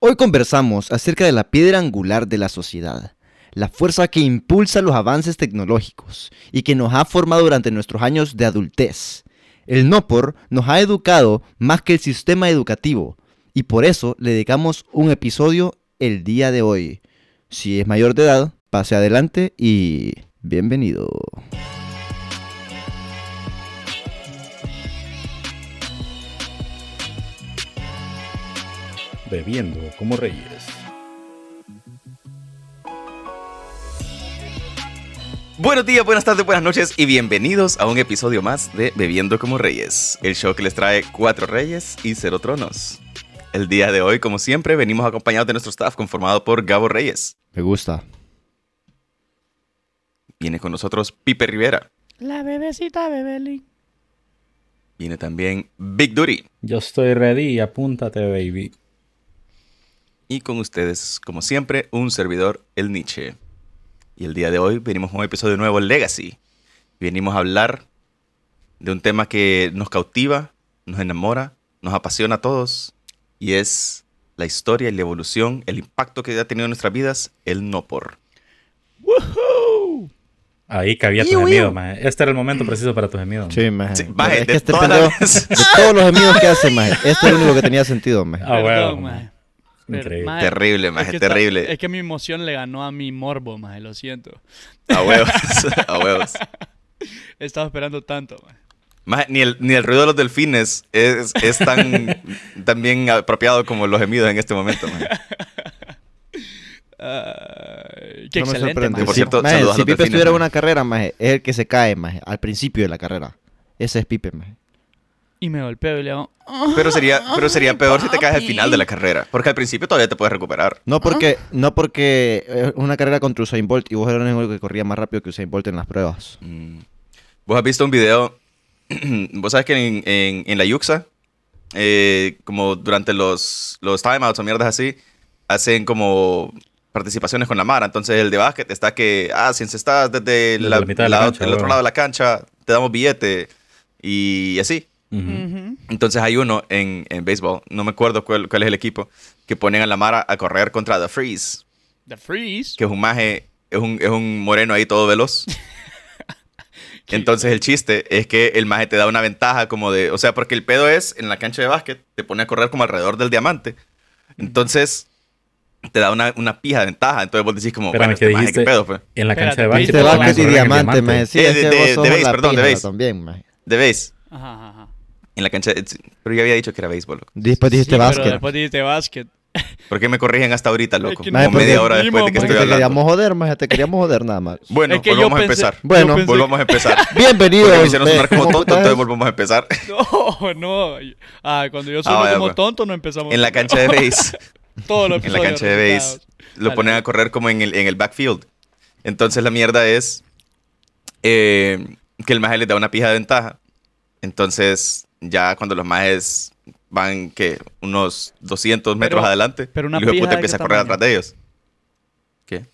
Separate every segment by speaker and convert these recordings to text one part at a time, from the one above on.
Speaker 1: Hoy conversamos acerca de la piedra angular de la sociedad, la fuerza que impulsa los avances tecnológicos y que nos ha formado durante nuestros años de adultez. El NOPOR nos ha educado más que el sistema educativo y por eso le dedicamos un episodio el día de hoy. Si es mayor de edad, pase adelante y bienvenido.
Speaker 2: Bebiendo como Reyes.
Speaker 3: Buenos días, buenas tardes, buenas noches y bienvenidos a un episodio más de Bebiendo como Reyes, el show que les trae cuatro reyes y cero tronos. El día de hoy, como siempre, venimos acompañados de nuestro staff conformado por Gabo Reyes.
Speaker 1: Me gusta.
Speaker 3: Viene con nosotros Pipe Rivera.
Speaker 4: La bebecita Bebelín.
Speaker 3: Viene también Big Duty.
Speaker 2: Yo estoy ready, apúntate, baby.
Speaker 3: Y con ustedes, como siempre, un servidor, el Nietzsche. Y el día de hoy venimos con un episodio nuevo, Legacy. Venimos a hablar de un tema que nos cautiva, nos enamora, nos apasiona a todos. Y es la historia y la evolución, el impacto que ha tenido en nuestras vidas, el no por.
Speaker 4: ¡Woohoo!
Speaker 2: Ahí cabía tu
Speaker 4: Iu,
Speaker 2: gemido,
Speaker 4: iu.
Speaker 2: maje. Este era el momento preciso para tu gemido. maje.
Speaker 1: Sí, maje.
Speaker 3: Sí, maje,
Speaker 1: Es que
Speaker 3: de
Speaker 1: este
Speaker 3: todas
Speaker 1: pendejo-
Speaker 3: las-
Speaker 1: de todos los gemidos que hace, maje. Este es lo único que tenía sentido, maje.
Speaker 2: Ah,
Speaker 4: Perdón,
Speaker 2: huevo,
Speaker 4: maje.
Speaker 2: maje.
Speaker 4: Pero,
Speaker 2: Increíble.
Speaker 4: maje,
Speaker 3: Terrible,
Speaker 4: es
Speaker 3: maje,
Speaker 4: que esta-
Speaker 3: terrible.
Speaker 4: Es que mi emoción le ganó a mi morbo, maje, lo siento.
Speaker 3: A huevos, a huevos.
Speaker 4: He estado esperando tanto, maje.
Speaker 3: Maje, ni, el, ni el ruido de los delfines es, es tan, tan bien apropiado como los gemidos en este momento. maje.
Speaker 4: Ay, qué
Speaker 1: No me
Speaker 4: excelente,
Speaker 1: sorprende.
Speaker 4: maje.
Speaker 3: Por
Speaker 1: Si-
Speaker 3: cierto,
Speaker 1: maje,
Speaker 3: saludos a
Speaker 1: si
Speaker 3: los
Speaker 1: Pipe
Speaker 3: delfines,
Speaker 1: tuviera
Speaker 3: maje.
Speaker 1: una carrera, maje, es el que se cae, maje, al principio de la carrera. Ese es Pipe, maje.
Speaker 4: Y me golpeo y le hago...
Speaker 3: Pero sería, pero sería peor si te caes al final de la carrera. Porque al principio todavía te puedes recuperar.
Speaker 1: No porque, no porque es una carrera contra Usain Bolt y vos eras el único que corría más rápido que Usain Bolt en las pruebas.
Speaker 3: Mm. Vos has visto un video. Vos sabes que en, en- en la Yuxa, eh, como durante los, los timeouts o mierdas así, hacen como participaciones con la Mara. Entonces el de básquet está que, ah, si estás desde
Speaker 2: Desde
Speaker 3: la-
Speaker 2: la mitad de la
Speaker 3: la-
Speaker 2: cancha,
Speaker 3: el otro
Speaker 2: huevón.
Speaker 3: lado de la cancha, te damos billete y así.
Speaker 2: Ujú.
Speaker 4: "Mm,
Speaker 3: Entonces hay uno en, en béisbol, no me acuerdo cuál, cuál es el equipo, que ponen a la Mara a correr contra The Freeze,
Speaker 4: The Freeze.
Speaker 3: que es un maje, es un, es un moreno ahí todo veloz. Entonces el chiste es que el maje te da una ventaja como de, o sea, porque el pedo es en la cancha de básquet, te pone a correr como alrededor del diamante. Entonces te da una, una pija de ventaja. Entonces vos decís como,
Speaker 2: Espérame,
Speaker 3: bueno,
Speaker 2: ¿qué
Speaker 3: este maje, ¿qué
Speaker 2: dijiste?
Speaker 3: pedo? Pues?
Speaker 2: En la cancha de
Speaker 4: Espérate,
Speaker 2: básquet.
Speaker 1: Este
Speaker 4: te
Speaker 2: van a
Speaker 1: básquet y
Speaker 2: correr en el
Speaker 1: diamante, maje. Sí,
Speaker 3: Eh,
Speaker 1: es
Speaker 3: de-
Speaker 1: que
Speaker 3: de-
Speaker 1: vos
Speaker 3: de
Speaker 1: sos
Speaker 3: base,
Speaker 1: la
Speaker 3: perdón, de
Speaker 1: píjala
Speaker 3: base.
Speaker 1: también, maje.
Speaker 3: De base,
Speaker 4: Ajá, ajá, ajá.
Speaker 3: en la cancha, es- pero yo había dicho que era béisbol. loco.
Speaker 1: Después dijiste
Speaker 4: Sí,
Speaker 1: básquet.
Speaker 4: Pero después dijiste básquet.
Speaker 3: ¿Por qué me corrigen hasta ahorita, loco?
Speaker 4: que
Speaker 3: Como
Speaker 1: no- pues.
Speaker 3: media hora después de
Speaker 1: Porque
Speaker 3: que
Speaker 4: Porque
Speaker 3: estoy
Speaker 1: te
Speaker 3: hablando.
Speaker 1: queríamos joder, maje, te queríamos joder nada más.
Speaker 3: Bueno,
Speaker 4: Es que yo
Speaker 3: volvamos a
Speaker 4: pensé-
Speaker 3: empezar.
Speaker 4: yo
Speaker 1: Bueno,
Speaker 4: pensé-
Speaker 3: Volvamos a empezar.
Speaker 1: Bienvenidos.
Speaker 3: Porque me hicieron
Speaker 1: de-
Speaker 3: sonar como
Speaker 1: ¿cómo
Speaker 3: tonto,
Speaker 1: putas
Speaker 3: entonces
Speaker 1: es?
Speaker 3: volvamos a empezar.
Speaker 4: No, no. Ah, cuando yo soy
Speaker 3: Ah, vaya,
Speaker 4: como
Speaker 3: pues.
Speaker 4: tonto no empezamos.
Speaker 3: En la cancha de base,
Speaker 4: Todos los
Speaker 3: en la cancha de
Speaker 4: episodios
Speaker 3: base, lo
Speaker 4: Dale.
Speaker 3: ponen a correr como en el, en el backfield. Entonces la mierda es eh, que el maje les da una pija de ventaja. Entonces ya cuando los majes van, que Unos 200 metros
Speaker 4: Pero-
Speaker 3: adelante,
Speaker 4: pero una
Speaker 3: el hijo de
Speaker 4: pija
Speaker 3: puta
Speaker 4: de
Speaker 3: empieza a
Speaker 4: qué
Speaker 3: correr
Speaker 4: tamaño?
Speaker 3: atrás de ellos. ¿Qué?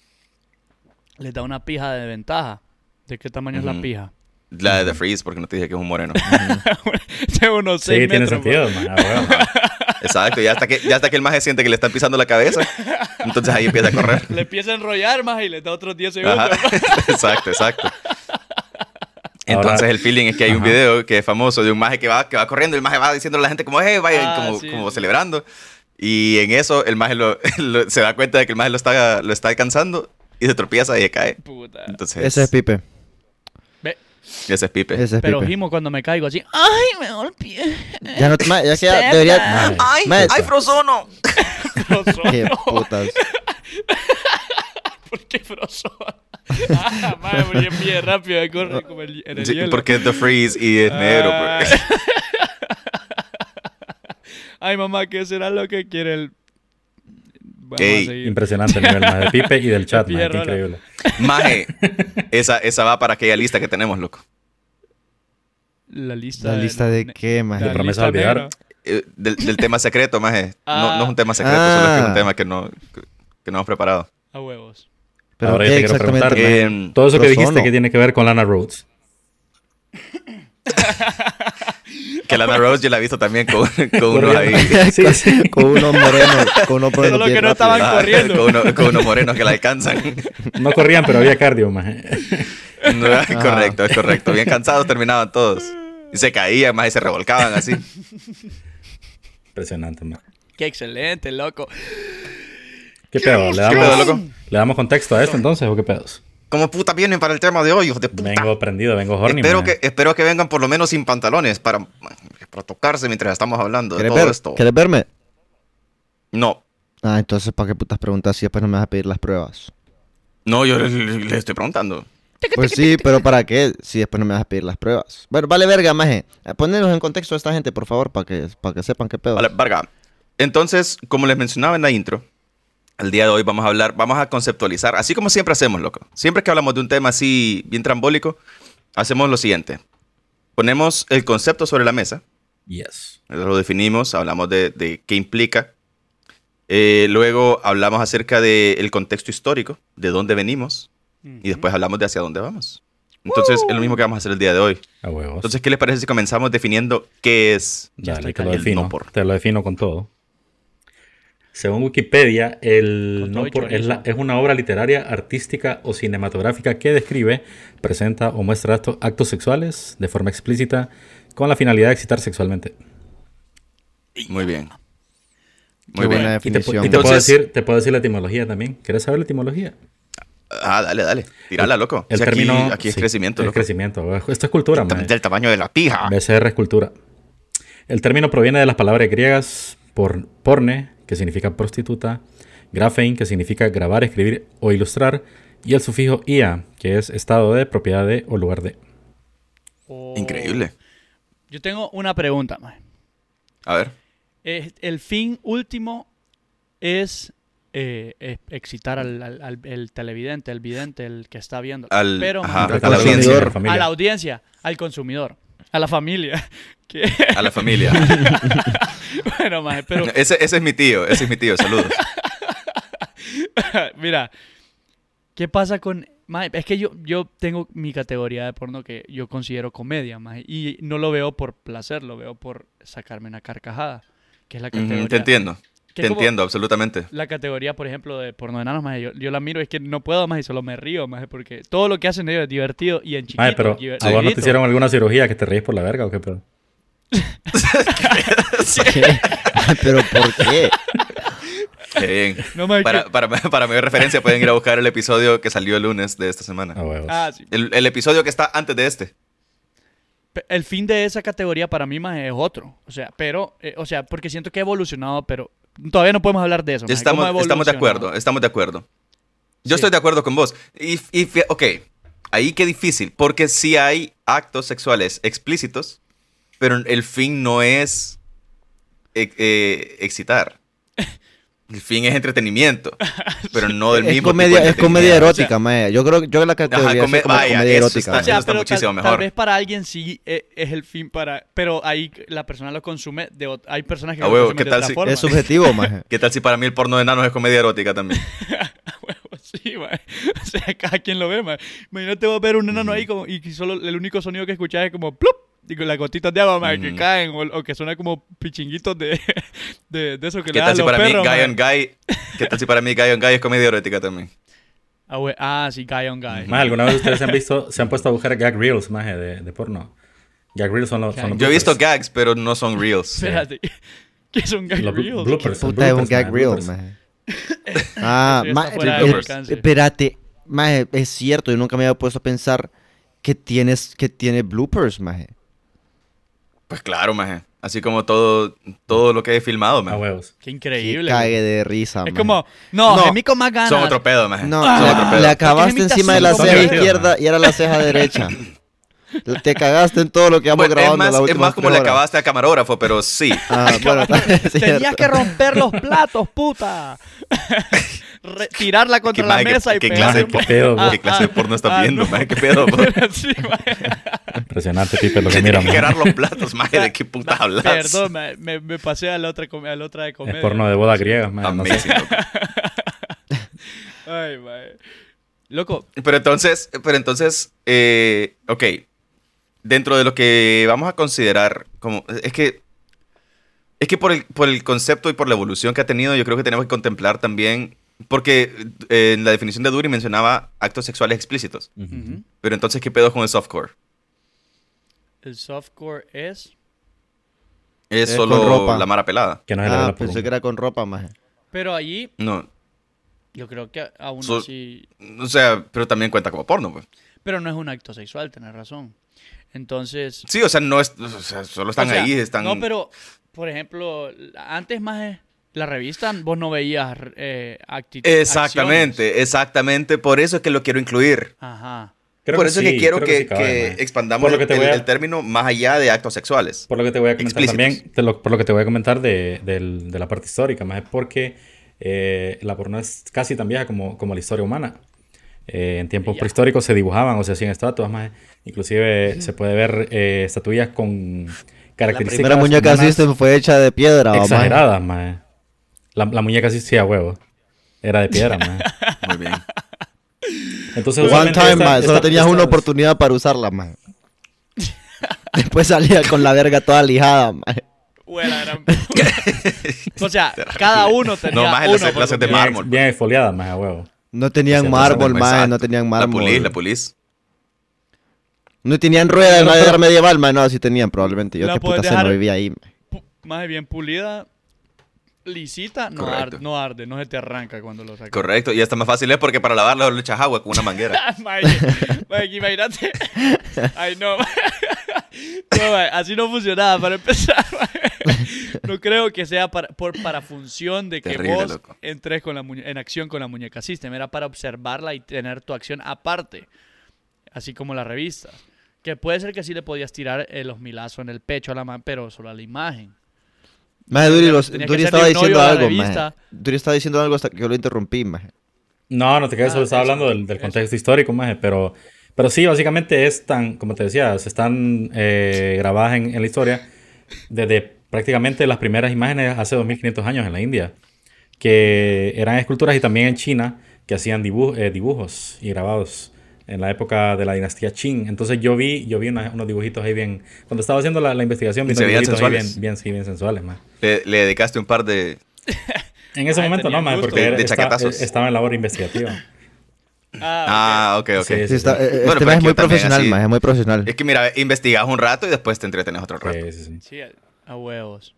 Speaker 4: Les da una pija de ventaja. ¿De qué tamaño es
Speaker 3: Ujú.
Speaker 4: la pija?
Speaker 3: La de The Freeze, porque no te dije que es un moreno.
Speaker 4: De unos
Speaker 2: Sí,
Speaker 4: 6
Speaker 2: tiene
Speaker 4: metros.
Speaker 2: sentido, maje. Ah, huevo, maje.
Speaker 3: Exacto, ya hasta, que, ya hasta que el maje siente que le están pisando la cabeza, entonces ahí empieza a correr.
Speaker 4: Le empieza a enrollar más y le da otros 10 segundos.
Speaker 3: Ajá, exacto, exacto. Entonces
Speaker 2: Ahora-
Speaker 3: el feeling es que hay un
Speaker 2: Ajá.
Speaker 3: video que es famoso de un maje que va, que va corriendo, el maje va diciendo a la gente como, hey, vayan,
Speaker 4: Ah,
Speaker 3: como,
Speaker 4: sí,
Speaker 3: como
Speaker 4: sí.
Speaker 3: celebrando. Y en eso el maje lo- lo- se da cuenta de que el maje lo está, lo está alcanzando y se tropieza y se cae.
Speaker 4: Puta.
Speaker 3: Entonces,
Speaker 1: Ese es Pipe.
Speaker 4: Ve,
Speaker 3: ese es Pipe.
Speaker 1: Ese es
Speaker 4: pero
Speaker 1: Pipe.
Speaker 4: Jimo cuando me caigo así, ¡ay, me golpeé!
Speaker 1: Ya no, maje, ya que ya debería.
Speaker 2: Maje.
Speaker 3: ¡Ay!
Speaker 1: Maje,
Speaker 3: ¡Ay, Frozono!
Speaker 4: Frozón.
Speaker 1: Qué putas.
Speaker 4: ¿Por qué Frozón? Ah, madre, porque es bien rápido, me corre como el, en el
Speaker 3: Sí,
Speaker 4: hielo. Ah.
Speaker 3: porque es The Freeze y es negro. pues.
Speaker 4: Ay, mamá, ¿qué será lo que quiere el...? Vamos
Speaker 3: Ey,
Speaker 2: Impresionante el nivel maje, de Pipe y del chat,
Speaker 4: Pipe
Speaker 2: maje. Qué
Speaker 4: Rola.
Speaker 2: increíble.
Speaker 3: Maje, esa, esa va para aquella lista que tenemos, loco.
Speaker 4: La lista
Speaker 1: ¿La lista de
Speaker 4: ne-
Speaker 1: qué, maje?
Speaker 4: la
Speaker 2: promesa
Speaker 4: lista
Speaker 2: olvidar.
Speaker 4: negra.
Speaker 3: Eh, Del, del tema secreto, maje. No,
Speaker 4: Ah.
Speaker 3: no es un tema secreto, solo que
Speaker 1: Ah.
Speaker 3: es un tema que no, que, que no hemos preparado.
Speaker 4: A huevos.
Speaker 1: Pero
Speaker 2: Ahora yo
Speaker 1: ¿qué
Speaker 2: te quiero
Speaker 1: exactamente,
Speaker 2: preguntar,
Speaker 1: maje?
Speaker 3: Em,
Speaker 2: Todo eso que
Speaker 1: Rosono.
Speaker 2: dijiste que tiene que ver con Lana Rhodes.
Speaker 3: Que Lana Rose yo la he visto también con, con unos
Speaker 2: Corriendo.
Speaker 3: ahí.
Speaker 2: Sí, sí.
Speaker 1: Con unos morenos, con unos morenos
Speaker 4: Solo
Speaker 1: bien
Speaker 4: que no
Speaker 1: rápidos.
Speaker 4: estaban
Speaker 3: Ah,
Speaker 4: corriendo.
Speaker 3: Con, uno- con unos morenos que la alcanzan.
Speaker 2: No corrían, pero había cardio, maje.
Speaker 3: No, correcto, es correcto. Bien cansados terminaban todos. Y se caían más y se revolcaban así.
Speaker 2: Impresionante, maje.
Speaker 4: Qué excelente, loco.
Speaker 2: ¿Qué pedo? ¿Le damos,
Speaker 3: pedo, loco?
Speaker 2: ¿Le damos contexto a esto entonces o qué pedos?
Speaker 3: Como puta vienen para el tema de hoy, hijos de puta.
Speaker 2: Vengo prendido, vengo horny.
Speaker 3: espero,
Speaker 2: maje.
Speaker 3: que, espero que vengan por lo menos sin pantalones para, para tocarse mientras estamos hablando de
Speaker 1: ¿Querés,
Speaker 3: todo
Speaker 1: ver?
Speaker 3: esto.
Speaker 1: ¿Querés verme?
Speaker 3: No,
Speaker 1: Ah, entonces, ¿para qué putas preguntas si después no me vas a pedir las pruebas?
Speaker 3: no, yo les estoy preguntando.
Speaker 1: Pues sí, pero ¿para qué si después no me vas a pedir las pruebas? Bueno, vale verga, maje. Eh, Poneros en contexto a esta gente, por favor, para que, para que sepan qué pedo.
Speaker 3: Vale, Varga. Entonces, como les mencionaba en la intro, el día de hoy vamos a hablar, vamos a conceptualizar, así como siempre hacemos, loco. Siempre que hablamos de un tema así bien trambólico, hacemos lo siguiente. Ponemos el concepto sobre la mesa,
Speaker 2: Yes.
Speaker 3: lo definimos, hablamos de, de qué implica. Eh, luego hablamos acerca del contexto histórico, de dónde venimos, y después hablamos de hacia dónde vamos. Entonces, es lo mismo que vamos a hacer el día de hoy.
Speaker 2: A huevos.
Speaker 3: Entonces, ¿qué les parece si comenzamos definiendo qué es
Speaker 2: Dale, te lo
Speaker 3: el
Speaker 2: defino.
Speaker 3: no por?
Speaker 2: Te lo defino con todo. Según Wikipedia, el
Speaker 4: Con todo
Speaker 2: no
Speaker 4: y
Speaker 2: por es, la-
Speaker 4: chorizo.
Speaker 2: es una obra literaria, artística o cinematográfica que describe, presenta o muestra acto- actos sexuales de forma explícita con la finalidad de excitar sexualmente.
Speaker 3: Muy bien. Muy
Speaker 1: Qué buena
Speaker 3: bien.
Speaker 2: Y te, pu- y
Speaker 1: definición.
Speaker 2: te puedo
Speaker 3: Entonces-
Speaker 2: decir, te puedo decir la etimología también. ¿Quieres saber la etimología?
Speaker 3: Ah, dale, dale. Tírala, loco.
Speaker 2: El
Speaker 3: O sea, aquí-
Speaker 2: término-
Speaker 3: aquí, es
Speaker 2: sí,
Speaker 3: crecimiento,
Speaker 2: Es
Speaker 3: loco.
Speaker 2: crecimiento. huevo. Esto es cultura,
Speaker 3: Ta-
Speaker 2: man.
Speaker 3: Del tamaño de la pija.
Speaker 2: BCR es cultura. El término proviene de las palabras griegas por, porne, que significa prostituta, grafein, que significa grabar, escribir o ilustrar, y el sufijo ia, que es estado de, propiedad de o lugar de.
Speaker 4: Oh.
Speaker 3: Increíble.
Speaker 4: Yo tengo una pregunta, más.
Speaker 3: A ver.
Speaker 4: el fin último es, eh, es excitar al, al- al- el televidente, el vidente, el que está viendo.
Speaker 3: Al-
Speaker 4: pero
Speaker 3: ajá,
Speaker 4: mientras
Speaker 3: Ah, a la
Speaker 4: tanto,
Speaker 3: audiencia.
Speaker 1: consumidor.
Speaker 4: a la
Speaker 2: familia.
Speaker 4: audiencia, al consumidor, a la familia. Que-
Speaker 3: A la familia.
Speaker 4: bueno, maje, pero
Speaker 3: ese, ese es mi tío. Ese es mi tío. Saludos.
Speaker 4: Mira, ¿qué pasa con... mae, es que yo, yo tengo mi categoría de porno que yo considero comedia, mae, y no lo veo por placer, lo veo por sacarme una carcajada, que es la
Speaker 3: Ujú,
Speaker 4: categoría...
Speaker 3: te entiendo. Te
Speaker 4: que es como
Speaker 3: entiendo, absolutamente.
Speaker 4: La categoría, por ejemplo, de porno de enanos, mae, yo, yo la miro, es que no puedo más y solo me río más, porque todo lo que hacen ellos es divertido y en chiquito.
Speaker 2: Ay, pero
Speaker 4: diver-
Speaker 2: ¿a vos no te
Speaker 4: chiquito.
Speaker 2: hicieron alguna cirugía que te ríes por la verga o qué pedo?
Speaker 1: ¿Qué? ¿Pero por qué?
Speaker 3: Qué bien.
Speaker 4: No, mae,
Speaker 3: Para,
Speaker 4: que-
Speaker 3: para, para mayor referencia, pueden ir a buscar el episodio que salió el lunes de esta
Speaker 2: A
Speaker 3: semana.
Speaker 2: huevos.
Speaker 4: Ah, sí.
Speaker 3: El, el episodio que está antes de este.
Speaker 4: Pe- El fin de esa categoría para mí más es otro. O sea, pero, eh, o sea, porque siento que ha evolucionado, pero todavía no podemos hablar de eso. mae, ¿cómo ha
Speaker 3: Estamos, estamos de
Speaker 4: evolucionado?
Speaker 3: acuerdo, estamos de acuerdo. Yo
Speaker 4: Sí.
Speaker 3: estoy de acuerdo con vos. Y, y fí- ok, ahí qué difícil, porque sí hay actos sexuales explícitos, pero el fin no es ex- eh, excitar. El fin es entretenimiento, pero no del
Speaker 1: es
Speaker 3: mismo
Speaker 1: comedia,
Speaker 3: tipo de
Speaker 1: es comedia
Speaker 3: entretenimiento.
Speaker 1: erótica, maje. Yo creo yo la categoría
Speaker 3: come-
Speaker 1: como
Speaker 3: vaya,
Speaker 1: comedia
Speaker 3: eso
Speaker 1: erótica.
Speaker 3: está-
Speaker 1: maje.
Speaker 3: eso está muchísimo
Speaker 4: tal,
Speaker 3: mejor.
Speaker 4: Tal vez para alguien sí eh, es, el fin para... Pero ahí la persona lo consume de ot- Hay personas que
Speaker 3: A
Speaker 4: lo
Speaker 3: Ah, huevo,
Speaker 4: consumen
Speaker 3: ¿qué
Speaker 4: de
Speaker 3: tal
Speaker 4: otra
Speaker 3: si-
Speaker 4: forma.
Speaker 1: Es subjetivo, maje.
Speaker 3: ¿Qué tal si para mí el porno de nanos es comedia erótica también?
Speaker 4: A huevo, pues sí, mae. O sea, cada quien lo ve, mae. Imagínate vos ver un enano ahí como, y que solo el único sonido que escuchás es como plup. Y con las gotitas de agua, mae, que
Speaker 3: Ujú.
Speaker 4: caen. O, o que suena como pichinguitos de, de, de eso que
Speaker 3: ¿Qué
Speaker 4: le dan
Speaker 3: tal si
Speaker 4: los
Speaker 3: para mí
Speaker 4: perros,
Speaker 3: Guy
Speaker 4: mae.
Speaker 3: on Guy? ¿Qué tal si para mí Guy on Guy es comedia erótica también?
Speaker 4: Ah, hue- ah, sí, guy on guy.
Speaker 2: Más, ¿alguna vez ustedes se han visto, se han puesto a buscar gag reels, maje, de, de porno? Gag reels son los... son los
Speaker 3: Yo he visto
Speaker 2: bloopers.
Speaker 3: gags, pero no son reels.
Speaker 4: Espérate. ¿Qué es un guy
Speaker 2: Los blo-
Speaker 4: real?
Speaker 2: bloopers,
Speaker 1: Puta, es
Speaker 2: bloopers,
Speaker 1: un gag
Speaker 2: maje,
Speaker 1: reel,
Speaker 2: bloopers.
Speaker 1: maje. Ah,
Speaker 4: Eso ya
Speaker 1: ma-
Speaker 4: está fuera
Speaker 3: de
Speaker 1: el-
Speaker 3: mi
Speaker 4: alcance.
Speaker 1: espérate, maje, es cierto, yo nunca me había puesto a pensar que tienes que tiene bloopers, maje.
Speaker 3: Pues claro, maje. Así como todo, todo lo que he filmado,
Speaker 2: A
Speaker 4: Ah,
Speaker 3: maje.
Speaker 2: Ah, huevos.
Speaker 4: Qué
Speaker 1: Que
Speaker 4: increíble.
Speaker 1: Cague de risa,
Speaker 4: Es
Speaker 1: maje.
Speaker 4: como, ¡Ah! no,
Speaker 1: No,
Speaker 4: Gemi con más ganas.
Speaker 3: Son otro pedo, maje.
Speaker 1: No,
Speaker 3: Son
Speaker 1: le-
Speaker 3: otro pedo.
Speaker 1: le
Speaker 4: Porque
Speaker 1: acabaste
Speaker 4: es
Speaker 1: encima de la
Speaker 2: imitación,
Speaker 1: ceja
Speaker 2: ¿no?
Speaker 1: izquierda y era la ceja derecha. La- Te cagaste en todo lo que vamos
Speaker 3: Bueno, es
Speaker 1: grabando
Speaker 3: más,
Speaker 1: la
Speaker 3: es
Speaker 1: última
Speaker 3: más como le acabaste al camarógrafo, pero sí.
Speaker 1: Ah, bueno, también es
Speaker 4: Tenías
Speaker 1: cierto.
Speaker 4: que romper los platos, puta. Re- tirarla contra
Speaker 3: ¿Qué,
Speaker 4: la
Speaker 3: maje, qué-
Speaker 4: mesa y
Speaker 3: qué
Speaker 4: pegarle
Speaker 3: clase, de
Speaker 4: un
Speaker 2: por-
Speaker 3: por-
Speaker 2: qué pedo,
Speaker 4: ah,
Speaker 3: ¿Qué clase de
Speaker 4: ah,
Speaker 3: porno estás
Speaker 4: ah,
Speaker 3: viendo,
Speaker 4: no.
Speaker 3: maje? ¿Qué pedo? po?
Speaker 4: po- Sí, mae.
Speaker 2: Impresionante, Pipe, lo
Speaker 3: Se
Speaker 2: que mira,
Speaker 3: tienen que
Speaker 2: maje.
Speaker 3: quebrar los platos, maje. ¿De qué puta hablas?
Speaker 4: Perdón, mae, me, me pasé a la otra, com- a la otra de comedia.
Speaker 2: Es porno de boda griega, man. No sé.
Speaker 3: Amazing, loco.
Speaker 4: Ay, mae. Loco,
Speaker 3: Pero entonces, pero entonces, eh, ok. dentro de lo que vamos a considerar como es que es que por el, por el concepto y por la evolución que ha tenido, yo creo que tenemos que contemplar también porque eh, en la definición de Dury mencionaba actos sexuales explícitos.
Speaker 2: Ujú.
Speaker 4: Ujú.
Speaker 3: Pero entonces, ¿qué pedo con el softcore?
Speaker 4: El softcore es.
Speaker 3: Es
Speaker 1: Es
Speaker 3: solo
Speaker 1: con ropa.
Speaker 3: la mara pelada.
Speaker 2: Que no se le da
Speaker 1: Ah,
Speaker 2: la
Speaker 1: pensé que
Speaker 2: pulga.
Speaker 1: era con ropa, maje.
Speaker 4: Pero allí,
Speaker 3: No,
Speaker 4: yo creo que aún
Speaker 3: So-
Speaker 4: así.
Speaker 3: o sea, pero también cuenta como porno, pues.
Speaker 4: Pero no es un acto sexual, tenés razón. Entonces.
Speaker 3: Sí, o sea, no es, o sea, solo están
Speaker 4: o sea,
Speaker 3: ahí, están...
Speaker 4: No, pero, por ejemplo, antes más. La revista, vos no veías eh, actitud-
Speaker 3: Exactamente, exactamente, por eso es que lo quiero incluir.
Speaker 4: acciones. Ajá.
Speaker 2: Creo
Speaker 3: por eso es
Speaker 2: sí,
Speaker 3: que quiero
Speaker 2: creo
Speaker 3: que,
Speaker 2: sí cabe,
Speaker 3: que
Speaker 2: maje.
Speaker 3: expandamos
Speaker 2: Por lo que
Speaker 3: el,
Speaker 2: te voy a-
Speaker 3: el término más allá de actos sexuales.
Speaker 2: Por lo que te voy a comentar
Speaker 3: Explícitos.
Speaker 2: también, te lo- por lo que te voy a comentar de, del- de la parte histórica, más es porque eh, la porno es casi tan vieja como, como la historia humana. Eh, en tiempos
Speaker 4: Ya.
Speaker 2: prehistóricos se dibujaban o se hacían estatuas, más inclusive se puede ver eh, estatuillas con
Speaker 1: La
Speaker 2: características
Speaker 1: primera muñeca
Speaker 2: humanas
Speaker 1: System fue hecha de piedra, o maje.
Speaker 2: exageradas, más. La, la muñeca sí sí, a huevo. Era de piedra, más.
Speaker 3: Muy bien.
Speaker 2: Entonces,
Speaker 1: One
Speaker 2: usualmente
Speaker 1: time,
Speaker 2: esta-
Speaker 1: maje. Solo
Speaker 2: esta-
Speaker 1: tenías una
Speaker 2: estas-
Speaker 1: oportunidad para usarla, maje. Después salía con la verga toda lijada, maje.
Speaker 4: Huela, gran- o sea, cada uno tenía
Speaker 3: No, maje, la
Speaker 4: uno.
Speaker 3: se- la
Speaker 4: por
Speaker 3: se te
Speaker 4: lo menos.
Speaker 3: mar-
Speaker 2: Bien,
Speaker 3: mármol.
Speaker 2: bien exfoliada, más a huevo.
Speaker 1: No tenían
Speaker 2: Sí,
Speaker 1: mármol,
Speaker 3: Exacto.
Speaker 1: maje. No tenían mármol.
Speaker 3: La pulís, la pulís.
Speaker 1: No tenían rueda en
Speaker 2: Pero-
Speaker 1: la
Speaker 2: pero-
Speaker 1: era medieval, maje. No, sí tenían probablemente. Yo
Speaker 4: La
Speaker 1: qué
Speaker 4: puedes
Speaker 1: puta se
Speaker 4: dejar-
Speaker 1: no vivía ahí, maje.
Speaker 4: pu- más bien pulida, lisita, no,
Speaker 3: Correcto.
Speaker 4: arde, no arde, no se te arranca cuando lo sacas.
Speaker 3: Correcto, y hasta más fácil es porque para lavarlo le echas agua con una manguera.
Speaker 4: Ah, Mike, Mike, imagínate. Ay, no. No, Mike, así no funcionaba para empezar. Mike. No creo que sea para, por, para función de que
Speaker 3: Terrible,
Speaker 4: vos
Speaker 3: loco.
Speaker 4: entres con la muñe- en acción con la muñeca System. Era para observarla y tener tu acción aparte. Así como la revista. Que puede ser que sí le podías tirar eh, los milazos en el pecho a la mano, pero solo a la imagen.
Speaker 1: Maje, Duri, los-
Speaker 4: Tenía que
Speaker 1: Duri
Speaker 4: ser
Speaker 1: estaba
Speaker 4: el novio
Speaker 1: diciendo
Speaker 4: de la
Speaker 1: algo, maje.
Speaker 4: revista.
Speaker 1: Duri estaba diciendo algo hasta que yo lo interrumpí, maje.
Speaker 2: No, no te quedes,
Speaker 4: Ah,
Speaker 2: solo estaba
Speaker 4: eso,
Speaker 2: hablando del, del
Speaker 4: eso.
Speaker 2: contexto histórico, maje, pero, pero sí, básicamente es tan, como te decía, se están eh, grabadas en, en la historia desde prácticamente las primeras imágenes hace 2500 años en la India, que eran esculturas y también en China que hacían dibu- eh, dibujos y grabados en la época de la dinastía Qing. Entonces yo vi, yo vi una- unos dibujitos ahí bien, cuando estaba haciendo la, la investigación, vi
Speaker 3: Y se
Speaker 2: unos
Speaker 3: veían
Speaker 2: dibujitos ahí bien,
Speaker 3: sensuales.
Speaker 2: bien, sí, bien sensuales, maje.
Speaker 3: Le, le dedicaste un par de...
Speaker 2: En ese
Speaker 4: Ah,
Speaker 2: momento no,
Speaker 4: tenían
Speaker 2: maje,
Speaker 4: gusto.
Speaker 2: porque
Speaker 3: De-
Speaker 2: era-
Speaker 3: de
Speaker 2: esta-
Speaker 3: chaquetazos.
Speaker 2: estaba en labor investigativa.
Speaker 4: Ah,
Speaker 3: Ah, ok, ok.
Speaker 2: Sí,
Speaker 1: Sí, está-
Speaker 2: sí.
Speaker 1: eh, eh,
Speaker 3: Bueno,
Speaker 1: este maje
Speaker 3: pero
Speaker 1: es
Speaker 3: aquí
Speaker 1: muy
Speaker 3: también
Speaker 1: profesional,
Speaker 3: así-
Speaker 1: maje. Es muy profesional.
Speaker 3: Es que mira, investigas un rato y después te entretenes otro rato.
Speaker 2: Sí, sí, sí.
Speaker 4: ok. Sí, a, a huevos.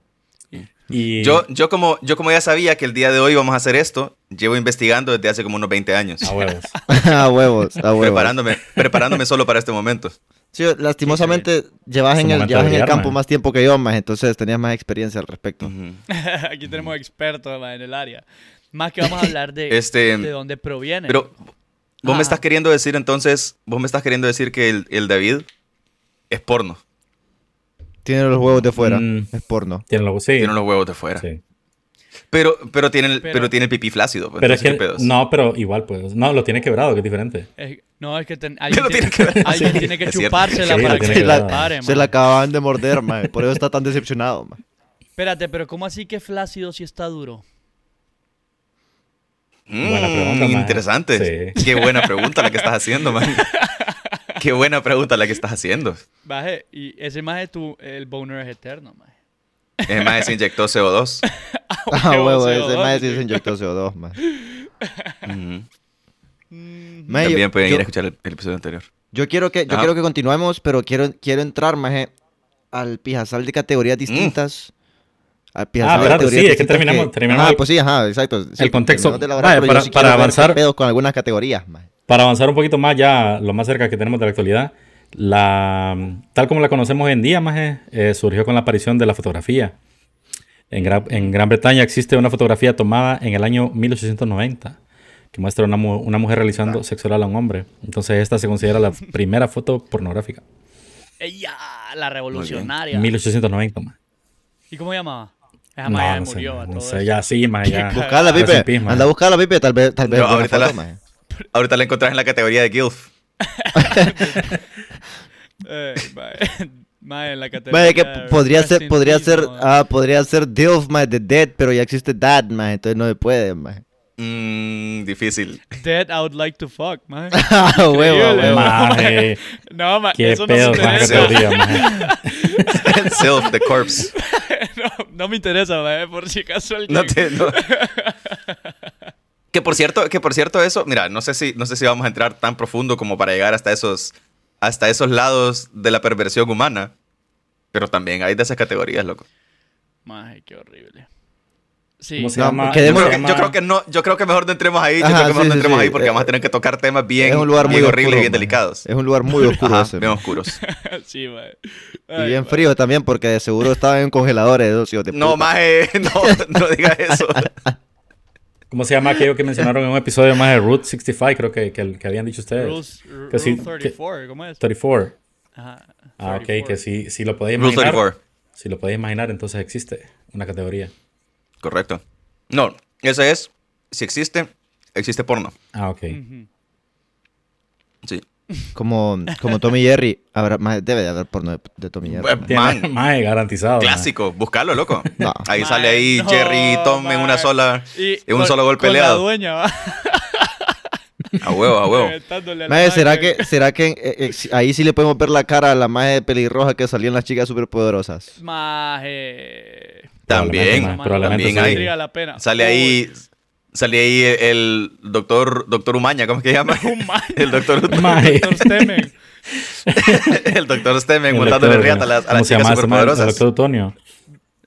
Speaker 2: Y
Speaker 3: Yo, yo, como, yo como ya sabía que el día de hoy vamos a hacer esto, llevo investigando desde hace como unos 20 años.
Speaker 2: a huevos.
Speaker 1: a huevos, a huevos.
Speaker 3: preparándome, preparándome solo para este momento.
Speaker 1: Sí, lastimosamente llevas
Speaker 2: Es
Speaker 1: en
Speaker 2: un
Speaker 1: el,
Speaker 2: momento
Speaker 1: llevas
Speaker 2: de
Speaker 1: en el
Speaker 2: brillar,
Speaker 1: campo
Speaker 2: man.
Speaker 1: más tiempo que yo, más entonces tenías más experiencia al respecto.
Speaker 3: Ujú.
Speaker 4: Aquí tenemos expertos ma, en el área. Más que vamos a hablar de,
Speaker 3: Este,
Speaker 4: de dónde proviene.
Speaker 3: pero vos
Speaker 4: Ah.
Speaker 3: me estás queriendo decir entonces, vos me estás queriendo decir que el, el David es porno,
Speaker 1: Tiene los huevos de fuera,
Speaker 2: Mm.
Speaker 1: es porno.
Speaker 2: Tienen los sí.
Speaker 3: tiene los huevos de fuera.
Speaker 2: sí.
Speaker 3: Pero, pero, tiene el,
Speaker 4: Pero-
Speaker 3: pero, tiene el pipí flácido. pues,
Speaker 2: Pero es
Speaker 3: entonces,
Speaker 2: que
Speaker 3: ¿qué pedos?
Speaker 2: no, pero igual pues no lo tiene quebrado, que es diferente.
Speaker 4: Es- no, es que ten- alguien,
Speaker 3: lo
Speaker 4: tiene,
Speaker 3: tiene que ver.
Speaker 4: alguien
Speaker 3: Sí,
Speaker 4: tiene que
Speaker 3: es cierto.
Speaker 4: chupársela
Speaker 2: Sí,
Speaker 4: para
Speaker 2: lo
Speaker 4: que
Speaker 2: tiene
Speaker 4: se
Speaker 2: que
Speaker 4: la
Speaker 2: ver.
Speaker 4: pare,
Speaker 1: Se
Speaker 4: man.
Speaker 1: la acaban de morder, man. Por eso está tan decepcionado, man.
Speaker 4: Espérate, pero ¿cómo así que flácido si está duro?
Speaker 3: Mm,
Speaker 2: Buena pregunta, maje.
Speaker 3: Interesante. Qué buena pregunta la que estás haciendo, man. Qué buena pregunta la que estás haciendo.
Speaker 4: Baje, y ese más de tu, el boner es eterno, man.
Speaker 3: Es más, se inyectó CO2.
Speaker 1: Ah,
Speaker 4: huevo,
Speaker 1: huevo,
Speaker 4: CO2,
Speaker 1: ese man sí
Speaker 4: sí.
Speaker 1: se inyectó CO2, man.
Speaker 3: Ujú.
Speaker 4: Mm,
Speaker 1: Man,
Speaker 3: También
Speaker 1: yo,
Speaker 3: pueden
Speaker 1: yo-
Speaker 3: ir a escuchar el, el episodio anterior.
Speaker 1: yo quiero que, yo
Speaker 3: Ajá.
Speaker 1: quiero que continuemos, pero quiero, quiero entrar, más al pijazal de categorías distintas. Al pijazal
Speaker 2: Mm. Ah,
Speaker 1: de
Speaker 2: espérate,
Speaker 1: categorías
Speaker 2: sí, es que
Speaker 1: distintas
Speaker 2: terminamos- terminamos
Speaker 1: Ajá,
Speaker 2: el-
Speaker 1: pues sí, ajá, exacto. sí,
Speaker 2: el contexto.
Speaker 1: terminamos de elaborar,
Speaker 2: Vaya,
Speaker 1: pero yo
Speaker 2: para-
Speaker 1: sí
Speaker 2: para
Speaker 1: quiero ver qué
Speaker 2: avanzar-
Speaker 1: pedo con algunas categorías, man.
Speaker 2: Para avanzar un poquito más ya lo más cerca que tenemos de la actualidad, la tal como la conocemos hoy en día, más surgió con la aparición de la fotografía. En, Gra- en Gran Bretaña existe una fotografía tomada en el año 1890 que muestra una, mu- una mujer
Speaker 3: Ah.
Speaker 2: realizando sexo oral a un hombre. Entonces esta se considera la primera foto pornográfica.
Speaker 4: ella, la revolucionaria.
Speaker 2: 1890 más.
Speaker 4: ¿Y cómo llamaba? Esa madre ya
Speaker 2: no
Speaker 4: murió
Speaker 2: sé,
Speaker 4: a
Speaker 2: no
Speaker 4: todo
Speaker 2: sé,
Speaker 4: eso.
Speaker 2: ya sí, más ya.
Speaker 1: Buscala,
Speaker 2: Rest in
Speaker 1: Pipe.
Speaker 2: peace, maje.
Speaker 1: Anda a buscarla, Pipe. Tal vez, tal vez.
Speaker 3: Yo
Speaker 1: buena
Speaker 3: ahorita
Speaker 1: foto,
Speaker 3: la-
Speaker 1: maje.
Speaker 3: Ahorita la encontrás en la categoría de GILF.
Speaker 4: Eh, mae, mae, en la categoría.
Speaker 1: Maje, que
Speaker 4: de
Speaker 1: podría
Speaker 4: rest
Speaker 1: ser,
Speaker 4: in
Speaker 1: podría
Speaker 4: peace,
Speaker 1: ser,
Speaker 4: mae.
Speaker 1: ah, podría ser DILF, maje, de Dead, pero ya existe Dad, maje, entonces no se puede, maje.
Speaker 3: Mm, difícil.
Speaker 4: Dead I would like to fuck, man.
Speaker 1: Ah, huevo,
Speaker 4: Increíble.
Speaker 1: huevo.
Speaker 2: Maje,
Speaker 4: No, man,
Speaker 2: qué
Speaker 4: eso no
Speaker 2: pedo
Speaker 4: me
Speaker 2: con esa
Speaker 4: interesa.
Speaker 2: categoría, maje.
Speaker 3: Self, the corpse.
Speaker 4: no, no me interesa, man, por si acaso alguien...
Speaker 3: No te- no. Que por cierto, que por cierto eso, mira, no sé si no sé si vamos a entrar tan profundo como para llegar hasta esos hasta esos lados de la perversión humana, pero también hay de esas categorías, loco.
Speaker 4: Maje, qué horrible. Sí,
Speaker 2: ¿Cómo se
Speaker 1: No,
Speaker 2: llama?
Speaker 3: Yo
Speaker 1: quedemos-
Speaker 2: ¿Cómo
Speaker 3: creo,
Speaker 2: se
Speaker 3: que,
Speaker 2: llama?
Speaker 3: yo creo que no, yo creo que mejor no entremos ahí, yo
Speaker 1: Ajá,
Speaker 3: creo que mejor
Speaker 1: sí,
Speaker 3: no
Speaker 1: sí,
Speaker 3: entremos
Speaker 1: sí. Eh,
Speaker 3: ahí porque vamos a tener que tocar temas bien,
Speaker 1: es un lugar muy
Speaker 3: bien horribles
Speaker 1: oscuro,
Speaker 3: y bien
Speaker 1: man.
Speaker 3: delicados.
Speaker 1: Es un lugar muy oscuro
Speaker 3: Ajá,
Speaker 1: ese,
Speaker 3: bien
Speaker 1: man.
Speaker 3: oscuros.
Speaker 4: sí, man.
Speaker 1: Y
Speaker 4: Ay,
Speaker 1: bien
Speaker 4: man.
Speaker 1: frío también, porque de seguro estaban en congeladores. esos hijos de
Speaker 3: No,
Speaker 1: puta.
Speaker 3: maje, no, no digas eso.
Speaker 2: ¿Cómo se llama aquello que mencionaron en un episodio más de Route 65? Creo que, que, que habían dicho ustedes.
Speaker 4: Rules, Ru-
Speaker 2: Que sí,
Speaker 4: Rule 34, ¿cómo es?
Speaker 2: 34.
Speaker 4: Ajá,
Speaker 2: Ah, ok,
Speaker 4: 34.
Speaker 2: que si, si lo podéis
Speaker 3: Rule
Speaker 2: imaginar.
Speaker 3: 34.
Speaker 2: Si lo podéis imaginar, entonces existe una categoría.
Speaker 3: Correcto. No, ese es si existe, existe porno.
Speaker 2: Ah, ok.
Speaker 4: Ujú.
Speaker 3: Sí.
Speaker 1: Como, como Tommy Jerry. Habrá, maje, debe de haber porno de, de Tommy Jerry.
Speaker 3: Bueno,
Speaker 1: maje.
Speaker 3: Man.
Speaker 2: Tiene, maje, garantizado. maje.
Speaker 3: Clásico, búscalo, loco.
Speaker 1: No.
Speaker 3: Ahí
Speaker 4: Man,
Speaker 3: sale ahí
Speaker 4: no,
Speaker 3: Jerry y Tom en una
Speaker 4: man.
Speaker 3: sola,
Speaker 4: Y
Speaker 3: en un
Speaker 4: con-
Speaker 3: solo golpe
Speaker 4: con la
Speaker 3: peleado.
Speaker 4: dueña, va.
Speaker 3: A huevo, a huevo.
Speaker 4: Reventándole a la
Speaker 1: Maje, ¿será
Speaker 4: madre.
Speaker 1: que, será que eh, eh, si- ahí sí le podemos ver la cara a la maje pelirroja que salió en las chicas superpoderosas?
Speaker 4: Maje.
Speaker 3: También,
Speaker 2: Probablemente,
Speaker 4: Maje,
Speaker 2: probablemente
Speaker 3: también
Speaker 2: sí.
Speaker 3: hay.
Speaker 4: valdría la pena.
Speaker 3: Sale ahí, sale ahí el doctor, doctor Umaña, ¿cómo es que se llama?
Speaker 4: Umaña.
Speaker 3: El doctor,
Speaker 2: Maje.
Speaker 4: Doctor Stemen.
Speaker 3: el doctor
Speaker 2: El
Speaker 3: Stemen
Speaker 2: doctor,
Speaker 3: montándole riata a las, a
Speaker 2: ¿cómo
Speaker 3: las
Speaker 2: se
Speaker 3: chicas
Speaker 2: llama ese maje? El
Speaker 3: superpoderosas.
Speaker 2: doctor Antonio.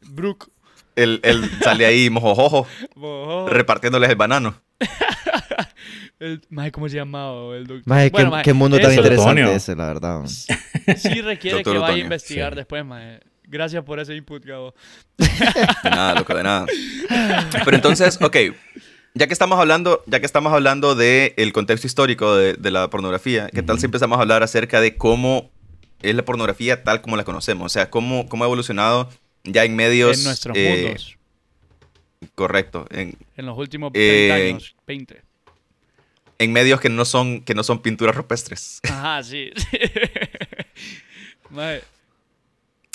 Speaker 4: Brooke.
Speaker 3: El, el, sale ahí mojojojo,
Speaker 4: Bojo.
Speaker 3: repartiéndoles el banano.
Speaker 4: El- maje, ¿cómo se llamaba? El doctor.
Speaker 1: Maje,
Speaker 4: Bueno,
Speaker 1: qué,
Speaker 4: maje,
Speaker 1: qué mundo tan
Speaker 4: eso
Speaker 1: interesante
Speaker 2: Antonio.
Speaker 1: ese, la verdad. man.
Speaker 4: Sí requiere
Speaker 3: Doctor
Speaker 4: que vaya a
Speaker 3: Otoño,
Speaker 4: investigar
Speaker 2: sí.
Speaker 4: después, maje. Gracias por ese input, Gabo.
Speaker 3: De nada, loco, de nada. Pero entonces, ok, ya que estamos hablando, ya que estamos hablando del contexto histórico de, de la pornografía, ¿qué tal si empezamos a hablar acerca de cómo es la pornografía tal como la conocemos? O sea, cómo, cómo ha evolucionado ya en medios...
Speaker 4: en nuestros
Speaker 3: eh,
Speaker 4: mundos.
Speaker 3: Correcto, en,
Speaker 4: En los últimos 30
Speaker 3: eh,
Speaker 4: años. 20.
Speaker 3: en medios que no son, que no son pinturas rupestres.
Speaker 4: Ajá, sí. maje.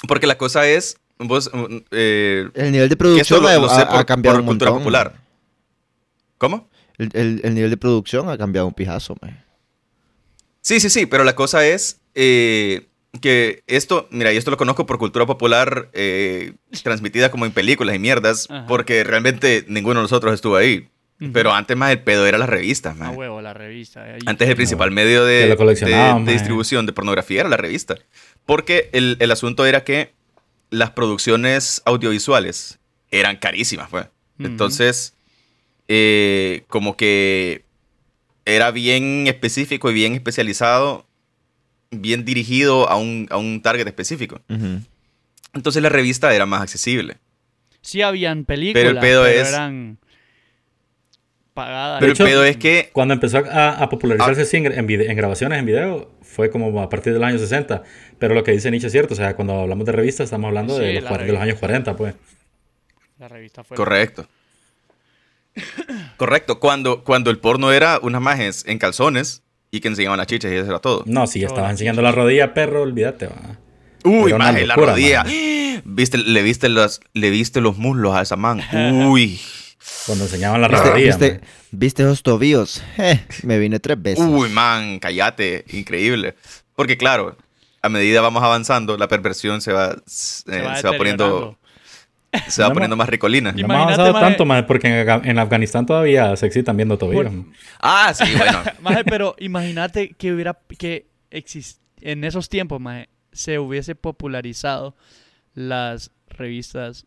Speaker 3: Porque la cosa es, vos... mm, eh,
Speaker 1: El nivel de
Speaker 3: que esto
Speaker 1: producción
Speaker 3: lo-
Speaker 1: ha-
Speaker 3: lo sé
Speaker 1: ha, ha
Speaker 3: por-
Speaker 1: cambiado
Speaker 3: por
Speaker 1: un
Speaker 3: cultura
Speaker 1: montón.
Speaker 3: popular. ¿Cómo?
Speaker 1: El, el- el nivel de producción ha cambiado un pijazo, maje.
Speaker 3: Sí, sí, sí, pero la cosa es eh, que esto, mira, y esto lo conozco por cultura popular eh, transmitida como en películas y mierdas,
Speaker 4: Ajá.
Speaker 3: porque realmente ninguno de nosotros estuvo ahí.
Speaker 4: Ujú.
Speaker 3: Pero antes más el pedo era las revistas,
Speaker 4: A
Speaker 3: man.
Speaker 4: huevo, la revista. ahí.
Speaker 3: Antes el principal medio
Speaker 2: Que
Speaker 3: de,
Speaker 2: lo eh. coleccionaban,
Speaker 3: de- de
Speaker 2: man.
Speaker 3: distribución de pornografía era la revista. Porque el, el asunto era que las producciones audiovisuales eran carísimas, pues.
Speaker 4: Ujú.
Speaker 3: Entonces, eh, como que era bien específico y bien especializado, bien dirigido a un, a un target específico.
Speaker 1: Ujú.
Speaker 3: Entonces la revista era más accesible.
Speaker 4: Sí habían películas, pero,
Speaker 3: pedo es-
Speaker 4: eran pagadas.
Speaker 3: Pero
Speaker 2: hecho-
Speaker 3: el pedo es que
Speaker 2: Cuando empezó a, a popularizarse
Speaker 3: Ah.
Speaker 2: sí, en, en vide- en grabaciones, en video, fue como a partir de los años 60. Pero lo que dice Nietzsche es cierto. O sea, cuando hablamos de revistas, estamos hablando
Speaker 4: Sí,
Speaker 2: de, los,
Speaker 4: la
Speaker 2: cuar- de los
Speaker 4: revista.
Speaker 2: años 40, pues.
Speaker 4: La revista fue...
Speaker 3: Correcto. Correcto. Cuando, cuando el porno era unas majes en calzones y que enseñaban las chichas y eso era todo.
Speaker 2: No, si ya
Speaker 4: Solo
Speaker 2: estabas
Speaker 4: la
Speaker 2: enseñando la rodilla, perro, olvídate, va.
Speaker 3: Uy,
Speaker 2: Era una
Speaker 3: maje, la
Speaker 2: locura,
Speaker 3: rodilla.
Speaker 2: maje.
Speaker 3: ¿Viste, le, viste las, le viste los muslos a esa man. Uy.
Speaker 2: Cuando enseñaban la
Speaker 1: ¿Viste,
Speaker 2: rodilla.
Speaker 1: viste-
Speaker 2: man.
Speaker 1: viste esos tobillos? Eh, me vine tres veces.
Speaker 3: Uy, man, cállate. Increíble. Porque claro, a medida vamos avanzando, la perversión se va, eh, se va, poniendo,
Speaker 4: deteriorando.
Speaker 3: se va
Speaker 2: No,
Speaker 3: poniendo más ricolina.
Speaker 2: No hemos
Speaker 4: Imagínate,
Speaker 2: avanzado
Speaker 4: maje.
Speaker 2: tanto, man, porque en, Aga- en Afganistán todavía se excitan viendo tobillos.
Speaker 4: Por-
Speaker 2: man.
Speaker 3: Ah, sí, bueno.
Speaker 4: Maje, pero imagínate que hubiera... Que exist- en esos tiempos, maje, se hubiese popularizado las revistas...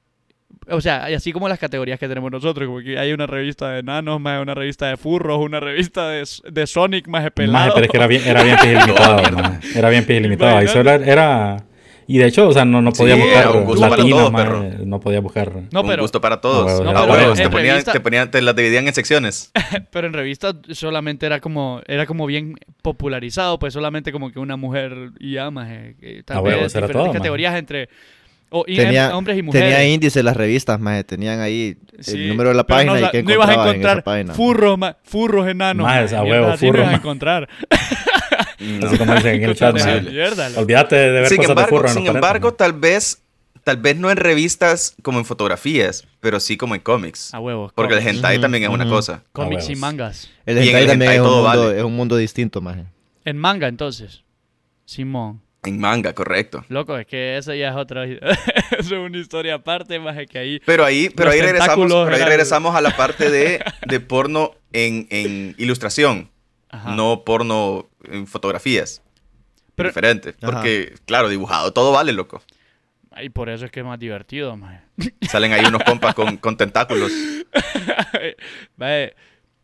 Speaker 4: O sea, y así como las categorías que tenemos nosotros, como que hay una revista de nanos, maje, una revista de furros, una revista de, de Sonic, más
Speaker 2: Maje,
Speaker 4: pelado.
Speaker 2: pero es que era bien, era bien pis ilimitado, man. Era bien pis ilimitado. Y solo era... Y de hecho, o sea, no, no podía
Speaker 3: Sí,
Speaker 2: buscar
Speaker 3: era un gusto para
Speaker 2: latinas,
Speaker 3: todos,
Speaker 2: man,
Speaker 3: perro.
Speaker 2: No podía buscar...
Speaker 4: No,
Speaker 3: Un
Speaker 4: pero,
Speaker 3: gusto para todos.
Speaker 2: No,
Speaker 3: Ah,
Speaker 2: pero
Speaker 3: bueno,
Speaker 2: en
Speaker 3: te, ponían,
Speaker 4: revista-
Speaker 3: te, ponían, te las dividían en secciones.
Speaker 4: pero en revistas solamente era como era como bien popularizado, pues solamente como que una mujer y amas, tal
Speaker 2: Ah, huevo,
Speaker 4: vez
Speaker 2: eso era
Speaker 4: diferentes
Speaker 2: todo, maje.
Speaker 4: categorías entre o, y
Speaker 1: Tenía,
Speaker 4: em- hombres y mujeres.
Speaker 1: tenía índices las revistas, maje. Tenían ahí el
Speaker 4: Sí,
Speaker 1: número de la
Speaker 4: pero
Speaker 1: página
Speaker 4: no,
Speaker 1: y qué
Speaker 4: no ibas a
Speaker 1: encontrabas en esa
Speaker 4: encontrar
Speaker 1: página.
Speaker 4: furros, ma- furros enanos.
Speaker 2: Maje,
Speaker 4: maje,
Speaker 2: a
Speaker 4: mierdas
Speaker 2: huevo,
Speaker 4: así no
Speaker 2: furros,
Speaker 4: ibas a
Speaker 2: maje.
Speaker 4: encontrar.
Speaker 3: No.
Speaker 2: Así como dicen en el chat,
Speaker 4: Puta,
Speaker 2: man.
Speaker 3: Imposible.
Speaker 4: mierda, loco.
Speaker 2: Olvídate de ver
Speaker 3: Sin
Speaker 2: cosas de
Speaker 3: embargo,
Speaker 2: furro en los
Speaker 3: sin
Speaker 2: 40,
Speaker 3: embargo
Speaker 2: man.
Speaker 3: tal vez Tal vez no en revistas como en fotografías, pero sí como en cómics.
Speaker 4: A huevos.
Speaker 3: Porque el
Speaker 4: cómics.
Speaker 3: hentai
Speaker 1: Ujú,
Speaker 3: también es una
Speaker 1: ujú.
Speaker 3: cosa.
Speaker 4: Cómics y
Speaker 2: huevos.
Speaker 4: mangas.
Speaker 1: El
Speaker 3: Y en
Speaker 1: hentai
Speaker 3: el
Speaker 1: también
Speaker 3: hentai
Speaker 1: es un,
Speaker 3: todo
Speaker 1: mundo,
Speaker 3: vale.
Speaker 1: es un mundo distinto, maje.
Speaker 4: En manga, entonces. Simón.
Speaker 3: En manga, correcto.
Speaker 4: Loco, es que eso ya es otra. eso es una historia aparte, más que ahí.
Speaker 3: Pero ahí, pero
Speaker 4: Los
Speaker 3: ahí regresamos,
Speaker 4: tentáculos
Speaker 3: pero ahí
Speaker 4: eran-
Speaker 3: regresamos a la parte de, de porno en, en ilustración,
Speaker 4: Ajá.
Speaker 3: no porno en fotografías.
Speaker 4: Pero-
Speaker 3: diferente.
Speaker 1: Ajá.
Speaker 3: Porque, claro, dibujado, todo vale, loco.
Speaker 4: Y por eso es que es más divertido, maje.
Speaker 3: Salen ahí unos compas con, con tentáculos.
Speaker 4: Mae,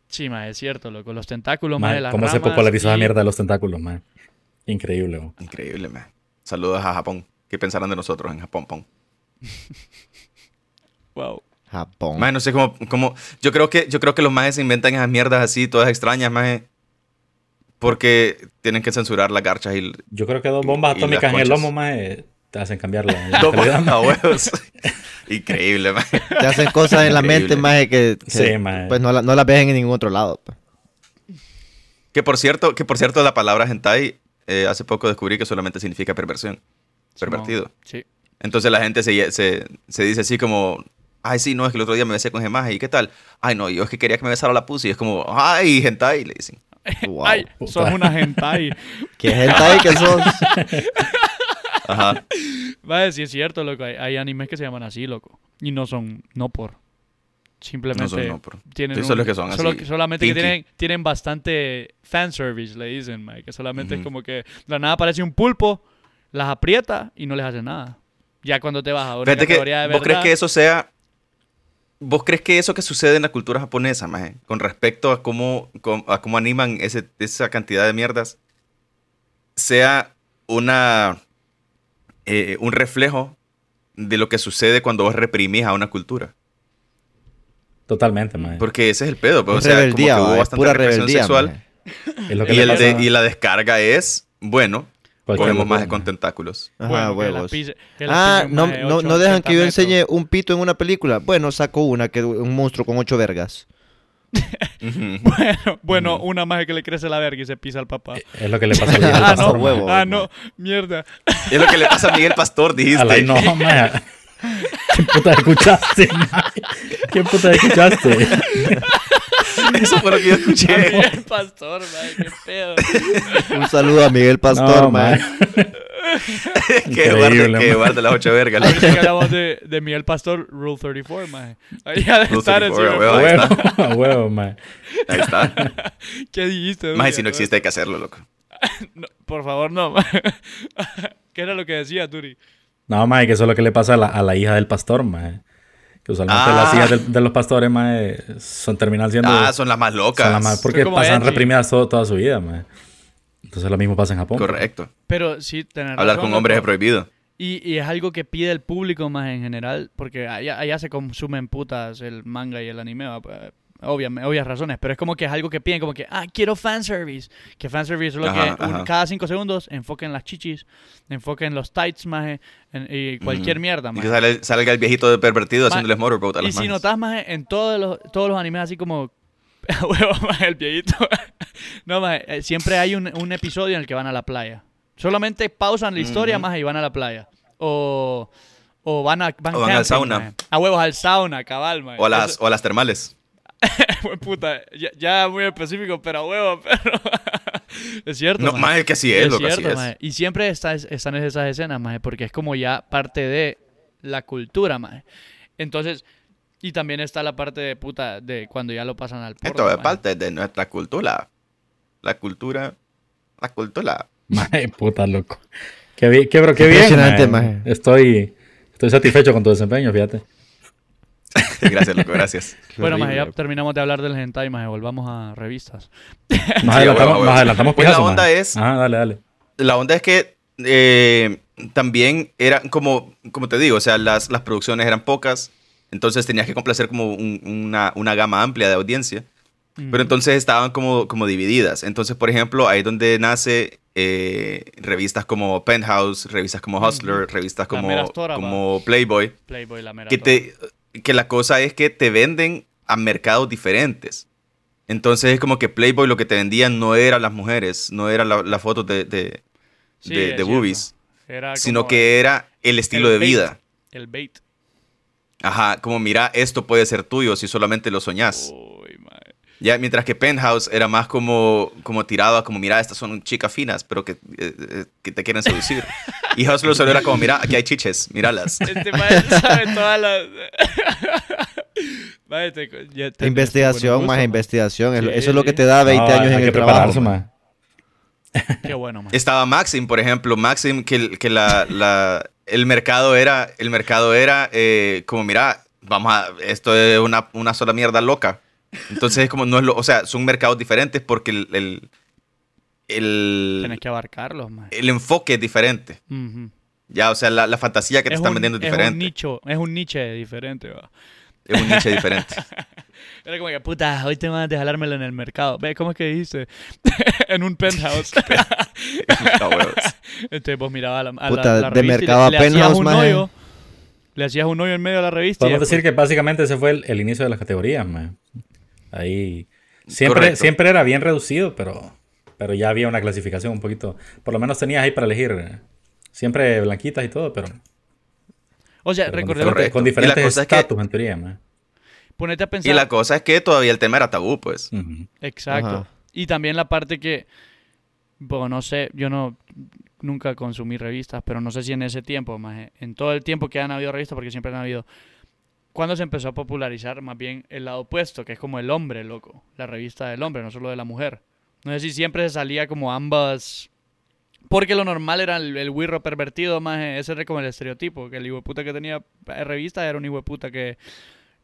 Speaker 4: Sí, maje, es cierto, loco. Los tentáculos,
Speaker 2: Mae,
Speaker 4: maje, las
Speaker 2: ¿Cómo se
Speaker 4: ramas
Speaker 2: popularizó la
Speaker 4: y-
Speaker 2: mierda de los tentáculos, man? Increíble, weón.
Speaker 3: Increíble, man. Saludos a Japón. ¿Qué pensarán de nosotros en Japón, pon?
Speaker 4: Wow.
Speaker 1: Japón.
Speaker 3: Más no sé cómo, cómo- Yo creo que, yo creo que los majes se inventan esas mierdas así, todas extrañas, más porque tienen que censurar las garchas y el-
Speaker 2: Yo creo que dos bombas
Speaker 3: Y- y las
Speaker 2: atómicas en el
Speaker 3: conchas.
Speaker 2: lomo, man, eh, te hacen cambiar la, la
Speaker 3: dos
Speaker 2: mentalidad, mae.
Speaker 3: a huevos. Increíble, man.
Speaker 1: Te hacen cosas en la
Speaker 3: Increíble.
Speaker 1: mente, maje, que, que,
Speaker 2: Sí, maje.
Speaker 1: pues no, la- no las ves en ningún otro lado. pues.
Speaker 3: Que por cierto, que por cierto la palabra hentai eh, hace poco descubrí que solamente significa perversión. Pervertido.
Speaker 4: Sí.
Speaker 3: Entonces la gente se, se, se dice así como, ay, sí, no, es que el otro día me besé con Gemaje, ¿y qué tal? Ay, no, yo es que quería que me besara la pussy. Y es como, ay, hentai, le dicen.
Speaker 1: Wow.
Speaker 4: Ay,
Speaker 2: puta.
Speaker 4: sos una hentai.
Speaker 1: ¿Qué hentai que sos?
Speaker 3: Ajá.
Speaker 4: Mae, sí es cierto, loco. Hay, hay animes que se llaman así, loco. Y no son, no por. Simplemente.
Speaker 3: No son no, por.
Speaker 4: tienen
Speaker 3: Sí,
Speaker 4: un-
Speaker 3: son los que son así,
Speaker 4: que- solamente que
Speaker 3: kinky.
Speaker 4: tienen, tienen bastante fanservice, le dicen, Mike. Que solamente es
Speaker 3: Ujú.
Speaker 4: como que de la nada aparece un pulpo, las aprieta y no les hace nada. Ya cuando te vas a una
Speaker 3: Fíjate que,
Speaker 4: categoría de
Speaker 3: ¿vos crees
Speaker 4: verdad,
Speaker 3: que eso sea... ¿Vos crees que eso que sucede en la cultura japonesa, maje, con respecto a cómo, com- a cómo animan ese, esa cantidad de mierdas, sea una, eh, un reflejo de lo que sucede cuando vos reprimís a una cultura?
Speaker 2: Totalmente, man.
Speaker 3: Porque ese es el pedo. pues,
Speaker 1: Eh. Es
Speaker 3: o sea,
Speaker 1: rebeldía,
Speaker 3: como que hubo
Speaker 1: maje,
Speaker 3: bastante
Speaker 1: pura
Speaker 3: represión
Speaker 1: rebeldía,
Speaker 3: sexual.
Speaker 1: maje.
Speaker 2: Es lo que
Speaker 3: Y,
Speaker 2: le
Speaker 3: el
Speaker 2: pasa
Speaker 3: de-
Speaker 2: a
Speaker 3: y la descarga es, bueno,
Speaker 2: cualquier
Speaker 3: cogemos
Speaker 2: locura,
Speaker 3: más con
Speaker 2: mae.
Speaker 3: tentáculos.
Speaker 1: Ajá,
Speaker 4: bueno, que las
Speaker 1: huevos.
Speaker 4: pise- que las
Speaker 1: Ah,
Speaker 4: pise un
Speaker 1: no,
Speaker 4: maje de
Speaker 1: no,
Speaker 4: ocho,
Speaker 1: no dejan
Speaker 4: 80
Speaker 1: que yo
Speaker 4: metros.
Speaker 1: enseñe un pito en una película. Bueno, saco una, que un monstruo con ocho vergas.
Speaker 3: Ujú.
Speaker 4: Bueno, bueno, una maje que le crece la verga y se pisa al papá.
Speaker 2: Es lo que le pasa al viejo
Speaker 4: ah, no,
Speaker 2: pastor, mae.
Speaker 1: huevo.
Speaker 4: ah, no, mierda.
Speaker 3: es lo que le pasa a Miguel Pastor, dijiste.
Speaker 2: A la no, man. ¿Qué puta escuchaste, mae? ¿Qué puta escuchaste?
Speaker 3: Eso fue lo que yo escuché.
Speaker 4: Miguel Pastor, maje, qué pedo.
Speaker 1: Un saludo a Miguel Pastor,
Speaker 2: No, mae.
Speaker 1: maje.
Speaker 3: que guarde,
Speaker 2: Increíble,
Speaker 3: que
Speaker 2: man.
Speaker 3: guarde las ocho vergas. la-
Speaker 4: Ahorita que hablamos de, de Miguel Pastor, Rule 34, maje. Ahí ha de
Speaker 3: Rule
Speaker 4: estar ese
Speaker 3: 34,
Speaker 4: huevón.
Speaker 2: A
Speaker 3: Ahí
Speaker 2: huevo, a huevo, man.
Speaker 3: Ahí está.
Speaker 4: ¿Qué dijiste?
Speaker 3: Más y
Speaker 4: Duri?
Speaker 3: si no existe hay que hacerlo, loco.
Speaker 4: No, por favor, no. ¿Qué era lo que decía, Turi?
Speaker 2: No, mae, que eso es lo que le pasa a la, a la hija del pastor, mae. Que usualmente
Speaker 3: Ah.
Speaker 2: las hijas del- de los pastores, mae, son terminan siendo.
Speaker 3: Ah, son las más locas.
Speaker 2: son las más- porque
Speaker 4: Son como
Speaker 2: pasan
Speaker 4: edgy.
Speaker 2: reprimidas todo- toda su vida, mae. Entonces lo mismo pasa en Japón.
Speaker 3: Correcto.
Speaker 4: Pero sí, tener
Speaker 3: Hablar con hombres es prohibido.
Speaker 4: Y, y es algo que pide el público más en general, porque allá, allá se consumen putas el manga y el anime, va, pues, obvia- obvias razones, pero es como que es algo que piden, como que, ah, quiero fanservice. Que fanservice es lo
Speaker 3: Ajá,
Speaker 4: que un-
Speaker 3: ajá.
Speaker 4: cada cinco segundos enfoquen las chichis, enfoquen los tights más y cualquier
Speaker 3: Ujú.
Speaker 4: mierda
Speaker 3: Mm. Y
Speaker 4: más.
Speaker 3: que sale- salga el viejito de pervertido
Speaker 4: Ma-
Speaker 3: haciéndoles motorboat a
Speaker 4: Y
Speaker 3: las
Speaker 4: si
Speaker 3: manos.
Speaker 4: notas más en todos los, todos los animes así como a huevo más el viejito. no más, eh, siempre hay un, un episodio en el que van a la playa. Solamente pausan la historia
Speaker 3: Ujú.
Speaker 4: más y van a la playa. O, o van a van
Speaker 3: O van al
Speaker 4: camping,
Speaker 3: sauna.
Speaker 4: maje. A huevos al sauna, cabal, maje.
Speaker 3: O a las,
Speaker 4: Eso-
Speaker 3: o a las termales.
Speaker 4: Hue puta, ya, ya muy específico, pero a huevo, pero es cierto.
Speaker 3: No,
Speaker 4: maje.
Speaker 3: más que así es, loco, así
Speaker 4: cierto,
Speaker 3: es.
Speaker 4: maje. Y siempre está- están en esas escenas, maje, porque es como ya parte de la cultura, maje. Entonces, y también está la parte de puta de cuando ya lo pasan al porno,
Speaker 3: Esto es
Speaker 4: maje.
Speaker 3: parte de nuestra cultura. La cultura. La cultura.
Speaker 2: Mae, puta, loco. Qué, bien, qué, bro, qué bien.
Speaker 1: Impresionante,
Speaker 2: mae.
Speaker 1: mae.
Speaker 2: Estoy, estoy satisfecho con tu desempeño, fíjate.
Speaker 3: Gracias, loco, gracias.
Speaker 4: Bueno, maje,
Speaker 1: Horrible.
Speaker 4: ya terminamos de hablar del hentai, maje, volvamos a revistas.
Speaker 2: Más
Speaker 3: Sí, a huevo, a
Speaker 2: adelantamos,
Speaker 3: huevo.
Speaker 2: más adelantamos
Speaker 3: Pues la
Speaker 2: pijazo,
Speaker 3: onda
Speaker 2: mae.
Speaker 3: es-
Speaker 2: Ah, dale, dale.
Speaker 3: La onda es que eh, también era como, como te digo, o sea, las, las producciones eran pocas, entonces tenías que complacer como un- una, una gama amplia de audiencia,
Speaker 4: Mm,
Speaker 3: pero entonces estaban como, como divididas. Entonces, por ejemplo, ahí es donde nace eh, revistas como Penthouse, revistas como Hustler, revistas
Speaker 4: La
Speaker 3: como,
Speaker 4: mera Astora, va.
Speaker 3: como Playboy,
Speaker 4: Playboy, la mera
Speaker 3: que,
Speaker 4: toda.
Speaker 3: te, que la cosa es que te venden a mercados diferentes. Entonces es como que Playboy lo que te vendían no era las mujeres, no eran la- las fotos de, de,
Speaker 4: Sí,
Speaker 3: de-
Speaker 4: es
Speaker 3: de
Speaker 4: cierto.
Speaker 3: boobies,
Speaker 4: Era
Speaker 3: sino
Speaker 4: como
Speaker 3: que era el estilo
Speaker 4: el
Speaker 3: de
Speaker 4: bait.
Speaker 3: vida.
Speaker 4: el bait.
Speaker 3: Ajá, como mira, esto puede ser tuyo si solamente lo soñás.
Speaker 4: Uy, mae.
Speaker 3: Ya, mientras que Penthouse era más como, como tirado a como, mira, estas son chicas finas, pero que, eh, eh, que te quieren seducir. y Hustler solo era como, mira, aquí hay chiches, míralas.
Speaker 4: Este mae sabe todas las. Mae, te- ya te-
Speaker 1: Investigación,
Speaker 4: buen
Speaker 1: más
Speaker 4: gusto,
Speaker 1: investigación. Es lo-
Speaker 4: Sí.
Speaker 1: Eso es lo que te da 20
Speaker 2: No,
Speaker 1: años
Speaker 2: hay
Speaker 1: en
Speaker 2: que
Speaker 1: el trabajo.
Speaker 2: prepararse,
Speaker 1: ma.
Speaker 2: ma.
Speaker 4: mae. Qué bueno, mae.
Speaker 3: Estaba Maxim, por ejemplo, Maxim, que, que la, la- el mercado era, el mercado era eh, como, mira, vamos a, esto es una, una sola mierda loca. Entonces, es como, no es lo, o sea, son mercados diferentes porque el, el, el- Eh,
Speaker 4: Tienes que abarcarlos, mae.
Speaker 3: el enfoque es diferente.
Speaker 4: Ujú.
Speaker 3: Ya, o sea, la, la fantasía que te
Speaker 4: Es
Speaker 3: están
Speaker 4: un-
Speaker 3: vendiendo es
Speaker 4: Es un
Speaker 3: diferente.
Speaker 4: nicho, es un niche diferente, va.
Speaker 3: Es un nicho diferente.
Speaker 4: Era como que, puta, hoy te van a dejármelo en el mercado. Ve, ¿cómo es que dice? en un penthouse.
Speaker 3: No, huevos.
Speaker 4: Entonces vos mirabas a la, a la-
Speaker 1: Puta,
Speaker 4: la
Speaker 1: de
Speaker 4: revista y
Speaker 1: mercado
Speaker 4: le,
Speaker 1: a
Speaker 4: le hacías
Speaker 1: penthouse,
Speaker 4: un
Speaker 1: maje.
Speaker 4: hoyo. Le hacías un hoyo en medio de la revista. y
Speaker 2: Podemos
Speaker 4: después-
Speaker 2: decir
Speaker 3: pues.
Speaker 2: que básicamente ese fue el, el inicio de las categorías, man. Ahí. Siempre,
Speaker 3: Correcto.
Speaker 2: siempre era bien reducido, pero, pero ya había una clasificación un poquito. Por lo menos tenías ahí para elegir. Siempre blanquitas y todo, pero,
Speaker 4: O sea,
Speaker 2: pero con,
Speaker 4: Eh, recordemos,
Speaker 2: diferentes-
Speaker 3: Correcto.
Speaker 2: con
Speaker 3: Y la
Speaker 2: diferentes
Speaker 3: cosa es que-
Speaker 2: estatus, en teoría, man.
Speaker 4: ponete a pensar.
Speaker 3: Y la cosa es que todavía el tema era tabú, pues.
Speaker 2: Ujú.
Speaker 4: Exacto.
Speaker 1: Ajá.
Speaker 4: Y también la parte que, bueno, no sé, yo no nunca consumí revistas, pero no sé si en ese tiempo, más en todo el tiempo que han habido revistas, porque siempre han habido. Cuando se empezó a popularizar más bien el lado opuesto, que es como el hombre, loco, la revista del hombre, no solo de la mujer. No sé si siempre se salía como ambas. Porque lo normal era el, el wirro pervertido, más ese era como el estereotipo, que el hijo de puta que tenía eh, revista era un hijo de puta que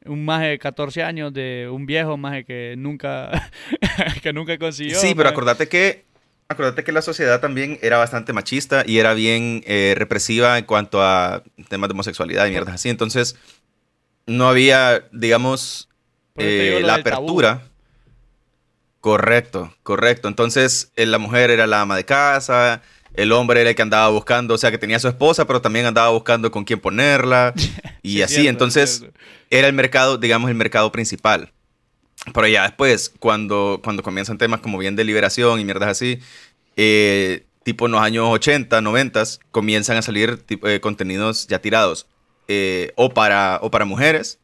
Speaker 4: un maje de 14 años de un viejo maje que nunca que nunca consiguió.
Speaker 3: Sí, pero
Speaker 4: maje.
Speaker 3: acordate que, acordate que la sociedad también era bastante machista y era bien eh, represiva en cuanto a temas de homosexualidad y mierdas así. Entonces, no había, digamos,
Speaker 4: Por eso te
Speaker 3: eh,
Speaker 4: digo lo
Speaker 3: la
Speaker 4: del tabú.
Speaker 3: apertura. Correcto, correcto. Entonces, eh, la mujer era la ama de casa, el hombre era el que andaba buscando, o sea, que tenía su esposa, pero también andaba buscando con quién ponerla. Y
Speaker 4: Sí, es
Speaker 3: así,
Speaker 4: cierto, es
Speaker 3: entonces,
Speaker 4: cierto.
Speaker 3: era el mercado, digamos, el mercado principal. Pero ya después, cuando, cuando comienzan temas como bien de liberación y mierdas así, eh, tipo en los años 80, 90, comienzan a salir tipo, eh, contenidos ya tirados. eh, o, para, o para mujeres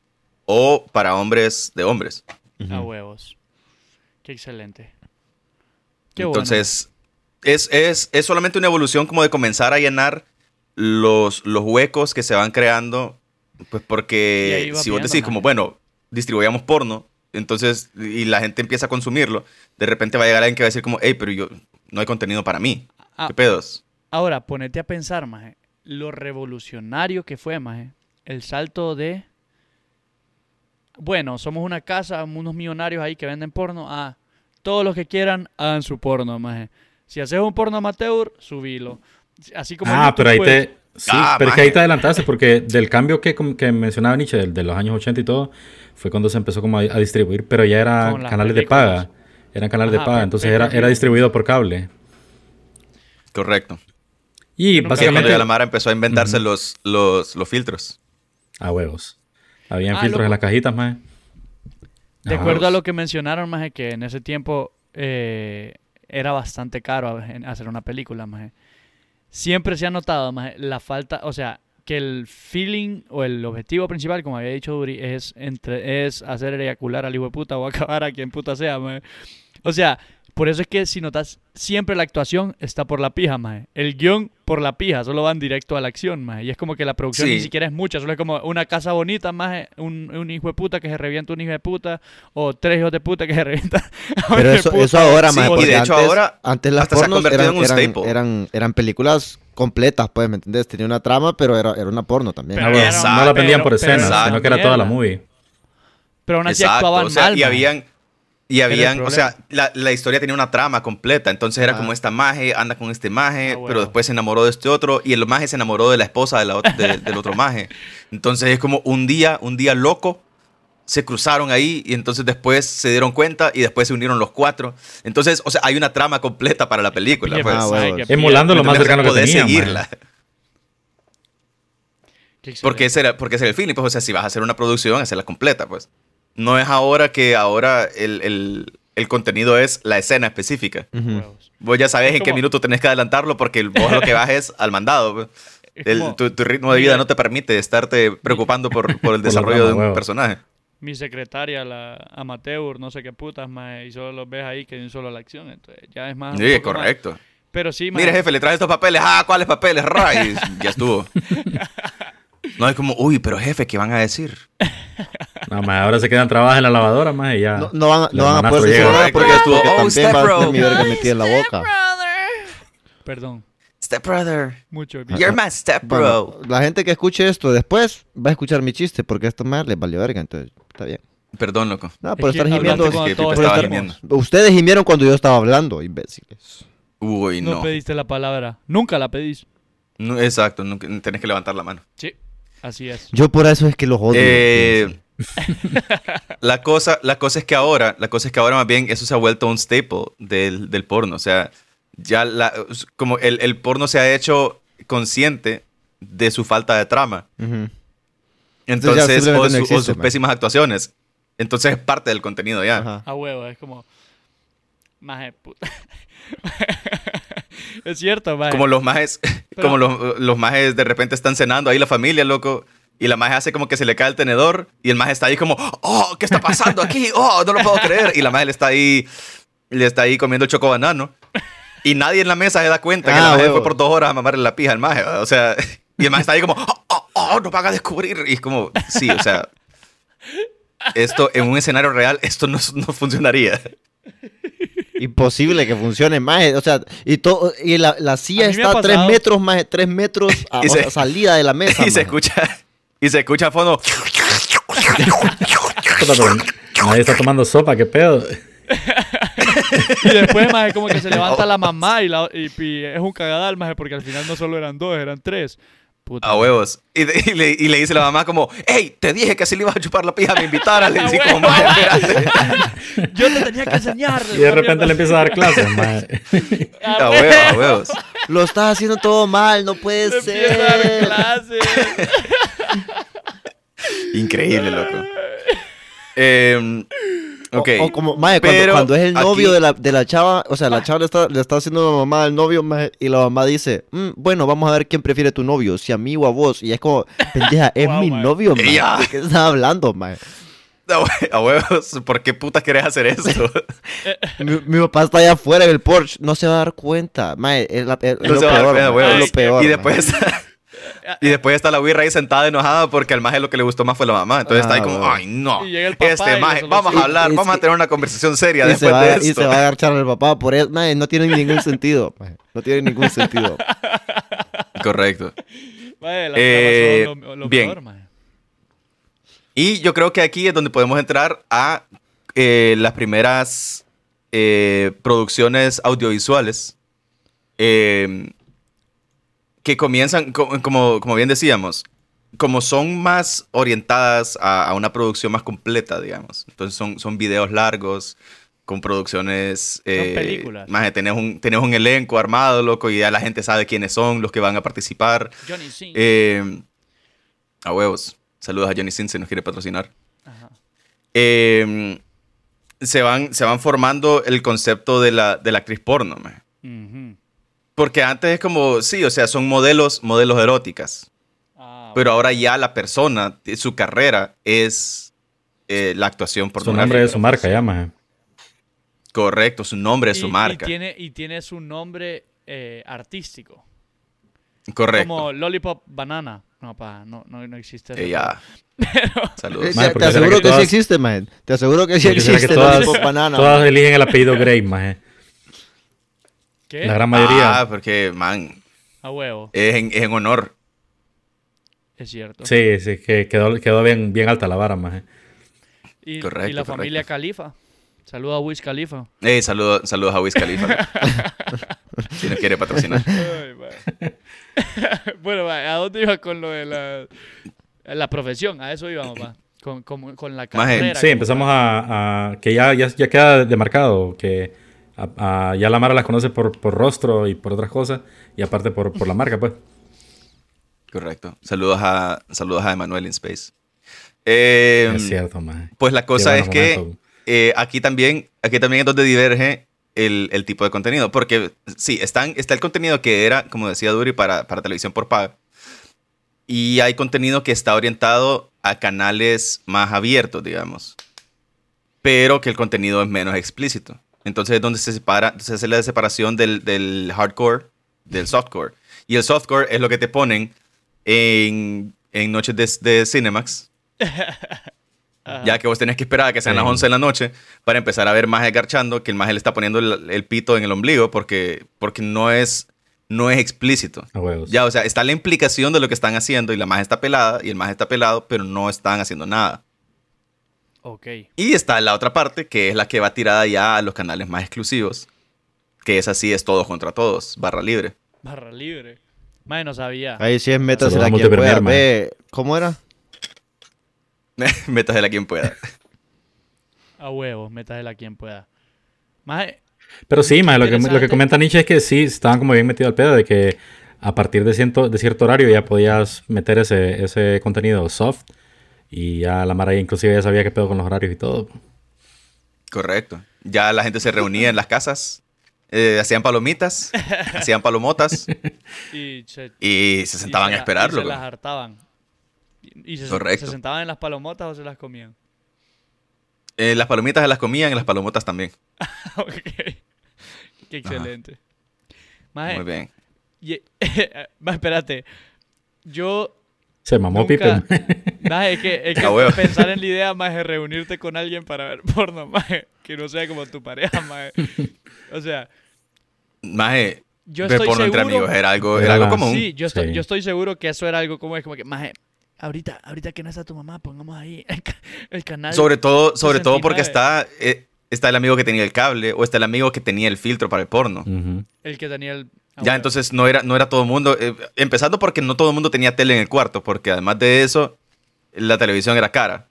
Speaker 3: o para hombres de hombres. Ah,
Speaker 4: A huevos. Qué excelente. Qué bueno.
Speaker 3: Entonces, es, es, es solamente una evolución como de comenzar a llenar los, los huecos que se van creando, pues
Speaker 4: Y ahí
Speaker 3: porque
Speaker 4: va
Speaker 3: si vos
Speaker 4: viendo,
Speaker 3: decís
Speaker 4: ¿no?
Speaker 3: como, bueno, distribuyamos porno, entonces, y la gente empieza a consumirlo, de repente va a llegar alguien que va a decir como, hey, pero yo, no hay contenido para mí,
Speaker 4: Ah,
Speaker 3: ¿qué pedos?
Speaker 4: ahora, ponete a pensar, maje, lo revolucionario que fue, maje, el salto de bueno, somos una casa, unos millonarios ahí que venden porno, ah, todos los que quieran hagan su porno, maje. Si haces un porno amateur, subilo. Así como en
Speaker 2: Ah,
Speaker 4: YouTube,
Speaker 2: pero ahí
Speaker 4: pues,
Speaker 2: te. Sí,
Speaker 3: Ah,
Speaker 2: pero es que ahí
Speaker 3: maje.
Speaker 2: te adelantaste, porque del cambio que, com- que mencionaba Nietzsche, del- de, los años 80 y todo, fue cuando se empezó como a, a distribuir, pero ya
Speaker 4: Con
Speaker 2: eran
Speaker 4: las
Speaker 2: canales
Speaker 4: películas.
Speaker 2: de paga. Eran canales
Speaker 4: Ajá,
Speaker 2: de paga,
Speaker 4: pe-
Speaker 2: entonces
Speaker 4: pe-
Speaker 2: era,
Speaker 4: pe-
Speaker 2: era distribuido por cable. Y
Speaker 3: Correcto.
Speaker 4: nunca-
Speaker 3: Y es cuando
Speaker 2: básicamente.
Speaker 3: ya la Mara empezó a inventarse los, los, los filtros.
Speaker 2: A huevos. Habían
Speaker 4: Ah,
Speaker 2: filtros
Speaker 4: loco.
Speaker 2: en las cajitas, más.
Speaker 4: De
Speaker 2: Ah,
Speaker 4: acuerdo a
Speaker 3: huevos.
Speaker 4: lo que mencionaron, maje, que en ese tiempo eh, era bastante caro a- en hacer una película, maje. Siempre se ha notado, maje, la falta, o sea, que el feeling o el objetivo principal, como había dicho Duri, es, entre, es hacer eyacular al hijo de puta o acabar a quien puta sea, maje. O sea, por eso es que si notas, siempre la actuación está por la pija, maje. El guión por la pija, solo van directo a la acción, maje. Y es como que la producción ni
Speaker 3: Sí.
Speaker 4: siquiera es mucha, solo es como una casa bonita, maje, un, un hijo de puta que se revienta un hijo de puta, o tres hijos de puta que se revientan. a un
Speaker 1: Pero
Speaker 4: hijo de
Speaker 1: eso,
Speaker 4: puta.
Speaker 1: eso ahora,
Speaker 3: pues, Sí,
Speaker 1: más
Speaker 3: y de hecho
Speaker 1: antes,
Speaker 3: ahora
Speaker 1: antes las
Speaker 3: hasta se ha
Speaker 1: pornos
Speaker 3: convertido
Speaker 1: eran,
Speaker 3: en un
Speaker 1: eran,
Speaker 3: staple.
Speaker 1: eran- eran películas completas, pues, ¿me entendés? Tenía una trama, pero era, era una porno también.
Speaker 4: Pero
Speaker 2: Ah, bueno,
Speaker 3: Exacto.
Speaker 2: no la vendían por
Speaker 4: Pero- pero
Speaker 2: escena,
Speaker 3: era
Speaker 2: sino
Speaker 3: una
Speaker 2: que era toda la
Speaker 4: mierda.
Speaker 2: movie.
Speaker 4: Pero aún así
Speaker 3: Exacto,
Speaker 4: actuaban
Speaker 3: o sea,
Speaker 4: mal.
Speaker 3: y
Speaker 4: maje.
Speaker 3: habían y
Speaker 4: era el
Speaker 3: habían, o
Speaker 4: problema.
Speaker 3: sea, la, la historia tenía una trama completa, entonces era
Speaker 1: Ah.
Speaker 3: como esta maje anda con este maje,
Speaker 4: Ah, huevo.
Speaker 3: pero después se enamoró de este otro y el maje se enamoró de la esposa de la ot- de- del otro maje. Entonces es como un día, un día loco se cruzaron ahí y entonces después se dieron cuenta y después se unieron los cuatro. Entonces, o sea, hay una trama completa para la película,
Speaker 4: Qué
Speaker 3: pues.
Speaker 1: Ah,
Speaker 4: maje,
Speaker 1: huevos.
Speaker 4: qué pija.
Speaker 2: Emulando lo más
Speaker 3: Entonces,
Speaker 2: cercano que
Speaker 3: podés
Speaker 2: tenían.
Speaker 3: seguirla.
Speaker 4: Qué excelente.
Speaker 3: Porque ese, era, porque ese era el feeling, pues, o sea, si vas a hacer una producción, hacerla completa, pues. No es ahora que ahora el, el- el contenido es la escena específica.
Speaker 1: Ujú.
Speaker 4: Huevos.
Speaker 3: Vos ya sabes
Speaker 4: Es
Speaker 3: en qué
Speaker 4: como-
Speaker 3: minuto tenés que adelantarlo porque vos lo que vas es al mandado. pues.
Speaker 4: Es
Speaker 3: El-
Speaker 4: como,
Speaker 3: tu, tu ritmo de vida no te permite estarte preocupando por, por el desarrollo de un
Speaker 2: huevo.
Speaker 3: personaje.
Speaker 4: mi secretaria, la amateur, no sé qué putas, mae, y solo los ves ahí que de un solo a la acción. Entonces, ya es más. un
Speaker 3: Sí,
Speaker 4: Ah, poco más.
Speaker 3: correcto.
Speaker 4: Pero sí, mae,
Speaker 3: Mire, jefe, le traje estos papeles. Ah, ¿cuáles papeles? Ra, y ya estuvo. No es como, uy, pero jefe, ¿qué van a decir?
Speaker 2: No, más ahora se quedan trabajadas en la lavadora, más y ya.
Speaker 1: No, no van, a-
Speaker 2: La
Speaker 1: no van a
Speaker 2: hermana
Speaker 1: poder decir
Speaker 2: llega.
Speaker 1: nada porque,
Speaker 3: Correcto.
Speaker 1: porque
Speaker 3: Oh,
Speaker 1: también va a
Speaker 3: Stepbro.
Speaker 1: tener mi verga metida en la boca.
Speaker 4: Perdón,
Speaker 3: Step brother,
Speaker 4: mucho.
Speaker 3: you're my step
Speaker 1: Bueno,
Speaker 3: bro.
Speaker 1: la gente que escuche esto después va a escuchar mi chiste porque a esta madre les valió verga, entonces está bien.
Speaker 3: Perdón, loco.
Speaker 1: No, por
Speaker 4: que
Speaker 1: estar
Speaker 4: hablando
Speaker 1: gimiendo.
Speaker 4: con-
Speaker 3: Es que
Speaker 4: todo
Speaker 3: Pipe
Speaker 1: por
Speaker 4: estaba
Speaker 3: estaba
Speaker 1: estar-
Speaker 3: gimiendo.
Speaker 1: ustedes gimieron cuando yo estaba hablando, imbéciles.
Speaker 3: Uy,
Speaker 4: no.
Speaker 3: no.
Speaker 4: pediste la palabra. Nunca la pedís.
Speaker 3: No, exacto, nunca- tenés que levantar la mano.
Speaker 4: Sí, así es.
Speaker 1: Yo por eso es que los odio.
Speaker 3: Eh, la, cosa, la cosa es que ahora, la cosa es que ahora más bien eso se ha vuelto un staple del, del porno. O sea, ya la, como el, el porno se ha hecho consciente de su falta de trama.
Speaker 1: Ujú. Entonces ya
Speaker 3: Entonces, o,
Speaker 1: simplemente no
Speaker 3: su- o
Speaker 1: existe,
Speaker 3: sus
Speaker 1: man.
Speaker 3: pésimas actuaciones. Entonces es parte del contenido ya.
Speaker 1: Ajá.
Speaker 4: A huevo, es como. Maje, puta. es cierto, maje.
Speaker 3: Como los majes,
Speaker 4: Pero-
Speaker 3: como los, los majes de repente están cenando ahí la familia, loco. Y la maje hace como que se le cae el tenedor y el maje está ahí como, oh, ¿qué está pasando aquí? Oh, no lo puedo creer. Y la maje le está ahí, le está ahí comiendo el choco banano. Y nadie en la mesa se da cuenta que
Speaker 1: Ah,
Speaker 3: la maje
Speaker 1: huevo.
Speaker 3: fue por dos horas a mamarle la pija al maje. O sea, y el maje está ahí como, oh, oh, oh, nos van a descubrir. Y es como, sí, o sea, esto en un escenario real, esto no, no funcionaría.
Speaker 1: Imposible que funcione más. eh, O sea, y, todo, y la, la
Speaker 4: A
Speaker 1: silla
Speaker 4: mí me
Speaker 1: está
Speaker 4: ha
Speaker 1: a tres
Speaker 4: pasado.
Speaker 1: metros más, tres metros a,
Speaker 3: Y
Speaker 1: o
Speaker 3: se-
Speaker 1: sea, salida de la mesa.
Speaker 3: Y se
Speaker 1: maje.
Speaker 3: escucha, y se escucha a fondo.
Speaker 2: Puta, pero nadie está tomando sopa, qué pedo.
Speaker 4: Y después, maje, como que se levanta
Speaker 3: Oh.
Speaker 4: la mamá y, la, y, y es un cagadal, maje, porque al final no solo eran dos, eran tres. Puta.
Speaker 3: A huevos. Y, de- y le, y le dice la mamá como, hey, te dije que así le ibas a chupar la pija, me invitara. Le
Speaker 4: A
Speaker 3: dice
Speaker 4: huevo.
Speaker 3: como, "Maje, espérate".
Speaker 4: Yo te tenía que enseñar.
Speaker 2: Y de repente le empieza a dar clases, más.
Speaker 3: A huevos, a huevos.
Speaker 1: Lo estás haciendo todo mal, no puede
Speaker 4: Le
Speaker 1: ser.
Speaker 4: empieza a dar clases.
Speaker 3: Increíble, loco. Eh,
Speaker 1: O-
Speaker 3: ok.
Speaker 1: O, como, maje, cuando-
Speaker 3: Pero
Speaker 1: cuando, es el novio
Speaker 3: aquí-
Speaker 1: de la, de la chava, o sea, la chava le está, le está haciendo la mamá al novio maje, y la mamá dice, "Mm, bueno, vamos a ver quién prefiere tu novio, si a mí o a vos. Y es como, pendeja, es
Speaker 4: Wow,
Speaker 1: mi
Speaker 4: maje.
Speaker 1: novio, maje.
Speaker 3: Ya.
Speaker 1: ¿De qué estás hablando, maje?
Speaker 3: A hue- a huevos, ¿por qué putas querés hacer eso?
Speaker 1: Mi, mi papá está allá afuera en el Porsche, no se va a dar cuenta, maje. Es, la- es- es
Speaker 3: No
Speaker 1: lo,
Speaker 3: se va a dar
Speaker 1: peor, maje,
Speaker 3: cuenta,
Speaker 1: es
Speaker 3: huevos.
Speaker 1: lo peor,
Speaker 3: y
Speaker 1: maje.
Speaker 3: después está, y después está la birra ahí sentada enojada porque al maje lo que le gustó más fue la mamá. Entonces está ahí
Speaker 1: Ah,
Speaker 3: como,
Speaker 1: huevo.
Speaker 3: ay, no.
Speaker 4: Y llega el papá y
Speaker 3: Este
Speaker 4: le
Speaker 3: maje,
Speaker 4: soluciona.
Speaker 3: vamos a hablar,
Speaker 1: Y- y
Speaker 3: vamos a
Speaker 1: se-
Speaker 3: tener una conversación seria
Speaker 1: y se,
Speaker 3: después
Speaker 1: va,
Speaker 3: de
Speaker 1: a- y
Speaker 3: esto.
Speaker 1: se va a agarchar al papá por eso. Maje, no tiene ningún sentido. maje. No tiene ningún sentido.
Speaker 3: Correcto.
Speaker 4: Maje, las
Speaker 3: Eh,
Speaker 4: camas son lo, lo
Speaker 3: bien.
Speaker 4: peor, maje.
Speaker 3: Y yo creo que aquí es donde podemos entrar a eh, las primeras eh, producciones audiovisuales eh, que comienzan, co- como, como bien decíamos, como son más orientadas a, a una producción más completa, digamos. Entonces son, son videos largos, con producciones... eh,
Speaker 4: películas.
Speaker 3: Más, tenés un, tenés un elenco armado, loco, y ya la gente sabe quiénes son los que van a participar.
Speaker 4: Johnny Singh.
Speaker 3: Eh, a huevos. Saludos a Johnny Sin si nos quiere patrocinar.
Speaker 4: Ajá.
Speaker 3: Eh, se, van, se van formando el concepto de la, de la actriz porno. maje.
Speaker 4: Ujú.
Speaker 3: Porque antes es como, sí, o sea, son modelos, modelos eróticas.
Speaker 4: Ah,
Speaker 3: Pero ahora ya la persona, t- su carrera es eh, la actuación
Speaker 2: Su
Speaker 3: pornográfica.
Speaker 2: nombre es su marca, ya, más.
Speaker 3: Correcto, su nombre es su
Speaker 4: y-
Speaker 3: marca.
Speaker 4: Y tiene, y tiene su nombre eh, artístico.
Speaker 3: Correcto.
Speaker 4: Como Lollipop Banana. No, pa, no, no, no existe. eso.
Speaker 3: Ella.
Speaker 1: Eh,
Speaker 3: Saludos.
Speaker 2: Maje,
Speaker 1: te-
Speaker 2: ¿por
Speaker 1: te
Speaker 2: qué será
Speaker 1: aseguro
Speaker 2: que
Speaker 1: que, sí
Speaker 2: todas-
Speaker 1: existe, maje. Te aseguro que sí
Speaker 2: ¿Por qué será que
Speaker 1: existe. no
Speaker 2: todas-
Speaker 1: tipo banana,
Speaker 2: Todos eligen el apellido Grey, más.
Speaker 4: ¿Qué?
Speaker 2: La gran mayoría.
Speaker 3: Ah, porque, man,
Speaker 4: A huevo,
Speaker 3: es en, es en honor.
Speaker 4: es cierto.
Speaker 2: Sí, sí, que quedó, quedó bien, bien alta la vara, más.
Speaker 4: Y,
Speaker 3: Correcto,
Speaker 4: y la familia
Speaker 3: correcto.
Speaker 4: Califa. Saluda a Wiz Califa.
Speaker 3: Ey, Eh, saludo- saludos a Wiz Khalifa. si nos quiere patrocinar.
Speaker 4: bueno, va, ¿a dónde iba con lo de la, la profesión? A eso íbamos, va. Con, con, con la
Speaker 3: Maje,
Speaker 4: carrera.
Speaker 2: Sí, empezamos a, a- que ya, ya, ya queda demarcado, que a- a- ya la Mara las conoce por, por rostro y por otras cosas, y aparte por, por la marca, pues.
Speaker 3: Correcto. Saludos a, saludos a Emanuel in Space. Eh,
Speaker 2: es cierto, más.
Speaker 3: pues la cosa
Speaker 2: Qué
Speaker 3: es
Speaker 2: buenos
Speaker 3: que
Speaker 2: momentos.
Speaker 3: eh, aquí también, aquí también es donde diverge el, el tipo de contenido. Porque sí, están, está el contenido que era, como decía Duri, para, para televisión por paga. Y hay contenido que está orientado a canales más abiertos, digamos. Pero que el contenido es menos explícito. Entonces es donde se separa, se hace la separación del, del hardcore, del softcore. Y el softcore es lo que te ponen en, en noches de, de Cinemax. Ya que vos tenés que esperar a que sean
Speaker 2: Sí.
Speaker 3: las 11 de la noche para empezar a ver más garchando, que el maje le está poniendo el, el pito en el ombligo porque, porque no, es, no es explícito.
Speaker 2: A huevos.
Speaker 3: Ya, o sea, está la implicación de lo que están haciendo y la maje está pelada y el maje está pelado, pero no están haciendo nada.
Speaker 4: Ok.
Speaker 3: Y está la otra parte, que es la que va tirada ya a los canales más exclusivos, que es así, es todos contra todos, barra libre.
Speaker 4: Barra libre. Mae, no sabía.
Speaker 1: Ahí sí es meta,
Speaker 2: Saludos
Speaker 1: será
Speaker 2: a
Speaker 1: quien pueda.
Speaker 2: Multipremier, man.
Speaker 1: Ve, ¿Cómo era?
Speaker 3: Métasela quien pueda.
Speaker 4: A huevos, métasela quien pueda. Mae,
Speaker 2: Pero sí, ma, lo que, lo que
Speaker 4: Interesante.
Speaker 2: comenta Nietzsche es que sí, estaban como bien metidos al pedo de que a partir de cierto, de cierto horario ya podías meter ese, ese contenido soft y ya la Mara ya inclusive ya sabía qué pedo con los horarios y todo.
Speaker 3: Correcto. Ya la gente se reunía en las casas, eh, hacían palomitas, hacían palomotas
Speaker 4: y se,
Speaker 3: y se sentaban
Speaker 4: y
Speaker 3: a
Speaker 4: la-
Speaker 3: esperarlo.
Speaker 4: Y se las
Speaker 3: güey.
Speaker 4: hartaban. Y y se,
Speaker 3: Correcto.
Speaker 4: se sentaban en las palomotas o se las comían.
Speaker 3: Eh, las palomitas se las comían y las palomotas también.
Speaker 4: ok. Qué excelente. Mae,
Speaker 3: Muy bien.
Speaker 4: y- mae, espérate. Yo
Speaker 2: Se mamó
Speaker 4: Nunca-
Speaker 2: Pipe. ma.
Speaker 4: Mae, es que, es que
Speaker 3: A huevo.
Speaker 4: pensar en la idea, más de reunirte con alguien para ver porno, mae, que no sea como tu pareja, mae. O sea,
Speaker 3: Maje,
Speaker 4: yo
Speaker 3: ver
Speaker 4: estoy
Speaker 3: porno entre
Speaker 4: seguro...
Speaker 3: amigos era algo,
Speaker 2: Era
Speaker 3: era algo
Speaker 2: la-
Speaker 3: común.
Speaker 4: Sí, yo estoy,
Speaker 2: Sí.
Speaker 4: yo estoy seguro que eso era algo como, es como que, maje, ahorita, ahorita que no está tu mamá, pongamos ahí el, ca- el canal.
Speaker 3: Sobre todo, sobre todo porque
Speaker 4: 69.
Speaker 3: está, eh, está el amigo que tenía el cable o está el amigo que tenía el filtro para el porno.
Speaker 2: Ujú.
Speaker 4: El que tenía el... ah,
Speaker 3: Ya,
Speaker 4: bueno.
Speaker 3: entonces no era, no era todo el mundo. eh, empezando porque no todo el mundo tenía tele en el cuarto, porque además de eso, la televisión era cara.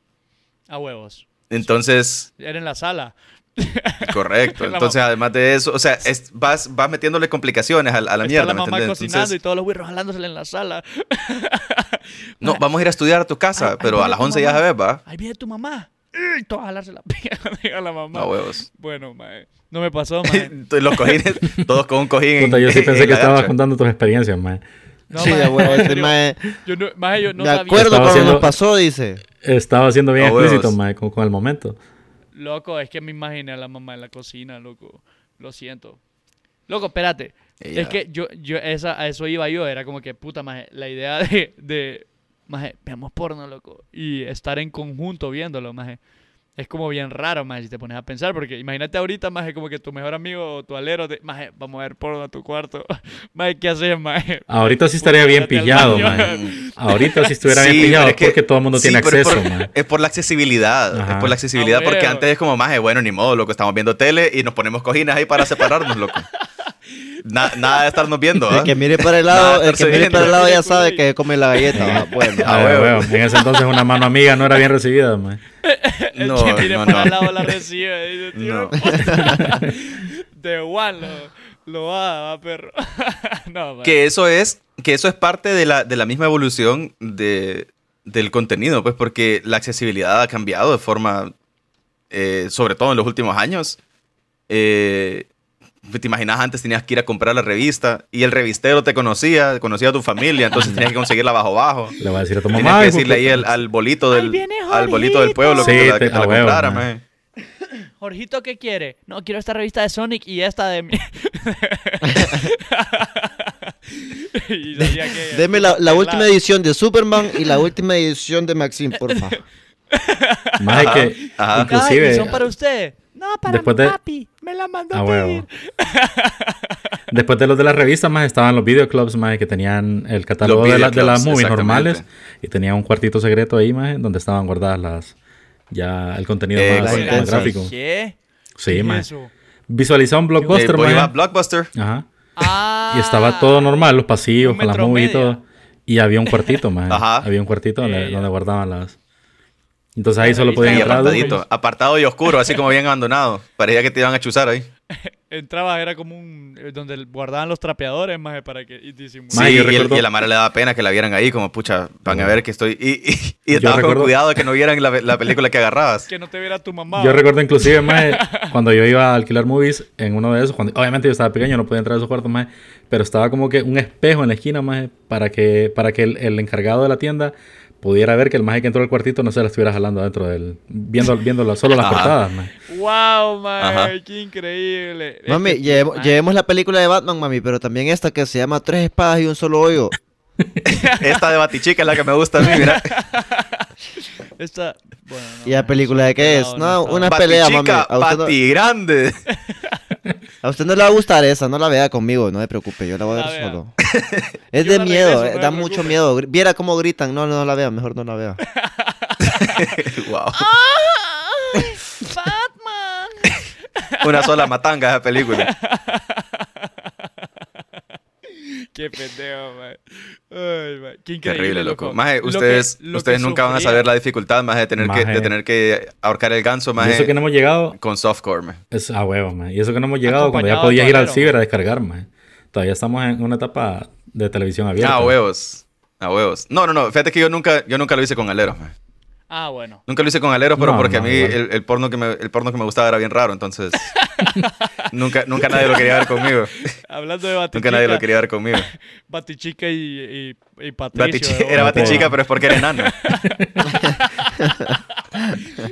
Speaker 4: A huevos.
Speaker 3: Entonces,
Speaker 4: Era en la sala.
Speaker 3: correcto.
Speaker 4: La
Speaker 3: Entonces, además de eso, o sea, es- vas, vas metiéndole complicaciones a, a la
Speaker 4: está
Speaker 3: mierda.
Speaker 4: la
Speaker 3: ¿me
Speaker 4: mamá
Speaker 3: entendés?
Speaker 4: cocinando
Speaker 3: Entonces,
Speaker 4: y todos los güeyes jalándosela en la sala.
Speaker 3: no, vamos a ir a estudiar a tu casa,
Speaker 4: Ay, ay,
Speaker 3: pero
Speaker 4: mira
Speaker 3: a las
Speaker 4: tu
Speaker 3: 11 ya
Speaker 4: mamá.
Speaker 3: sabes, va.
Speaker 4: Ahí viene tu mamá. Y todos a jalarse la a la mamá.
Speaker 3: No huevos.
Speaker 4: Bueno, mae. No me pasó, mae.
Speaker 3: Entonces, Los cojines, todos con un cojín. en-
Speaker 2: Puta, yo sí
Speaker 3: en
Speaker 2: pensé que
Speaker 3: la
Speaker 2: estabas
Speaker 3: garcha.
Speaker 2: contando tus experiencias, man.
Speaker 4: No,
Speaker 1: sí,
Speaker 4: mae,
Speaker 1: de huevo,
Speaker 4: en
Speaker 1: este
Speaker 4: serio.
Speaker 1: mae.
Speaker 4: Yo no, mae, yo no
Speaker 1: me
Speaker 4: sabía.
Speaker 1: acuerdo
Speaker 2: Estaba
Speaker 1: cuando
Speaker 2: haciendo-
Speaker 1: nos pasó, dice.
Speaker 2: Estaba siendo bien
Speaker 3: A huevos.
Speaker 2: explícito, ma, con, con el momento.
Speaker 4: Loco, es que me imaginé a la mamá en la cocina, loco. Lo siento. Loco, espérate.
Speaker 3: Ella-
Speaker 4: Es que yo, yo esa, a eso iba yo. Era como que, puta, mae, la idea de, de mae, veamos porno, loco. Y estar en conjunto viéndolo, mae. Es como bien raro, mae, si te pones a pensar. Porque imagínate ahorita, mae, como que tu mejor amigo o tu alero, te, mae, vamos a ver porno a tu cuarto. Mae, ¿qué haces, mae?
Speaker 2: Ahorita sí estaría bien
Speaker 4: Vete al
Speaker 2: pillado,
Speaker 4: baño.
Speaker 2: ma. Ahorita sí estuviera
Speaker 3: Sí,
Speaker 2: bien pillado
Speaker 3: pero es que-
Speaker 2: porque todo el mundo
Speaker 3: sí,
Speaker 2: tiene
Speaker 3: pero es
Speaker 2: acceso,
Speaker 3: por-
Speaker 2: ma.
Speaker 3: Es por la accesibilidad,
Speaker 2: Ajá.
Speaker 3: es por la accesibilidad,
Speaker 4: Ah,
Speaker 3: porque
Speaker 4: bueno.
Speaker 3: antes es como, más bueno, ni modo, loco, estamos viendo tele y nos ponemos cojines ahí para separarnos, loco. Na- nada de estarnos viendo, ¿ah?
Speaker 1: El que mire para el
Speaker 3: Nada,
Speaker 1: lado, el
Speaker 3: estarse
Speaker 1: que mire
Speaker 3: viendo.
Speaker 1: para el lado ya
Speaker 4: Mire,
Speaker 1: sabe
Speaker 4: culo.
Speaker 1: que come la galleta. va, Bueno,
Speaker 3: Ah,
Speaker 2: A
Speaker 3: huevo.
Speaker 2: huevo. En ese entonces una mano amiga no era bien recibida, ma.
Speaker 4: El
Speaker 3: No,
Speaker 4: que mire
Speaker 3: no,
Speaker 4: para
Speaker 3: no.
Speaker 4: el lado la recibe. Dice, tío,
Speaker 3: No.
Speaker 4: puta. De Juan lo, lo va, va, perro. no, man.
Speaker 3: Que eso es, que eso es parte de la, de la misma evolución de, del contenido, pues porque la accesibilidad ha cambiado de forma, eh, sobre todo en los últimos años. Eh, te imaginas, antes tenías que ir a comprar la revista y el revistero te conocía, conocía a tu familia, entonces tenías que conseguirla bajo bajo.
Speaker 2: Le voy a decir a tu
Speaker 3: Tenías
Speaker 2: mamá.
Speaker 3: que
Speaker 2: hijo
Speaker 3: decirle ahí
Speaker 2: puta.
Speaker 3: al, al bolito
Speaker 4: Ahí
Speaker 3: del,
Speaker 4: viene
Speaker 3: al bolito del pueblo que
Speaker 2: Sí,
Speaker 3: te la, que
Speaker 2: te-
Speaker 3: te la
Speaker 2: a huevo,
Speaker 3: comprara,
Speaker 2: ma.
Speaker 3: mae.
Speaker 4: Jorgito, ¿qué quiere? No, quiero esta revista de Sonic y esta de mi. y sabía que-
Speaker 1: Deme la, la
Speaker 4: pelada.
Speaker 1: última edición de Superman y la última edición de Maxine, por favor.
Speaker 2: Ma, es que
Speaker 3: Ajá.
Speaker 4: Ay, ¿y
Speaker 2: inclusive
Speaker 4: son para usted? No, para
Speaker 2: después
Speaker 4: mi
Speaker 2: de-
Speaker 4: papi. Me la mandó
Speaker 2: A
Speaker 4: a pedir.
Speaker 2: huevo. Después de los de las revistas, más estaban los videoclubs, más que tenían el catálogo
Speaker 3: Los
Speaker 2: de, la- de las
Speaker 3: videoclubs,
Speaker 2: movies
Speaker 3: exactamente.
Speaker 2: normales y tenía un cuartito secreto ahí, más donde estaban guardadas las ya el contenido
Speaker 3: Eh,
Speaker 2: más,
Speaker 3: las
Speaker 2: más
Speaker 1: intensas.
Speaker 2: gráfico.
Speaker 4: ¿Qué?
Speaker 2: Sí,
Speaker 4: ¿Qué
Speaker 2: más.
Speaker 4: eso?
Speaker 2: Visualizaba un
Speaker 3: Eh,
Speaker 2: blockbuster,
Speaker 3: pues, iba a
Speaker 2: más.
Speaker 3: Blockbuster.
Speaker 2: Ajá.
Speaker 4: Ah,
Speaker 2: Y estaba todo normal, los pasillos
Speaker 4: un
Speaker 2: con las
Speaker 4: metro
Speaker 2: movies y
Speaker 4: media.
Speaker 2: todo. Y había un cuartito, más.
Speaker 3: Ajá.
Speaker 2: Había un cuartito donde,
Speaker 4: Eh,
Speaker 2: donde guardaban las. Entonces ahí
Speaker 4: La
Speaker 2: solo podían
Speaker 3: Ahí
Speaker 4: revista
Speaker 2: entrar.
Speaker 4: y
Speaker 2: adultos.
Speaker 3: apartadito, apartado y oscuro, así como bien abandonado. Parecía que te iban a chuzar ahí.
Speaker 4: entrabas, era como un. eh, donde guardaban los trapeadores, maje, para que. Y
Speaker 3: Sí,
Speaker 4: disimular.
Speaker 2: Mae, yo
Speaker 3: y, el-
Speaker 2: recuerdo-
Speaker 3: y a la Mara le daba pena que la vieran ahí, como pucha, van a ver que estoy. Y, y, y
Speaker 2: Yo
Speaker 3: estaba con
Speaker 2: recuerdo-
Speaker 3: cuidado de que no vieran la, la película que agarrabas.
Speaker 4: Que no te viera tu mamá.
Speaker 2: Yo
Speaker 4: ¿va?
Speaker 2: recuerdo inclusive, mae, cuando yo iba a alquilar movies en uno de esos, cuando, obviamente yo estaba pequeño, no podía entrar a esos cuartos, mae, pero estaba como que un espejo en la esquina, mae, para que, para que el, el encargado de la tienda pudiera ver que el maje que entró al cuartito no se la estuviera jalando adentro del... Viendo, viéndolo, solo las
Speaker 3: Ajá.
Speaker 2: portadas, mae.
Speaker 4: ¡Wow, maje!
Speaker 3: Ajá.
Speaker 4: ¡Qué increíble! Es
Speaker 1: Mami,
Speaker 4: que-
Speaker 1: lleve-
Speaker 4: mae,
Speaker 1: llevemos la película de Batman, mami, pero también esta que se llama Tres espadas y un solo hoyo.
Speaker 3: Esta de Batichica es la que me gusta a mí, mira.
Speaker 4: Esta. Bueno, Ah, no,
Speaker 1: ¿Y la
Speaker 4: maje,
Speaker 1: película
Speaker 4: soy
Speaker 1: de qué es?
Speaker 4: pelado,
Speaker 1: No,
Speaker 4: estaba-
Speaker 1: una- pelea, mami.
Speaker 3: Batichica,
Speaker 1: A usted no-
Speaker 3: Bati Grande.
Speaker 1: A usted no le va a gustar esa, no la vea conmigo, no se preocupe, yo la voy a
Speaker 4: La
Speaker 1: ver
Speaker 4: vea.
Speaker 1: solo. Es
Speaker 4: Yo
Speaker 1: de
Speaker 4: la
Speaker 1: miedo,
Speaker 4: regreso,
Speaker 1: eh,
Speaker 4: no
Speaker 1: da
Speaker 4: se
Speaker 1: mucho
Speaker 4: preocupe.
Speaker 1: miedo. Gri- Viera cómo gritan, no, no la vea, mejor no la vea.
Speaker 3: wow.
Speaker 4: ¡Ah! ¡Batman!
Speaker 3: Una sola matanga esa película.
Speaker 4: ¡Qué pendejo, maje! ¡Ay, maje! ¡Qué increíble!
Speaker 3: Qué horrible, loco.
Speaker 4: Maje,
Speaker 3: Maje,
Speaker 4: lo que-
Speaker 3: ustedes,
Speaker 4: lo que
Speaker 3: ustedes nunca van a
Speaker 4: sufría.
Speaker 3: saber la dificultad, maje, de tener, Que,
Speaker 2: Maje.
Speaker 3: de tener que ahorcar el
Speaker 2: Y
Speaker 3: ganso,
Speaker 2: eso
Speaker 3: maje,
Speaker 2: que no hemos llegado...
Speaker 3: con softcore, maje.
Speaker 2: Es, ah, huevo, mae. Y eso que no hemos llegado cuando ya
Speaker 4: Acompañado
Speaker 2: podías ir al
Speaker 4: torero.
Speaker 2: ciber a descargar, mae. Todavía estamos en una etapa de televisión abierta.
Speaker 3: Ah, huevos. A huevos. No, no, no. Fíjate que yo nunca, yo nunca lo hice con aleros, maje.
Speaker 4: Ah, bueno.
Speaker 3: Nunca lo hice con aleros, pero
Speaker 2: No,
Speaker 3: porque a
Speaker 2: no,
Speaker 3: mí
Speaker 2: igual.
Speaker 3: el, el porno que me, el porno que me gustaba era bien raro, entonces nunca, nunca nadie lo quería ver conmigo.
Speaker 4: Hablando de
Speaker 3: Nunca
Speaker 4: Batichica.
Speaker 3: nadie lo quería ver conmigo.
Speaker 4: Batichica y, y, y Patricio.
Speaker 3: Batichi-
Speaker 4: ¿no?
Speaker 3: era batichica,
Speaker 2: Bueno.
Speaker 3: pero es porque era enano.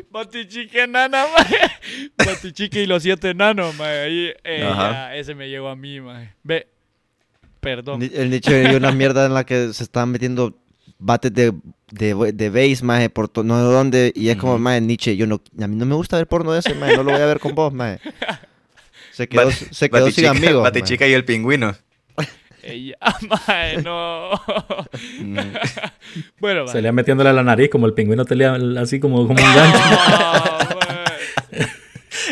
Speaker 4: Batichica enana, mae. Batichica y los siete enanos, mae. Ahí, eh,
Speaker 3: Ajá.
Speaker 4: ya, ese me llegó a mí, mae. Ve. Perdón.
Speaker 1: Ni- El nicho es una mierda en la que se están metiendo bates de, de, de base, maje, por to- no sé dónde, y es como, maje, Nietzsche, yo no, a mí no me gusta ver porno de ese, maje, no lo voy a ver con vos, maje. Se quedó,
Speaker 3: Bat-
Speaker 1: se quedó sin
Speaker 3: Batichica-
Speaker 1: amigos. maje.
Speaker 3: Batichica y el pingüino.
Speaker 4: Ella, mae, no.
Speaker 3: Mm.
Speaker 4: bueno, mae.
Speaker 2: Se le iba metiéndole a la nariz como el pingüino te le iba- así como, como un gancho.
Speaker 4: No, mae.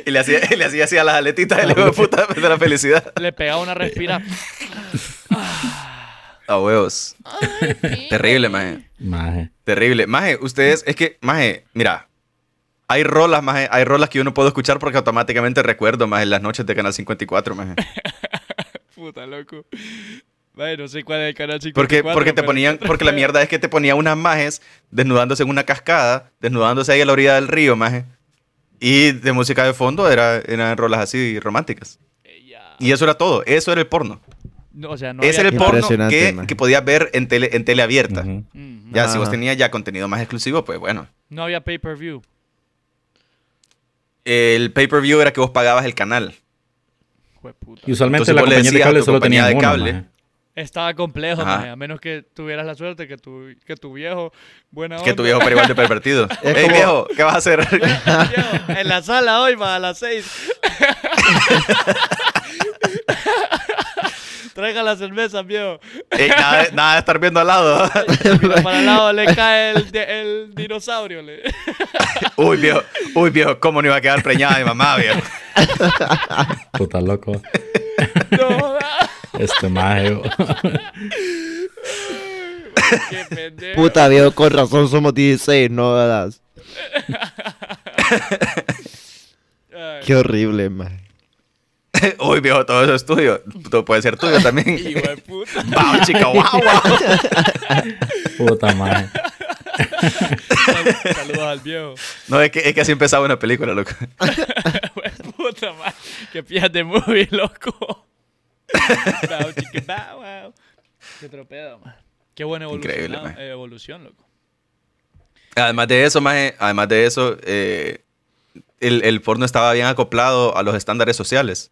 Speaker 3: Y le hacía, y le hacía así a las aletitas
Speaker 2: Ah,
Speaker 3: del hijo de puta de la felicidad.
Speaker 4: Le pegaba una respira.
Speaker 3: A huevos. Terrible, maje.
Speaker 2: Maje.
Speaker 3: Terrible. Maje, ustedes, es que, maje, mira. Hay rolas, maje, hay rolas que yo no puedo escuchar porque automáticamente recuerdo, maje, las noches de Canal 54, maje.
Speaker 4: Puta, loco. Mae, no sé cuál es el canal 54.
Speaker 3: Porque, porque te
Speaker 4: pero-
Speaker 3: ponían, porque la mierda es que te ponía unas majes desnudándose en una cascada, desnudándose ahí a la orilla del río, maje. Y de música de fondo era, eran rolas así románticas.
Speaker 4: Ella.
Speaker 3: Y eso era todo, eso era el porno.
Speaker 4: eh, No, o sea, no
Speaker 3: Ese era
Speaker 4: había
Speaker 3: el porno
Speaker 1: Impresionante,
Speaker 3: que,
Speaker 1: maje.
Speaker 3: que podías ver en tele, en tele abierta.
Speaker 2: Ujú.
Speaker 4: Mm,
Speaker 3: Ya, si vos
Speaker 1: Ajá.
Speaker 3: tenías ya contenido más exclusivo, pues bueno.
Speaker 4: No había pay-per-view.
Speaker 3: El pay-per-view era que vos pagabas el canal.
Speaker 4: Jueputa.
Speaker 2: Y usualmente
Speaker 3: Entonces
Speaker 2: la
Speaker 3: vos le
Speaker 2: compañía de
Speaker 3: decías a
Speaker 2: cable
Speaker 3: tu
Speaker 2: solo
Speaker 3: compañía
Speaker 2: tenía
Speaker 3: de
Speaker 2: uno,
Speaker 3: cable.
Speaker 2: maje.
Speaker 4: Estaba complejo,
Speaker 3: Ajá.
Speaker 4: maje, a menos que tuvieras la suerte que tu, que tu viejo, buena onda.
Speaker 3: Que tu viejo pero igual de pervertido.
Speaker 1: Es
Speaker 3: Ey,
Speaker 1: como-
Speaker 3: viejo, ¿qué vas a hacer?
Speaker 4: Viejo, en la sala hoy, va a las seis. Traiga la cerveza, viejo.
Speaker 3: Ey, nada, de- nada de estar viendo al lado.
Speaker 4: Mira, para el lado le cae el, de- el dinosaurio. le.
Speaker 3: Uy, viejo, uy, viejo, ¿cómo no iba a quedar preñada mi mamá, viejo?
Speaker 2: Puta loco.
Speaker 4: No, ah,
Speaker 2: Este maje. bo.
Speaker 4: qué pendejo.
Speaker 1: Puta, viejo, con razón somos 16, no jodas.
Speaker 4: Ay,
Speaker 1: Qué horrible, maje.
Speaker 3: Uy, viejo, todo eso es tuyo. Todo puede ser tuyo también.
Speaker 4: hijo de puta.
Speaker 3: Wow, chica, wow, wow.
Speaker 2: Puta maje.
Speaker 4: Sal- Saludos al viejo.
Speaker 3: No, es que, es que así empezaba una película, loco.
Speaker 4: Hijo de puta, maje. Qué pillas de movie, loco. Bow, chiqui, bow, wow. Qué tropeado, maje. Qué buena evolución.
Speaker 3: Increíble,
Speaker 4: ah,
Speaker 3: maje.
Speaker 4: eh, evolución, loco.
Speaker 3: Además de eso, maje, además de eso, eh, el, el porno estaba bien acoplado a los estándares sociales.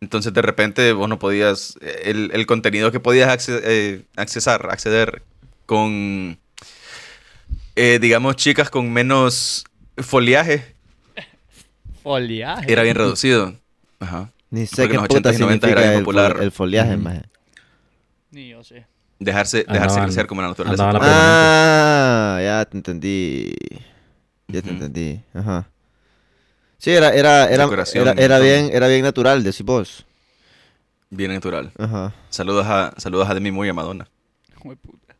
Speaker 3: Entonces, de repente, vos no podías. El, el contenido que podías acce- eh, accesar, acceder con. eh, digamos, chicas con menos foliaje
Speaker 4: Foliaje.
Speaker 3: era bien reducido. Ajá.
Speaker 1: Ni sé
Speaker 3: Porque
Speaker 1: qué
Speaker 3: en los
Speaker 1: puta
Speaker 3: 80s y 90s era
Speaker 1: significa
Speaker 3: bien
Speaker 1: el,
Speaker 3: popular.
Speaker 1: fol- el foliaje,
Speaker 2: Ujú.
Speaker 1: maje.
Speaker 4: Ni yo sé.
Speaker 3: Dejarse, dejarse
Speaker 2: Andaban-
Speaker 3: crecer como la naturaleza.
Speaker 2: andaban Rápidamente.
Speaker 1: Ah, ya te entendí. Ya te
Speaker 3: Ujú.
Speaker 1: entendí. Ajá. Sí, era, era, era,
Speaker 3: Decoración,
Speaker 1: era, era
Speaker 3: todo.
Speaker 1: bien, era bien natural, decís vos.
Speaker 3: Bien natural.
Speaker 1: Ajá.
Speaker 3: Saludos a, saludos a Demi Moore y a Madonna.
Speaker 4: Hijo de puta.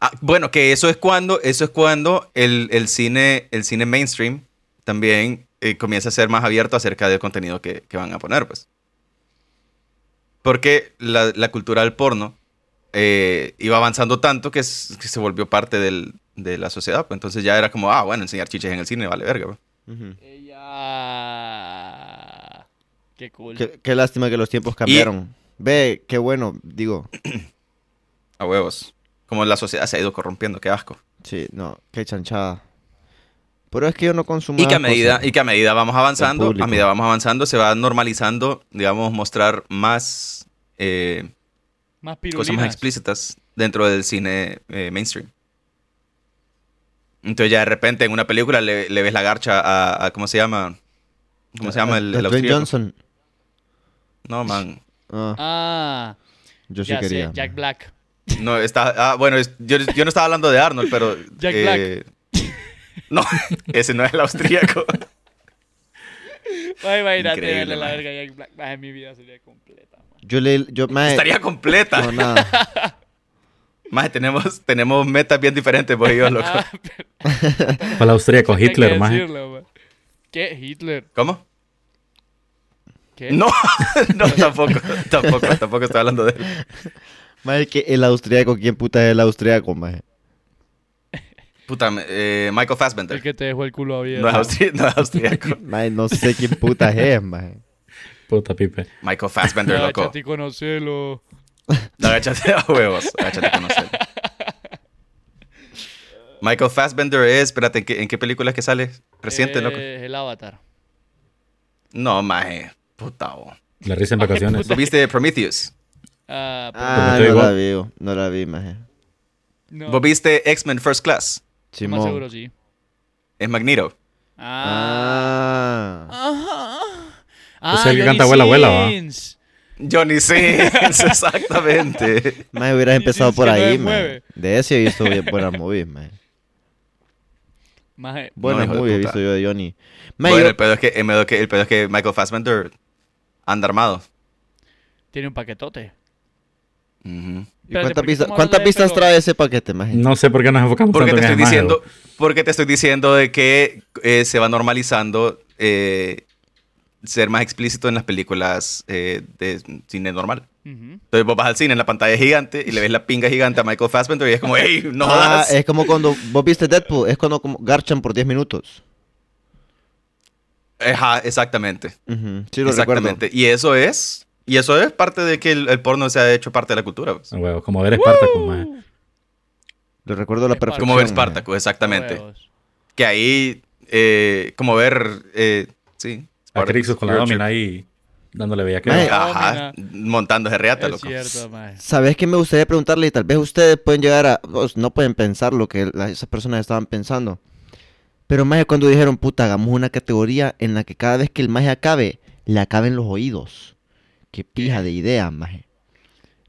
Speaker 3: Ah, bueno, que eso es cuando, eso es cuando el, el cine, el cine mainstream también eh, comienza a ser más abierto acerca del contenido que, que van a poner, pues. Porque la, la cultura del porno eh, iba avanzando tanto que, es- que se volvió parte del- de la sociedad. pues. Entonces ya era como, ah, bueno, enseñar chiches en el cine, vale verga. pues.
Speaker 1: Ujú.
Speaker 4: Ella. Qué cool.
Speaker 1: Qué, qué lástima que los tiempos cambiaron. Ve, qué bueno, digo.
Speaker 3: A huevos. Como la sociedad se ha ido corrompiendo, qué asco.
Speaker 1: Sí, no, qué chanchada. Pero es que yo no consumo.
Speaker 3: Y que, a
Speaker 1: esas
Speaker 3: medida,
Speaker 1: cosas.
Speaker 3: y que a medida vamos avanzando,
Speaker 1: público.
Speaker 3: a medida vamos avanzando, se va normalizando, digamos, mostrar más eh,
Speaker 4: Más
Speaker 3: cosas más
Speaker 4: pirulinas.
Speaker 3: explícitas dentro del cine eh, mainstream. Entonces ya de repente en una película le, le ves la garcha a, a- ¿cómo se llama? ¿Cómo se llama
Speaker 1: A-
Speaker 3: el,
Speaker 1: a
Speaker 3: el
Speaker 1: Dwayne
Speaker 3: austríaco?
Speaker 1: Johnson.
Speaker 3: No, man.
Speaker 1: Ah,
Speaker 4: Ah,
Speaker 1: yo sí
Speaker 4: ya sé,
Speaker 1: quería.
Speaker 4: Jack Black.
Speaker 3: No, está, ah, bueno, es- yo, yo no estaba hablando de Arnold, pero... eh,
Speaker 4: Jack
Speaker 3: No, ese no es el austríaco.
Speaker 4: Ay, imagínate
Speaker 3: Increíble,
Speaker 4: verle la
Speaker 3: maje.
Speaker 4: verga a Jack Black. Maje, mi vida sería completa. maje.
Speaker 1: Yo le. Yo, mae,
Speaker 3: Estaría completa.
Speaker 1: No, nada.
Speaker 3: Más tenemos, tenemos metas bien diferentes, vos y yo, loco.
Speaker 4: Ah, pero
Speaker 2: Para el austríaco,
Speaker 4: hay que
Speaker 2: Hitler, maje.
Speaker 4: decirlo, maje. ¿Qué? ¿Hitler?
Speaker 3: ¿Cómo?
Speaker 4: ¿Qué?
Speaker 3: No, no, tampoco, tampoco, tampoco estoy hablando de él.
Speaker 1: Mae, que el austriaco, ¿quién puta es el austriaco, mae?
Speaker 3: Puta, me- eh, Michael
Speaker 4: El
Speaker 3: Fassbender.
Speaker 4: que te dejó el culo abierto.
Speaker 3: No es, austri- no es austríaco.
Speaker 1: Mae, no sé quién puta es, mae.
Speaker 2: Puta pipe.
Speaker 3: Michael Fassbender,
Speaker 4: Ah,
Speaker 3: loco.
Speaker 4: chati, conocelo.
Speaker 3: Agáchate a huevos, agáchate a conocer. Michael Fassbender es, espérate, ¿en qué, en qué película es que sale? ¿Reciente,
Speaker 4: Eh,
Speaker 3: loco?
Speaker 4: El avatar.
Speaker 3: No, maje, puta, vos.
Speaker 2: La risa en vacaciones.
Speaker 3: ¿Tú viste Prometheus?
Speaker 4: Ah, pero
Speaker 1: Ah,
Speaker 2: te
Speaker 1: no
Speaker 2: digo-
Speaker 1: la vi, yo. no la vi, mae.
Speaker 4: pues, no,
Speaker 3: ¿Vos viste X-Men First Class?
Speaker 1: Simón.
Speaker 4: más seguro sí.
Speaker 3: Es Magneto.
Speaker 4: Ah.
Speaker 1: Ah.
Speaker 4: Ajá. Ah,
Speaker 2: O sea, el que
Speaker 4: Johnny
Speaker 2: canta abuela, abuela, va.
Speaker 4: Sins.
Speaker 3: Johnny Sins, exactamente.
Speaker 1: Mae, hubieras empezado
Speaker 4: Dices
Speaker 1: por
Speaker 4: que no
Speaker 1: ahí, mae.
Speaker 4: me mueve.
Speaker 1: De ese he visto bien buenas movies, mae.
Speaker 4: Maje,
Speaker 1: Buenas
Speaker 3: hijo de
Speaker 1: movies he
Speaker 3: puta.
Speaker 1: visto yo de Johnny. Mae,
Speaker 3: Bueno,
Speaker 1: yo-
Speaker 3: el pedo, es que, el pedo es que- el pedo es que Michael Fassbender anda armado.
Speaker 4: tiene un paquetote.
Speaker 3: Ujú.
Speaker 1: ¿y ¿Cuántas
Speaker 4: Espérate, ¿por qué
Speaker 1: pistas,
Speaker 4: estamos
Speaker 1: cuántas
Speaker 4: hablando de
Speaker 1: pistas
Speaker 4: pelo?
Speaker 1: trae ese paquete, mae?
Speaker 2: No sé por qué nos enfocamos
Speaker 3: Porque
Speaker 2: tanto en
Speaker 3: te estoy
Speaker 2: el maje,
Speaker 3: diciendo,
Speaker 2: bo.
Speaker 3: porque te estoy diciendo de que eh, se va normalizando eh, ser más explícito en las películas eh, de cine normal.
Speaker 4: Ujú.
Speaker 3: Entonces vos vas al cine en la pantalla gigante y le ves la pinga gigante a Michael Fassbender y es como, ¡ey, no
Speaker 1: Ah,
Speaker 3: jodas!
Speaker 1: es como cuando vos viste Deadpool, es cuando como garchan por 10 minutos.
Speaker 3: Ajá, exactamente.
Speaker 1: Ujú, Sí, lo
Speaker 3: Exactamente.
Speaker 1: recuerdo.
Speaker 3: Y eso es, y eso es parte de que el, el porno se ha hecho parte de la cultura. pues.
Speaker 2: Ah, huevo, como ver Espartaco, maje.
Speaker 1: Lo recuerdo a la
Speaker 4: Es parte.
Speaker 1: perfección.
Speaker 3: Como ver
Speaker 1: mae.
Speaker 3: Spartacus, exactamente.
Speaker 4: Huevos.
Speaker 3: Que ahí, eh, como ver, eh, sí.
Speaker 2: A Crixus con la
Speaker 3: Spartacus.
Speaker 2: nómina ahí dándole bella que
Speaker 1: Maje.
Speaker 3: Ajá, montando reata,
Speaker 4: Es
Speaker 3: loco.
Speaker 4: cierto, maje.
Speaker 1: ¿Sabes qué me gustaría preguntarle? Y tal vez ustedes pueden llegar a... pues, no pueden pensar lo que la- esas personas estaban pensando. Pero más cuando dijeron, puta, hagamos una categoría en la que cada vez que el maje acabe, le acaben los oídos. Qué pija de idea, maje.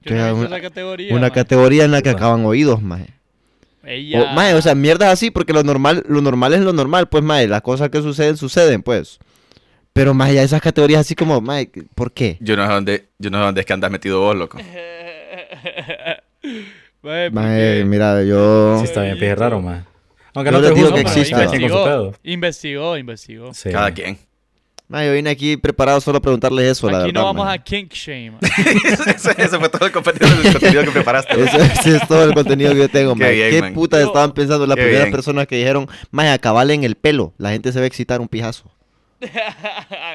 Speaker 4: Yo no he visto
Speaker 1: Una-
Speaker 4: esa categoría.
Speaker 1: Una
Speaker 4: maje. pues.
Speaker 1: categoría en la que
Speaker 2: Puta.
Speaker 1: acaban oídos, maje.
Speaker 4: Ella.
Speaker 1: O, maje, o sea, mierdas así, porque lo normal, lo normal es lo normal, pues, maje. Las cosas que suceden, suceden, pues. Pero, maje, ya esas categorías así como, maje, ¿por qué?
Speaker 3: Yo no sé dónde, yo no sé dónde es que andas metido vos, loco.
Speaker 4: Maje, Eh, ¿por
Speaker 1: Maje,
Speaker 4: qué?
Speaker 1: mira, yo...
Speaker 2: Sí, está bien, pije raro, maje. Aunque
Speaker 1: Yo
Speaker 2: no
Speaker 1: les
Speaker 2: te
Speaker 1: digo
Speaker 2: gusta,
Speaker 1: que
Speaker 2: pero
Speaker 1: existe.
Speaker 2: cada quien con su
Speaker 4: Investigó,
Speaker 2: pedo.
Speaker 4: investigó, investigó.
Speaker 2: Sí.
Speaker 3: Cada quien.
Speaker 1: Mae, yo vine aquí preparado solo a preguntarles eso, la
Speaker 4: Aquí
Speaker 1: verdad.
Speaker 4: no vamos
Speaker 1: mae.
Speaker 4: a kink shame.
Speaker 3: ese, ese fue todo el contenido, el contenido que preparaste.
Speaker 1: Eso, ese es todo el contenido que yo tengo,
Speaker 3: Qué
Speaker 1: mae.
Speaker 3: bien,
Speaker 1: ¿Qué
Speaker 3: man.
Speaker 1: putas
Speaker 4: Yo-
Speaker 1: estaban pensando las
Speaker 3: Qué
Speaker 1: primeras
Speaker 3: bien.
Speaker 1: personas que dijeron, mae, acabale en el pelo? La gente se va a excitar un pijazo.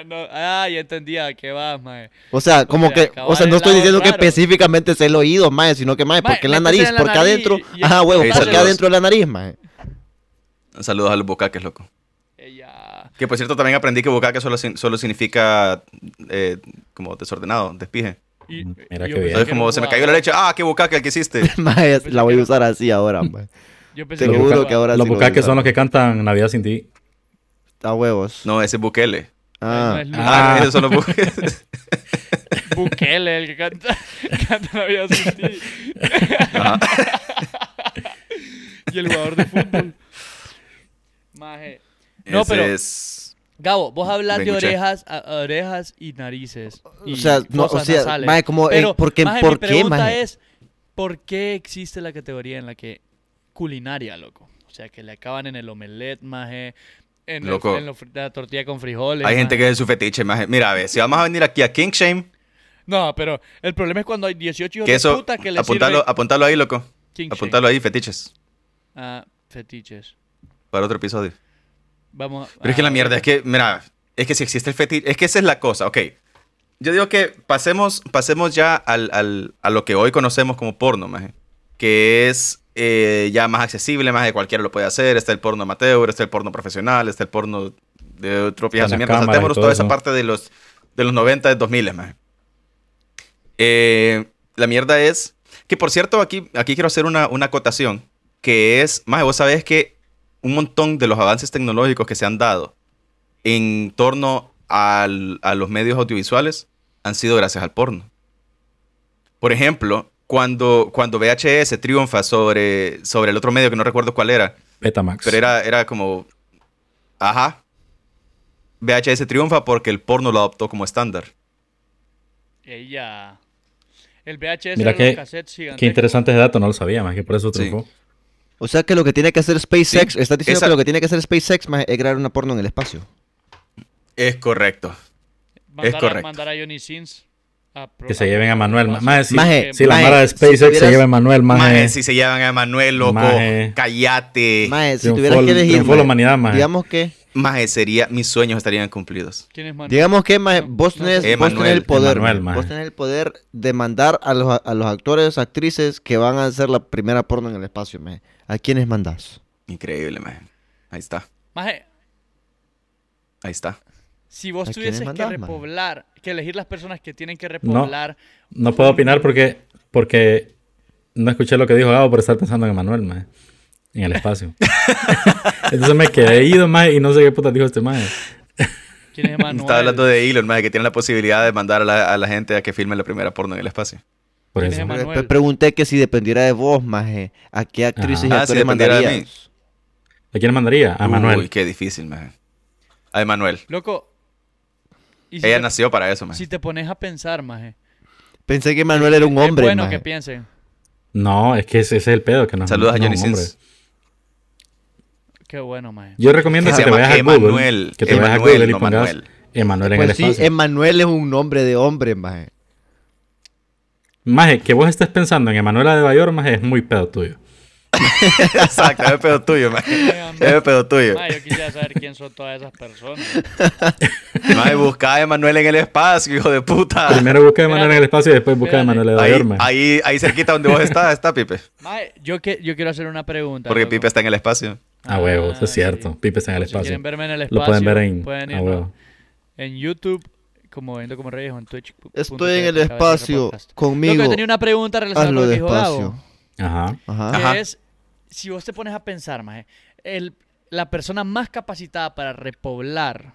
Speaker 4: no, ah, ya entendía a qué vas, maje.
Speaker 1: O sea, como
Speaker 4: sea,
Speaker 1: que, o sea,
Speaker 4: acabale
Speaker 1: no
Speaker 4: el
Speaker 1: estoy
Speaker 4: lado
Speaker 1: diciendo que
Speaker 4: raro.
Speaker 1: específicamente es el oído, mae, sino que, mae,
Speaker 4: Mae,
Speaker 1: porque la
Speaker 4: métete
Speaker 1: nariz,
Speaker 4: en la
Speaker 1: porque
Speaker 4: nariz
Speaker 1: adentro, Ah,
Speaker 4: y-
Speaker 1: ajá, huevo,
Speaker 3: Ahí
Speaker 1: porque
Speaker 3: saludos.
Speaker 1: adentro de la nariz, mae.
Speaker 3: Saludos a los bucaques, loco.
Speaker 4: Eh, Ella.
Speaker 3: Que por cierto, también aprendí que bucaque solo, sin- solo significa eh, como desordenado, despije.
Speaker 4: Y-
Speaker 2: Mm,
Speaker 4: eh,
Speaker 2: Mira
Speaker 4: yo
Speaker 2: qué bien.
Speaker 4: pensé
Speaker 3: Entonces,
Speaker 4: que
Speaker 3: como
Speaker 4: era
Speaker 3: se me
Speaker 4: guau.
Speaker 3: cayó la leche, ah, qué bucaque el que hiciste.
Speaker 1: Mae, es- la voy a
Speaker 4: Pensé que
Speaker 1: usar así ahora, mae.
Speaker 4: Yo pensé
Speaker 1: Te lo
Speaker 4: que
Speaker 2: Los
Speaker 1: juro
Speaker 2: buca-
Speaker 4: era
Speaker 1: que
Speaker 4: guau.
Speaker 1: ahora sí
Speaker 2: Los
Speaker 1: lo
Speaker 2: bucaques son
Speaker 1: uso.
Speaker 2: los que cantan Navidad sin ti.
Speaker 1: A huevos.
Speaker 3: No, ese es Bukele.
Speaker 1: Ah.
Speaker 4: Ay, no es
Speaker 3: Ah,
Speaker 2: Ah.
Speaker 3: esos son los buques.
Speaker 4: Bukele, el que canta, canta la vida sin ti. y el jugador de fútbol. Maje. No, pero-
Speaker 3: Es...
Speaker 4: Gabo, vos hablas
Speaker 3: Me
Speaker 4: de
Speaker 3: escuché.
Speaker 4: orejas, a- orejas y narices. y
Speaker 1: O sea, no, o
Speaker 4: fosas
Speaker 1: sea,
Speaker 4: nasales.
Speaker 1: maje, como, eh,
Speaker 4: Pero,
Speaker 1: ¿por qué-
Speaker 4: maje,
Speaker 1: por
Speaker 4: mi
Speaker 1: qué,
Speaker 4: pregunta
Speaker 1: maje?
Speaker 4: es, ¿por qué existe la categoría en la que culinaria, loco? O sea, que le acaban en el omelet, maje, en, el-
Speaker 3: Loco.
Speaker 4: en lo fri- la tortilla con frijoles.
Speaker 3: Hay gente
Speaker 4: maje.
Speaker 3: que es su fetiche. maje. Mira, a ver, si vamos a venir aquí a King Shame,
Speaker 4: No, pero el problema es cuando hay 18 hijos
Speaker 3: Que
Speaker 4: de
Speaker 3: eso,
Speaker 4: puta que le
Speaker 3: apuntalo, apuntalo ahí, loco.
Speaker 4: sirve
Speaker 3: Apuntalo ahí, fetiches.
Speaker 4: a fetiches.
Speaker 3: Para otro episodio.
Speaker 4: Vamos a-
Speaker 3: Pero es que la mierda, es que, mira, es que si existe el fetiche, es que esa es la cosa, ok. Yo digo que pasemos, pasemos ya al, al- a lo que hoy conocemos como porno, maje. Que es eh, ya más accesible, más de cualquiera lo puede hacer. Está el porno amateur, está el porno profesional, está el porno de otro pieza
Speaker 2: las
Speaker 3: de mierda.
Speaker 2: cámaras y
Speaker 3: Saltémonos
Speaker 2: todo
Speaker 3: toda esa
Speaker 2: eso.
Speaker 3: parte de los, de los 90, 2000, maje. Eh, la mierda es... Que por cierto, aquí, aquí quiero hacer una, una acotación. Que es, más vos sabés que un montón de los avances tecnológicos que se han dado en torno al- a los medios audiovisuales han sido gracias al porno. Por ejemplo, cuando, cuando VHS triunfa sobre, sobre el otro medio que no recuerdo cuál era,
Speaker 2: Betamax.
Speaker 3: pero era, era como. Ajá. VHS triunfa porque el porno lo adoptó como estándar.
Speaker 4: Ella. El VHS
Speaker 2: Mira
Speaker 4: era
Speaker 2: qué-
Speaker 4: los cassettes
Speaker 2: Qué
Speaker 4: gigantescos.
Speaker 2: interesante ese dato, no lo sabía, más que por eso triunfó.
Speaker 1: O sea que lo que tiene que hacer SpaceX,
Speaker 3: Sí,
Speaker 1: estás diciendo
Speaker 3: esa-
Speaker 1: que lo que tiene que hacer SpaceX maje, es crear una porno en el espacio.
Speaker 3: Es correcto.
Speaker 4: Mandar
Speaker 3: Es
Speaker 4: a-
Speaker 3: correcto.
Speaker 4: mandar a Johnny Sins a
Speaker 2: Que
Speaker 4: pro-
Speaker 2: se lleven a Manuel.
Speaker 4: Maje,
Speaker 2: Más si,
Speaker 1: maje,
Speaker 2: si la
Speaker 1: maje,
Speaker 2: mara de
Speaker 1: si
Speaker 2: SpaceX se
Speaker 1: tuvieras-
Speaker 2: lleva a Manuel, más
Speaker 3: Maje, si se llevan a Manuel, loco,
Speaker 2: Maje.
Speaker 3: cállate. Maje.
Speaker 1: Maje, si
Speaker 2: triunfó
Speaker 1: tuvieras
Speaker 2: el-
Speaker 1: que elegir,
Speaker 2: triunfó la
Speaker 1: maje,
Speaker 2: humanidad, maje.
Speaker 1: digamos que,
Speaker 3: sería, mis sueños estarían cumplidos.
Speaker 4: ¿Quién es Manuel?
Speaker 1: digamos que maje,
Speaker 4: No,
Speaker 1: vos,
Speaker 4: no
Speaker 1: tenés,
Speaker 4: sé.
Speaker 1: vos tenés el
Speaker 3: Emanuel,
Speaker 1: poder,
Speaker 2: Emanuel,
Speaker 1: maje,
Speaker 2: maje.
Speaker 1: vos tenés el poder de mandar a los, a los actores, actrices que van a hacer la primera porno en el espacio, maje. ¿A quiénes mandás?
Speaker 3: Increíble, maje. Ahí está,
Speaker 4: Maje,
Speaker 3: ahí está.
Speaker 4: si vos
Speaker 1: ¿A
Speaker 4: tuvieses
Speaker 1: quiénes
Speaker 4: que
Speaker 1: mandás, maje?
Speaker 4: repoblar, que elegir las personas que tienen que repoblar.
Speaker 2: No puedo opinar porque, porque no escuché lo que dijo Gabo por estar pensando en Manuel, más en el espacio. Entonces me quedé ido, más y no sé qué puta dijo este más.
Speaker 4: ¿Quién es Manuel?
Speaker 3: Estaba hablando de Elon, maje, que tiene la posibilidad de mandar a la, a la gente a que filme la primera porno en el espacio.
Speaker 2: Por
Speaker 4: ¿Quién es
Speaker 2: eso.
Speaker 4: Emanuel?
Speaker 1: Pre- pre- pregunté que si dependiera de vos, maje, ¿a qué actrices y
Speaker 3: Ajá. Ah, si
Speaker 1: actores
Speaker 3: dependiera de mí.
Speaker 1: mandarías?
Speaker 2: ¿A quién le mandaría? A
Speaker 3: Uy,
Speaker 2: Manuel.
Speaker 3: qué difícil, maje. A Emanuel.
Speaker 4: Loco. y si
Speaker 3: Ella
Speaker 4: te-
Speaker 3: nació para eso, maje.
Speaker 4: Si te pones a pensar, maje.
Speaker 1: Pensé que Manuel era un hombre,
Speaker 4: es bueno
Speaker 1: maje.
Speaker 4: que piensen.
Speaker 2: No, es que ese, ese es el pedo que no.
Speaker 3: Saludos a
Speaker 2: no,
Speaker 3: Johnny
Speaker 2: hombre.
Speaker 3: Sins.
Speaker 4: Qué bueno, maje.
Speaker 2: Yo recomiendo
Speaker 3: Que
Speaker 2: que,
Speaker 3: se
Speaker 2: te
Speaker 3: llama
Speaker 2: vayas a
Speaker 3: Emanuel.
Speaker 2: Google. Que te vayas a
Speaker 3: Emanuel,
Speaker 2: Google y
Speaker 3: no
Speaker 2: pongas
Speaker 3: Manuel.
Speaker 2: Emanuel en el
Speaker 1: Pues sí,
Speaker 2: espacio.
Speaker 4: em-
Speaker 1: Emanuel es un nombre de hombre, maje.
Speaker 2: Maje, que vos estés pensando en Emanuela de Bayor, maje, es muy pedo tuyo.
Speaker 3: Exacto, es pedo tuyo, maje. Es pedo tuyo.
Speaker 4: Maje, yo quisiera saber quién son todas esas personas.
Speaker 3: Maje, busca a Emanuel en el espacio, hijo de puta.
Speaker 2: Primero busca a Emanuel en el espacio y después busca a
Speaker 4: Espérate.
Speaker 2: Emanuel de
Speaker 3: Ah. Ahí,
Speaker 2: Bayor, maje.
Speaker 3: ahí, ahí cerquita donde vos estás, está Pipe.
Speaker 4: Maje, yo, que, yo quiero hacer una pregunta.
Speaker 3: Porque
Speaker 4: loco.
Speaker 3: Pipe está en el espacio.
Speaker 2: A huevo, eso
Speaker 4: Ah,
Speaker 2: es cierto.
Speaker 4: sí.
Speaker 2: Pipe está en el
Speaker 4: Si
Speaker 2: espacio.
Speaker 4: quieren verme en el espacio,
Speaker 2: Lo pueden ver en,
Speaker 4: pueden
Speaker 2: a
Speaker 4: irnos
Speaker 2: huevo.
Speaker 4: en YouTube, como viendo como reyes o en Twitch.
Speaker 1: Estoy en el espacio
Speaker 4: Loco,
Speaker 1: conmigo.
Speaker 4: yo tenía una pregunta relacionada
Speaker 1: Hazlo
Speaker 4: con lo que dijo
Speaker 1: despacio.
Speaker 4: Gabo,
Speaker 2: Ajá.
Speaker 1: Ajá.
Speaker 4: que
Speaker 3: Ajá.
Speaker 4: es, si vos te pones a pensar, maje, el, la persona más capacitada para repoblar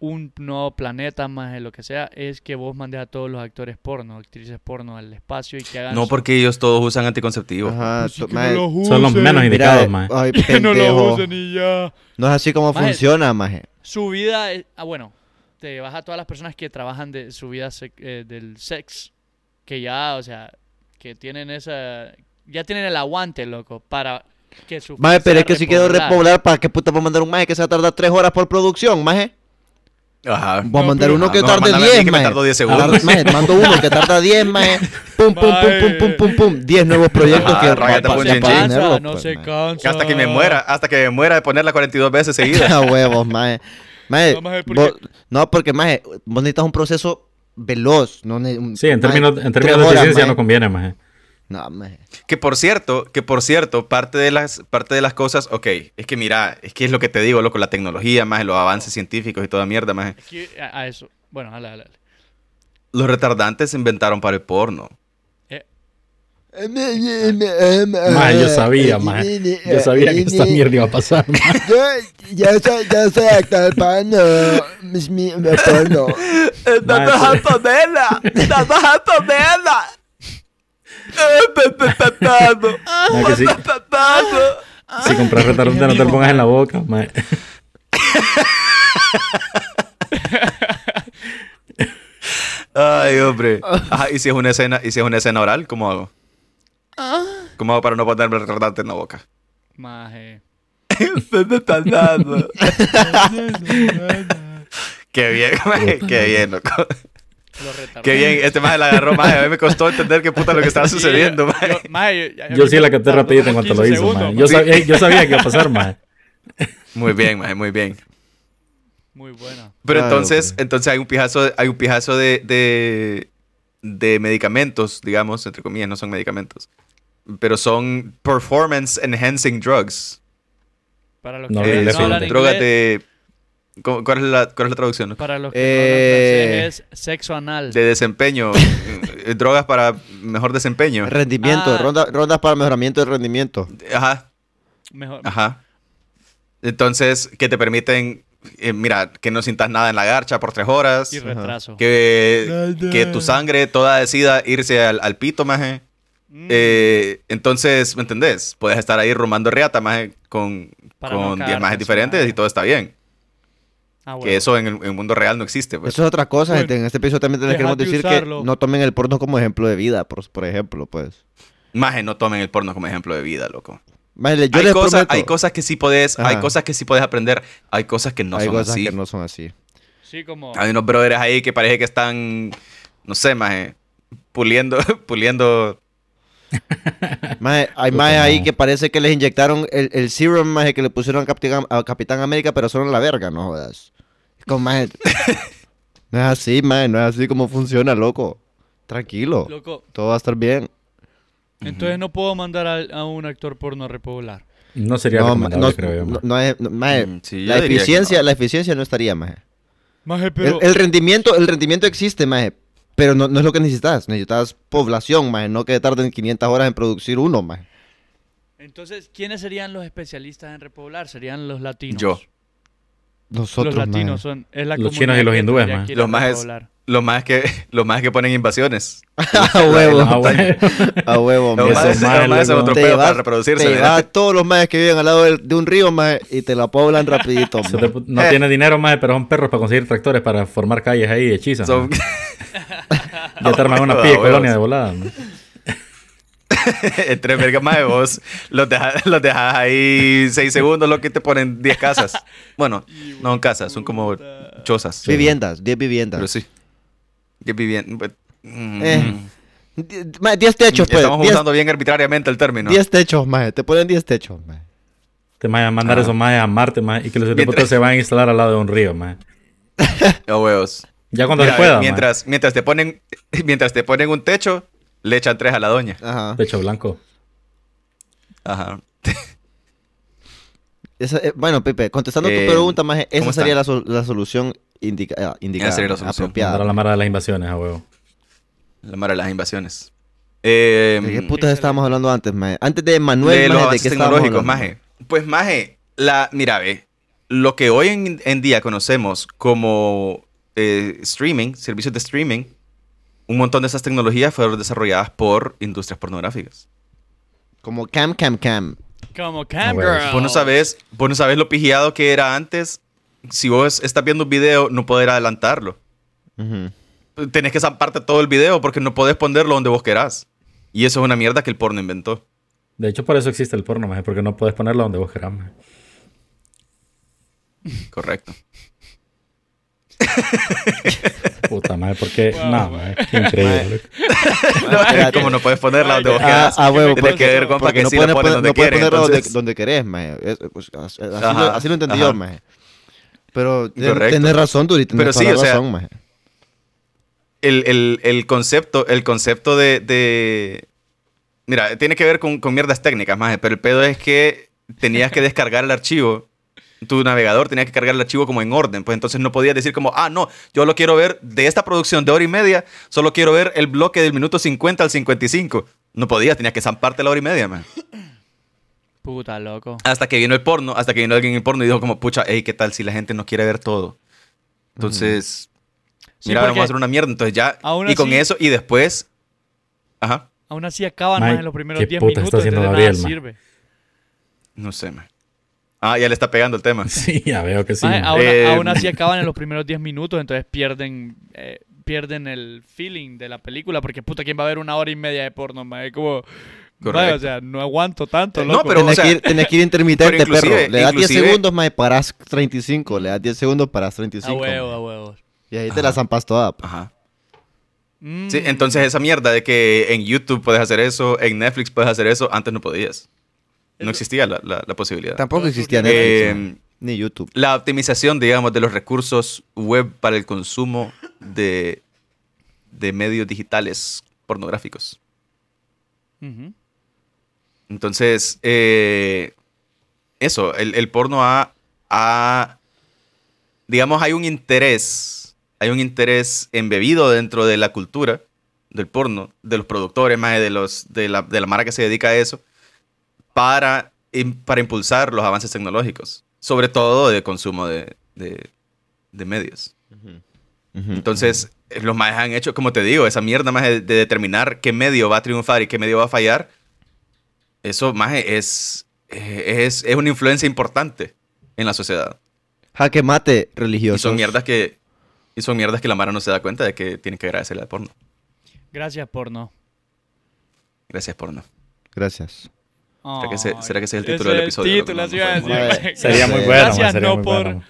Speaker 4: un nuevo planeta, más lo que sea, es que vos mandes a todos los actores porno, actrices porno al espacio y que hagan
Speaker 3: No,
Speaker 4: su-
Speaker 3: porque ellos todos usan
Speaker 4: Ah,
Speaker 3: anticonceptivos.
Speaker 1: Ajá. to- maje,
Speaker 2: Son los menos indicados,
Speaker 1: Mira,
Speaker 2: maje.
Speaker 1: ay,
Speaker 4: que no lo
Speaker 1: pendejo.
Speaker 4: usen y ya.
Speaker 1: No es así como
Speaker 4: Maje.
Speaker 1: funciona, maje.
Speaker 4: Su vida es- Ah, bueno, te vas a todas las personas que trabajan de su vida sec- eh, del sex. Que ya, o sea, que tienen esa. Ya tienen el aguante, loco, para que su.
Speaker 1: Maje, pero
Speaker 4: sea
Speaker 1: es que si quiero repoblar, ¿para qué puta voy a mandar un maje que se va a tardar 3 horas por producción, maje?
Speaker 3: Ajá.
Speaker 1: Voy a mandar
Speaker 4: pero-
Speaker 1: uno que
Speaker 3: no,
Speaker 1: tarde
Speaker 3: mándame a mí
Speaker 1: 10,
Speaker 3: que me
Speaker 1: maje.
Speaker 3: tardo
Speaker 1: Tar-
Speaker 3: 10 segundos.
Speaker 1: maje, mando uno que tarda 10, maje. Pum, pum, pum, pum, pum, pum, pum. 10 nuevos proyectos
Speaker 3: Ah,
Speaker 1: que
Speaker 3: raya, te
Speaker 1: pa- pa- pa-
Speaker 3: pones
Speaker 4: se
Speaker 3: en
Speaker 1: pa-
Speaker 3: jeans.
Speaker 4: cansa,
Speaker 1: dinero,
Speaker 4: no
Speaker 1: pues,
Speaker 4: se
Speaker 1: maje.
Speaker 4: cansa.
Speaker 3: Hasta que me muera, hasta que me muera de ponerla 42 veces seguidas.
Speaker 1: A huevos, maje. Maje,
Speaker 4: No, maje, porque-
Speaker 1: vos- no, porque, maje, vos necesitas un proceso veloz. No, ne- un-
Speaker 2: Sí, en
Speaker 1: maje,
Speaker 2: términos, en
Speaker 1: tres
Speaker 2: términos de
Speaker 1: horas,
Speaker 2: eficiencia
Speaker 1: maje.
Speaker 2: no conviene, maje.
Speaker 1: No, maje.
Speaker 3: Que por cierto, que por cierto, parte de las, parte de las cosas, ok, es que mira, es que es lo que te digo, loco, la tecnología, más los avances científicos y toda mierda, más
Speaker 4: Aquí, a, a eso. Bueno, dale, dale. dale.
Speaker 3: los retardantes se inventaron para el porno.
Speaker 4: Eh,
Speaker 2: Maje,
Speaker 1: Maje,
Speaker 2: yo sabía, maje. Yo sabía que esta mierda iba a pasar, maje.
Speaker 1: Yo, yo soy, yo soy actor porno. mis- mi- mi porno.
Speaker 2: Maje, sí.
Speaker 3: Antonella, dando Antonella.
Speaker 2: Maje, que sí. Si compras retardante no te lo pongas en la boca, maje.
Speaker 3: Ay, hombre. Ajá, y si es una escena, y si es una escena oral, ¿cómo hago? ¿Cómo hago para no ponerme el retardante en la boca?
Speaker 4: maje.
Speaker 3: Qué bien, güey, qué bien, loco.
Speaker 4: Lo retardé.
Speaker 3: Qué bien, este maje la agarró, maje. A mí me costó entender qué puta lo que estaba
Speaker 4: Sí,
Speaker 3: sucediendo,
Speaker 4: yo-
Speaker 3: maje.
Speaker 4: yo- maje, yo- yo-
Speaker 2: Yo sí la capté
Speaker 4: tardó
Speaker 2: rapidito en
Speaker 4: como
Speaker 2: cuanto lo
Speaker 4: 15
Speaker 2: hizo,
Speaker 4: segundos,
Speaker 2: man. Yo
Speaker 4: maje.
Speaker 2: sabía, yo sabía que iba a pasar, man.
Speaker 3: Muy bien, maje, muy bien.
Speaker 4: Muy buena.
Speaker 3: Pero
Speaker 1: Claro,
Speaker 3: entonces,
Speaker 1: pues.
Speaker 3: entonces hay un pijazo, hay un pijazo de, de, de medicamentos, digamos, entre comillas, no son medicamentos. Pero son performance enhancing drugs.
Speaker 4: Para los que
Speaker 2: No,
Speaker 4: no,
Speaker 3: Eh,
Speaker 2: le- le-
Speaker 3: son
Speaker 4: hablan
Speaker 2: le-
Speaker 3: drogas
Speaker 4: inglés,
Speaker 3: de. ¿cu- ¿Cuál es la, cuál es la traducción?
Speaker 4: para los que
Speaker 1: Eh,
Speaker 4: no hablan francés es sexo anal.
Speaker 3: De desempeño. eh, drogas para mejor desempeño.
Speaker 1: Rendimiento,
Speaker 4: Ah.
Speaker 1: ronda- rondas para mejoramiento de rendimiento.
Speaker 3: Ajá,
Speaker 4: Mejor-
Speaker 3: ajá. Entonces, que te permiten. eh, mira, que no sintas nada en la garcha por tres horas.
Speaker 4: y retraso.
Speaker 3: Que, que tu sangre toda decida irse al, al pito, maje.
Speaker 4: Mm,
Speaker 3: Eh, entonces, ¿me entendés? Puedes estar ahí rumando riata maje, con
Speaker 4: Para no
Speaker 3: con 10
Speaker 4: cagarla,
Speaker 3: majes
Speaker 4: su
Speaker 3: diferentes
Speaker 4: madre.
Speaker 3: y todo está bien.
Speaker 4: ah, bueno.
Speaker 3: Que eso en el, en el mundo real no existe. Pues.
Speaker 1: Eso es otra cosa,
Speaker 4: Bueno,
Speaker 1: gente. En este episodio también les queremos
Speaker 4: dejad de
Speaker 1: decir
Speaker 4: usarlo.
Speaker 1: que no tomen el porno como ejemplo de vida, por, por ejemplo, pues.
Speaker 3: Maje, no tomen el porno como ejemplo de vida, loco.
Speaker 1: Más, le- yo
Speaker 3: hay,
Speaker 1: les
Speaker 3: cosas,
Speaker 1: prometo,
Speaker 3: hay cosas que sí podés, hay
Speaker 1: Ajá.
Speaker 3: cosas que sí podés aprender, hay cosas que no
Speaker 1: hay
Speaker 3: son
Speaker 1: cosas
Speaker 3: así.
Speaker 1: que no son así.
Speaker 4: Sí, como...
Speaker 3: Hay unos brothers ahí que parece que están, no sé, maje, puliendo, puliendo.
Speaker 1: Maje, hay
Speaker 2: Puta
Speaker 1: más ahí
Speaker 2: madre.
Speaker 1: que parece que les inyectaron el, el serum maje, que le pusieron a Capitán, a Capitán América, pero solo en la verga, no jodas. Es como, maje, no es así, maje, no es así como funciona, loco. Tranquilo,
Speaker 4: Loco,
Speaker 1: todo va a estar bien.
Speaker 4: entonces no puedo mandar a, a un actor porno a repoblar.
Speaker 2: No sería
Speaker 1: No, ma-
Speaker 2: recomendable,
Speaker 1: no,
Speaker 2: creo yo,
Speaker 1: no-
Speaker 2: man.
Speaker 1: no es- no, maje,
Speaker 3: Mm, sí, yo
Speaker 1: la
Speaker 3: diría que
Speaker 1: eficiencia,
Speaker 3: no.
Speaker 1: la eficiencia no estaría, maje.
Speaker 4: Maje, pero...
Speaker 1: el, el rendimiento, el rendimiento existe, maje, pero no, no es lo que necesitas. Necesitas población, maje, no que tarden 500 horas en producir uno, maje.
Speaker 4: Entonces, ¿quiénes serían los especialistas en repoblar? Serían los latinos.
Speaker 3: Yo.
Speaker 1: Nosotros,
Speaker 4: los
Speaker 1: maje.
Speaker 4: latinos son... Es la
Speaker 2: Los
Speaker 4: comunidad
Speaker 2: chinos y los
Speaker 4: que
Speaker 2: hindúes,
Speaker 4: tendría
Speaker 2: man.
Speaker 4: que ir a
Speaker 3: Los majes,
Speaker 4: repoblar.
Speaker 3: los majes que, los majes que ponen invasiones.
Speaker 1: a huevo,
Speaker 2: Ah, bueno.
Speaker 1: a huevo,
Speaker 3: Los
Speaker 1: maje.
Speaker 2: Esos
Speaker 3: majes, los
Speaker 2: majes,
Speaker 3: majes son
Speaker 2: loco.
Speaker 3: otro
Speaker 1: Te
Speaker 3: pedo para
Speaker 1: llevas-
Speaker 3: reproducirse.
Speaker 1: Te
Speaker 3: ¿verdad?
Speaker 1: vas a todos los majes que viven al lado del- de un río, maje, y te la poblan rapidito,
Speaker 2: Eso
Speaker 1: maje.
Speaker 2: te- No tiene dinero, más, pero son perros para conseguir tractores para formar calles ahí y hechizas.
Speaker 3: Son-
Speaker 2: Ya te arman una
Speaker 3: Ah,
Speaker 2: pilla de
Speaker 3: huevos.
Speaker 2: colonia de volada. man.
Speaker 3: Entre verga más de vos, los dejas los dejas ahí 6 segundos, lo que te ponen 10 casas. Bueno, no son casas, son como chozas.
Speaker 1: Sí. Viviendas, 10 viviendas.
Speaker 3: Pero sí. Que viviendo. pues, mm,
Speaker 1: Eh, Die- maje, 10 techos, pues.
Speaker 3: Estamos
Speaker 1: 10
Speaker 3: usando bien arbitrariamente el término.
Speaker 1: 10 techos, maje. Te ponen 10 techos, maje.
Speaker 2: Te van a mandar
Speaker 3: Ah.
Speaker 2: esos más a Marte, más y que los
Speaker 3: Mientras-
Speaker 2: putas se van a instalar al lado de un río, más
Speaker 3: No huevos.
Speaker 2: Ya cuando
Speaker 3: Mira,
Speaker 2: se pueda, mientras...
Speaker 3: mientras, mientras, te ponen, mientras te ponen un techo, le echan tres a la doña.
Speaker 1: Ajá.
Speaker 2: Pecho blanco.
Speaker 3: Ajá.
Speaker 1: Esa- eh, bueno, Pipe, contestando
Speaker 3: Eh,
Speaker 1: tu pregunta, maje, esa
Speaker 3: ¿cómo
Speaker 1: sería la, sol- la solución indica- eh, indicada,
Speaker 3: sería la
Speaker 1: maje,
Speaker 3: solución.
Speaker 1: apropiada.
Speaker 2: Para la mara de las invasiones, a huevo.
Speaker 3: La mara de las invasiones. Eh,
Speaker 1: ¿De qué putas estábamos hablando antes, maje? Antes de Manuel,
Speaker 3: de los
Speaker 1: maje, ¿de
Speaker 3: avances
Speaker 1: qué estábamos
Speaker 3: tecnológicos,
Speaker 1: hablando?
Speaker 3: maje. Pues, maje, la, mira, ve, lo que hoy en, en día conocemos como eh, streaming, servicios de streaming, un montón de esas tecnologías fueron desarrolladas por industrias pornográficas.
Speaker 1: Como cam, cam, cam.
Speaker 4: Como Cam
Speaker 2: bueno.
Speaker 4: Girl.
Speaker 3: Vos no sabés, vos no sabés lo pijado que era antes. Si vos estás viendo un video, no poder adelantarlo.
Speaker 1: Ujú.
Speaker 3: Tenés que zamparte todo el video porque no podés ponerlo donde vos querás. Y eso es una mierda que el porno inventó.
Speaker 2: De hecho, por eso existe el porno, maje, porque no puedes ponerlo donde vos querás, maje.
Speaker 3: Correcto.
Speaker 2: Puta madre, porque.
Speaker 4: Wow,
Speaker 2: no, maje, qué increíble. loco.
Speaker 1: No, espérate.
Speaker 3: Como no puedes ponerla donde vos
Speaker 4: Ah,
Speaker 3: querás.
Speaker 1: Ah, a huevo,
Speaker 3: Tiene
Speaker 1: porque-
Speaker 3: que ver, compa,
Speaker 1: porque
Speaker 3: que
Speaker 1: no
Speaker 3: sí la
Speaker 1: puedes
Speaker 3: ponen
Speaker 1: poner-
Speaker 3: donde
Speaker 1: no puedes
Speaker 3: quieren,
Speaker 1: ponerlo donde-
Speaker 3: entonces.
Speaker 1: donde querés, maje. Es- pues, as- así, lo,
Speaker 3: Ajá,
Speaker 1: así lo entendí
Speaker 3: ajá.
Speaker 1: yo, maje. Pero ten-
Speaker 3: Correcto.
Speaker 1: tenés razón, Duri, tenés
Speaker 3: Pero
Speaker 1: toda
Speaker 3: sí,
Speaker 1: la
Speaker 3: o sea,
Speaker 1: razón, maje.
Speaker 3: el, el- el concepto, el concepto de, de- Mira, tiene que ver con, con mierdas técnicas, más, pero el pedo es que tenías que descargar el archivo. Tu navegador tenía que cargar el archivo como en orden, pues entonces no podías decir como, ah, no, yo lo quiero ver de esta producción de hora y media, solo quiero ver el bloque del minuto 50 al 55. No podías, tenías que zamparte la hora y media, man.
Speaker 4: Puta, loco.
Speaker 3: Hasta que vino el porno, hasta que vino alguien en el porno y dijo como, pucha, hey, ¿qué tal si la gente no quiere ver todo? Entonces,
Speaker 4: Sí,
Speaker 3: mira,
Speaker 4: porque
Speaker 3: vamos a hacer una mierda. Entonces ya,
Speaker 4: aún
Speaker 3: y con
Speaker 4: así-
Speaker 3: eso, y después, ajá,
Speaker 4: Aún así acaban
Speaker 2: Mae,
Speaker 4: más en los primeros
Speaker 2: qué
Speaker 4: 10
Speaker 2: puta
Speaker 4: minutos.
Speaker 2: está haciendo
Speaker 4: entonces nada
Speaker 2: Gabriel, mae.
Speaker 4: sirve.
Speaker 3: no sé, man. Ah, ya le está pegando el tema.
Speaker 2: Sí, ya veo que sí.
Speaker 4: Mae,
Speaker 2: maje.
Speaker 4: aún,
Speaker 3: Eh,
Speaker 4: aún así acaban en los primeros 10 minutos, entonces pierden eh, pierden el feeling de la película, porque puta, ¿quién va a ver una hora y media de porno? mae? Es como, mae,
Speaker 3: Correcto.
Speaker 4: o sea, no aguanto tanto,
Speaker 3: Eh, no,
Speaker 4: loco.
Speaker 3: pero,
Speaker 1: tenés,
Speaker 3: o sea,
Speaker 1: que ir, tenés que ir intermitente,
Speaker 3: pero inclusive-
Speaker 1: perro. Le das 10
Speaker 3: inclusive-
Speaker 1: segundos, maje, parás 35. Le das 10 segundos, parás
Speaker 4: a
Speaker 1: 35.
Speaker 4: Ah, huevo, a
Speaker 1: maje.
Speaker 4: huevo.
Speaker 1: Y ahí te la zampas toda. pa.
Speaker 3: Ajá.
Speaker 4: Mm.
Speaker 3: Sí, entonces esa mierda de que en YouTube puedes hacer eso, en Netflix puedes hacer eso, antes no podías. No
Speaker 4: Eso-
Speaker 3: existía la, la- la posibilidad.
Speaker 1: Tampoco existía
Speaker 4: Eh,
Speaker 1: Netflix, ¿no? ni YouTube.
Speaker 3: La optimización, digamos, de los recursos web para el consumo de, de medios digitales pornográficos.
Speaker 4: Ujú.
Speaker 3: Entonces, eh, eso, el, el porno ha, ha- digamos, hay un interés, hay un interés embebido dentro de la cultura del porno, de los productores, más de, los, de, la, de la mara que se dedica a eso, para, im- para impulsar los avances tecnológicos, sobre todo de consumo de, de- de medios. Entonces, eh, los más han hecho, como te digo, esa mierda más de de determinar qué medio va a triunfar y qué medio va a fallar, eso más es, es, es una influencia importante en la sociedad.
Speaker 1: Jaque mate
Speaker 3: Y
Speaker 1: religioso.
Speaker 3: son mierdas que y son mierdas que la Mara no se da cuenta de que tienen que agradecerle al porno.
Speaker 4: Gracias, porno.
Speaker 3: Gracias, porno.
Speaker 1: Gracias.
Speaker 4: ¿Será
Speaker 3: que ese- será que ese es el título del episodio?
Speaker 4: El título,
Speaker 3: No, no
Speaker 4: así iba a
Speaker 3: fue,
Speaker 1: no.
Speaker 4: decir.
Speaker 1: Mae,
Speaker 2: Sería muy
Speaker 1: Gracias,
Speaker 2: bueno. man, sería
Speaker 4: no
Speaker 2: muy
Speaker 4: por-
Speaker 2: bueno.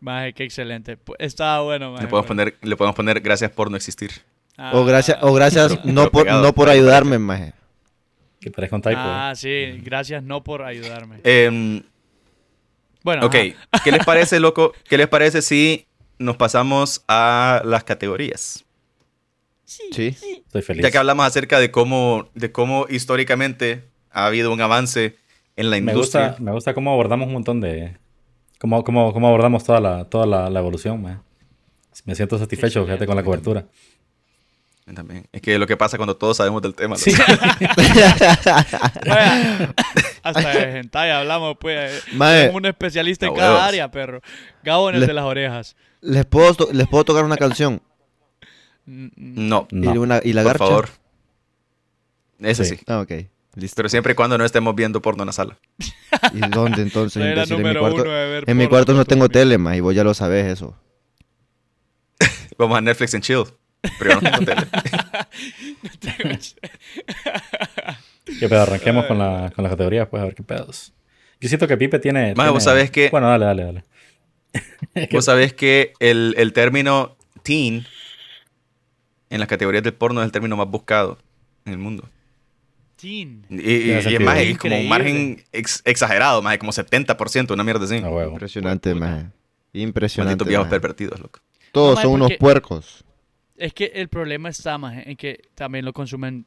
Speaker 4: Maje, qué excelente. Pu- Estaba bueno, ah. maje.
Speaker 3: Le podemos,
Speaker 4: bueno.
Speaker 3: poner, le podemos poner gracias por no existir.
Speaker 2: Oh,
Speaker 1: O gracias, o gracias
Speaker 3: Pero-
Speaker 1: no
Speaker 3: pero
Speaker 1: por,
Speaker 3: pegado,
Speaker 1: no por
Speaker 3: pero
Speaker 1: ayudarme, maje.
Speaker 2: Que parezca un typo.
Speaker 4: Ah, sí. Gracias no por ayudarme.
Speaker 3: Em,
Speaker 4: Bueno,
Speaker 3: ok,
Speaker 4: ajá.
Speaker 3: ¿qué les parece, loco? ¿Qué les parece si nos pasamos a las categorías?
Speaker 1: Sí.
Speaker 2: Estoy feliz.
Speaker 3: Ya que hablamos acerca de cómo, de cómo históricamente ha habido un avance en la
Speaker 2: me,
Speaker 3: industria.
Speaker 2: gusta, me gusta cómo abordamos un montón de. Cómo, cómo, cómo abordamos toda la, toda la, la evolución, man. Me siento satisfecho, fíjate, con la cobertura.
Speaker 3: También. Es que lo que pasa cuando todos sabemos del tema. loco.
Speaker 4: Vaya, hasta de hentai hablamos, pues.
Speaker 1: Mae.
Speaker 4: Como un especialista en
Speaker 3: A
Speaker 4: cada
Speaker 3: huevos.
Speaker 4: área, perro. Gabo en el
Speaker 1: Eh, Le-
Speaker 4: de las orejas.
Speaker 1: ¿Les puedo, to- ¿Les puedo tocar una canción?
Speaker 4: Mm, mm.
Speaker 3: Eh, No,
Speaker 2: No.
Speaker 1: ¿Y, una, y la
Speaker 3: por
Speaker 1: garcha?
Speaker 3: favor. Eso sí.
Speaker 2: Sí.
Speaker 1: Ah, ok. Listo.
Speaker 3: Pero siempre y cuando no estemos viendo porno en la sala.
Speaker 1: ¿Y dónde entonces?
Speaker 4: Regla
Speaker 1: imbécil? en mi
Speaker 4: número
Speaker 1: cuarto,
Speaker 4: uno de ver
Speaker 1: en mi
Speaker 4: porno
Speaker 1: cuarto no
Speaker 4: con tu
Speaker 1: tengo
Speaker 4: familia.
Speaker 1: tele, maje, y vos ya lo sabés eso.
Speaker 3: Vamos a Netflix and chill. Pero yo no tengo tele.
Speaker 2: Que pedo, arranquemos con la, con las categorías, pues, a ver qué pedos. Yo siento que Pipe tiene.
Speaker 3: Mae,
Speaker 2: tiene-
Speaker 3: vos sabés que-
Speaker 2: Bueno, dale, dale, dale.
Speaker 3: Vos sabés que el, el término teen en las categorías del porno es el término más buscado en el mundo.
Speaker 4: Teen.
Speaker 3: Y, y-
Speaker 2: Tiene
Speaker 3: y es
Speaker 2: sentido.
Speaker 3: más, es como
Speaker 4: Increíble.
Speaker 3: un margen ex- exagerado, más como 70%, una mierda así.
Speaker 2: A Ah, huevo.
Speaker 1: Impresionante, maje. Impresionante.
Speaker 3: Malditos viejos
Speaker 1: maje.
Speaker 3: pervertidos, loco.
Speaker 1: Todos
Speaker 4: No, maje,
Speaker 1: son unos
Speaker 4: porque-
Speaker 1: puercos.
Speaker 4: Es que el problema está más en que también lo consumen,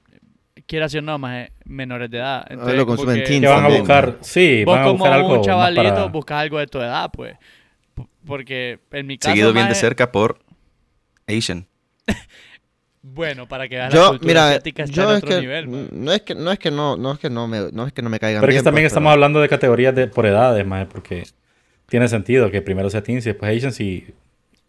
Speaker 4: quiera ser no más menores de edad. Entonces,
Speaker 1: Ah, lo
Speaker 4: como
Speaker 1: consumen
Speaker 4: que
Speaker 1: teens
Speaker 2: Que van a
Speaker 1: también,
Speaker 2: buscar. Sí,
Speaker 4: Vos
Speaker 2: van a
Speaker 4: como
Speaker 2: buscar algo.
Speaker 4: un
Speaker 2: más
Speaker 4: chavalito
Speaker 2: para-
Speaker 4: buscas algo de tu edad, pues. P- Porque en mi caso
Speaker 3: Seguido bien de
Speaker 4: maje,
Speaker 3: cerca por Asian.
Speaker 4: Bueno, para que veas la
Speaker 1: Yo,
Speaker 4: cultura
Speaker 1: mira,
Speaker 4: asiática está
Speaker 1: yo
Speaker 4: en
Speaker 1: es
Speaker 4: otro
Speaker 1: que, mm,
Speaker 4: nivel. pues. maje.
Speaker 1: no es que no es que no, no es que no me, no es que no me caigan
Speaker 2: Pero es que
Speaker 1: bien,
Speaker 2: también
Speaker 1: pues,
Speaker 2: estamos
Speaker 1: pero-
Speaker 2: hablando de categorías de, por edades, mae, porque tiene sentido que primero sea teens y después Asians y,
Speaker 4: Y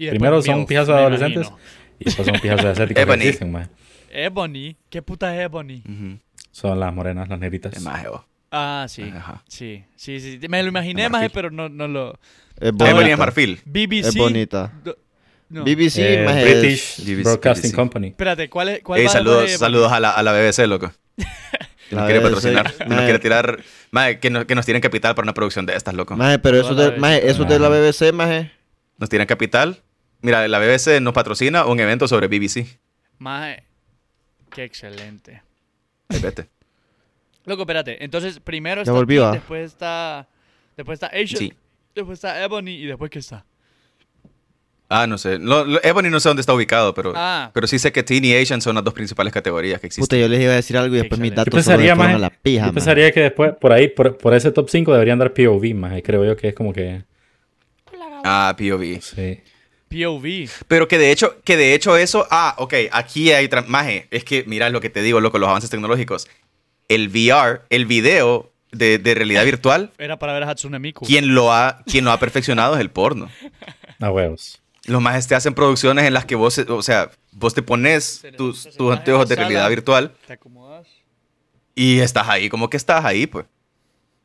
Speaker 4: después
Speaker 2: primero son
Speaker 4: MILF,
Speaker 2: pijazos
Speaker 4: me
Speaker 2: adolescentes
Speaker 4: imagino.
Speaker 2: y después son pijazos asiáticos que
Speaker 3: Ebony.
Speaker 2: existen, mae.
Speaker 4: Ebony. Eh, ¿Qué puta es Ebony?
Speaker 3: Ujú.
Speaker 2: Son las morenas, las negritas.
Speaker 3: Es más, Evo.
Speaker 4: Ah, sí.
Speaker 3: Ajá.
Speaker 4: Sí, sí, sí. Me lo imaginé
Speaker 3: De
Speaker 4: más,
Speaker 3: marfil.
Speaker 4: pero no, no lo...
Speaker 1: Es
Speaker 3: Ebony
Speaker 1: bonita.
Speaker 3: es marfil.
Speaker 4: BBC.
Speaker 1: Es bonita.
Speaker 4: do- No.
Speaker 1: BBC,
Speaker 2: Eh,
Speaker 1: maje, es-
Speaker 2: British
Speaker 3: BBC.
Speaker 2: Broadcasting Company.
Speaker 4: Espérate, ¿cuál es?
Speaker 1: Eh,
Speaker 4: Cuál
Speaker 3: Ey,
Speaker 4: va
Speaker 3: saludos,
Speaker 4: después de Ebony?
Speaker 3: saludos a la, a la BBC, loco. Que
Speaker 1: La
Speaker 3: nos quiere
Speaker 1: BBC,
Speaker 3: patrocinar. que nos
Speaker 1: mae.
Speaker 3: quiere tirar. mae, que, nos, que nos tiren capital para una producción de estas, loco.
Speaker 1: Maje, pero eso,
Speaker 4: Toda la
Speaker 1: de, maje, eso de la BBC, maje.
Speaker 3: Nos tiran capital. Mira, la BBC nos patrocina un evento sobre BBC.
Speaker 4: Maje, qué excelente.
Speaker 3: Ay, vete.
Speaker 4: Loco, espérate. Entonces, primero
Speaker 1: Ya ¿ah?
Speaker 4: está
Speaker 1: volví,
Speaker 4: Teen,
Speaker 1: va.
Speaker 4: después está... Después está Asian,
Speaker 3: Sí.
Speaker 4: después está Ebony y después ¿qué está?
Speaker 3: Ah, no sé. Lo- lo- Ebony no sé dónde está ubicado, pero,
Speaker 4: Ah.
Speaker 3: pero sí sé que Teen y Asian son las dos principales categorías que
Speaker 1: Puta,
Speaker 3: existen.
Speaker 1: yo les iba a decir algo y
Speaker 4: Qué
Speaker 1: después mis
Speaker 4: excelente.
Speaker 2: Yo
Speaker 1: datos solo
Speaker 2: pensaría,
Speaker 1: me fueron
Speaker 2: maje,
Speaker 1: a la pija,
Speaker 2: yo
Speaker 1: maje.
Speaker 2: pensaría que después, por ahí, por, por ese top 5 deberían dar POV, mae. Creo yo que es como que...
Speaker 3: Ah, POV.
Speaker 2: Sí.
Speaker 4: POV.
Speaker 3: Pero que de hecho, que de hecho eso, ah, ok, aquí hay tra- maje. Es que mira lo que te digo, loco, los avances tecnológicos. El VR, el video de, de realidad virtual,
Speaker 4: Era para ver a Hatsune Miku.
Speaker 3: quien lo ha, quien lo ha perfeccionado es el porno.
Speaker 2: A huevos.
Speaker 3: Los más te hacen producciones en las que vos, o sea, vos te pones tus, tus anteojos de realidad virtual
Speaker 4: ¿Te acomodas?
Speaker 3: y estás ahí, como que estás ahí, pues.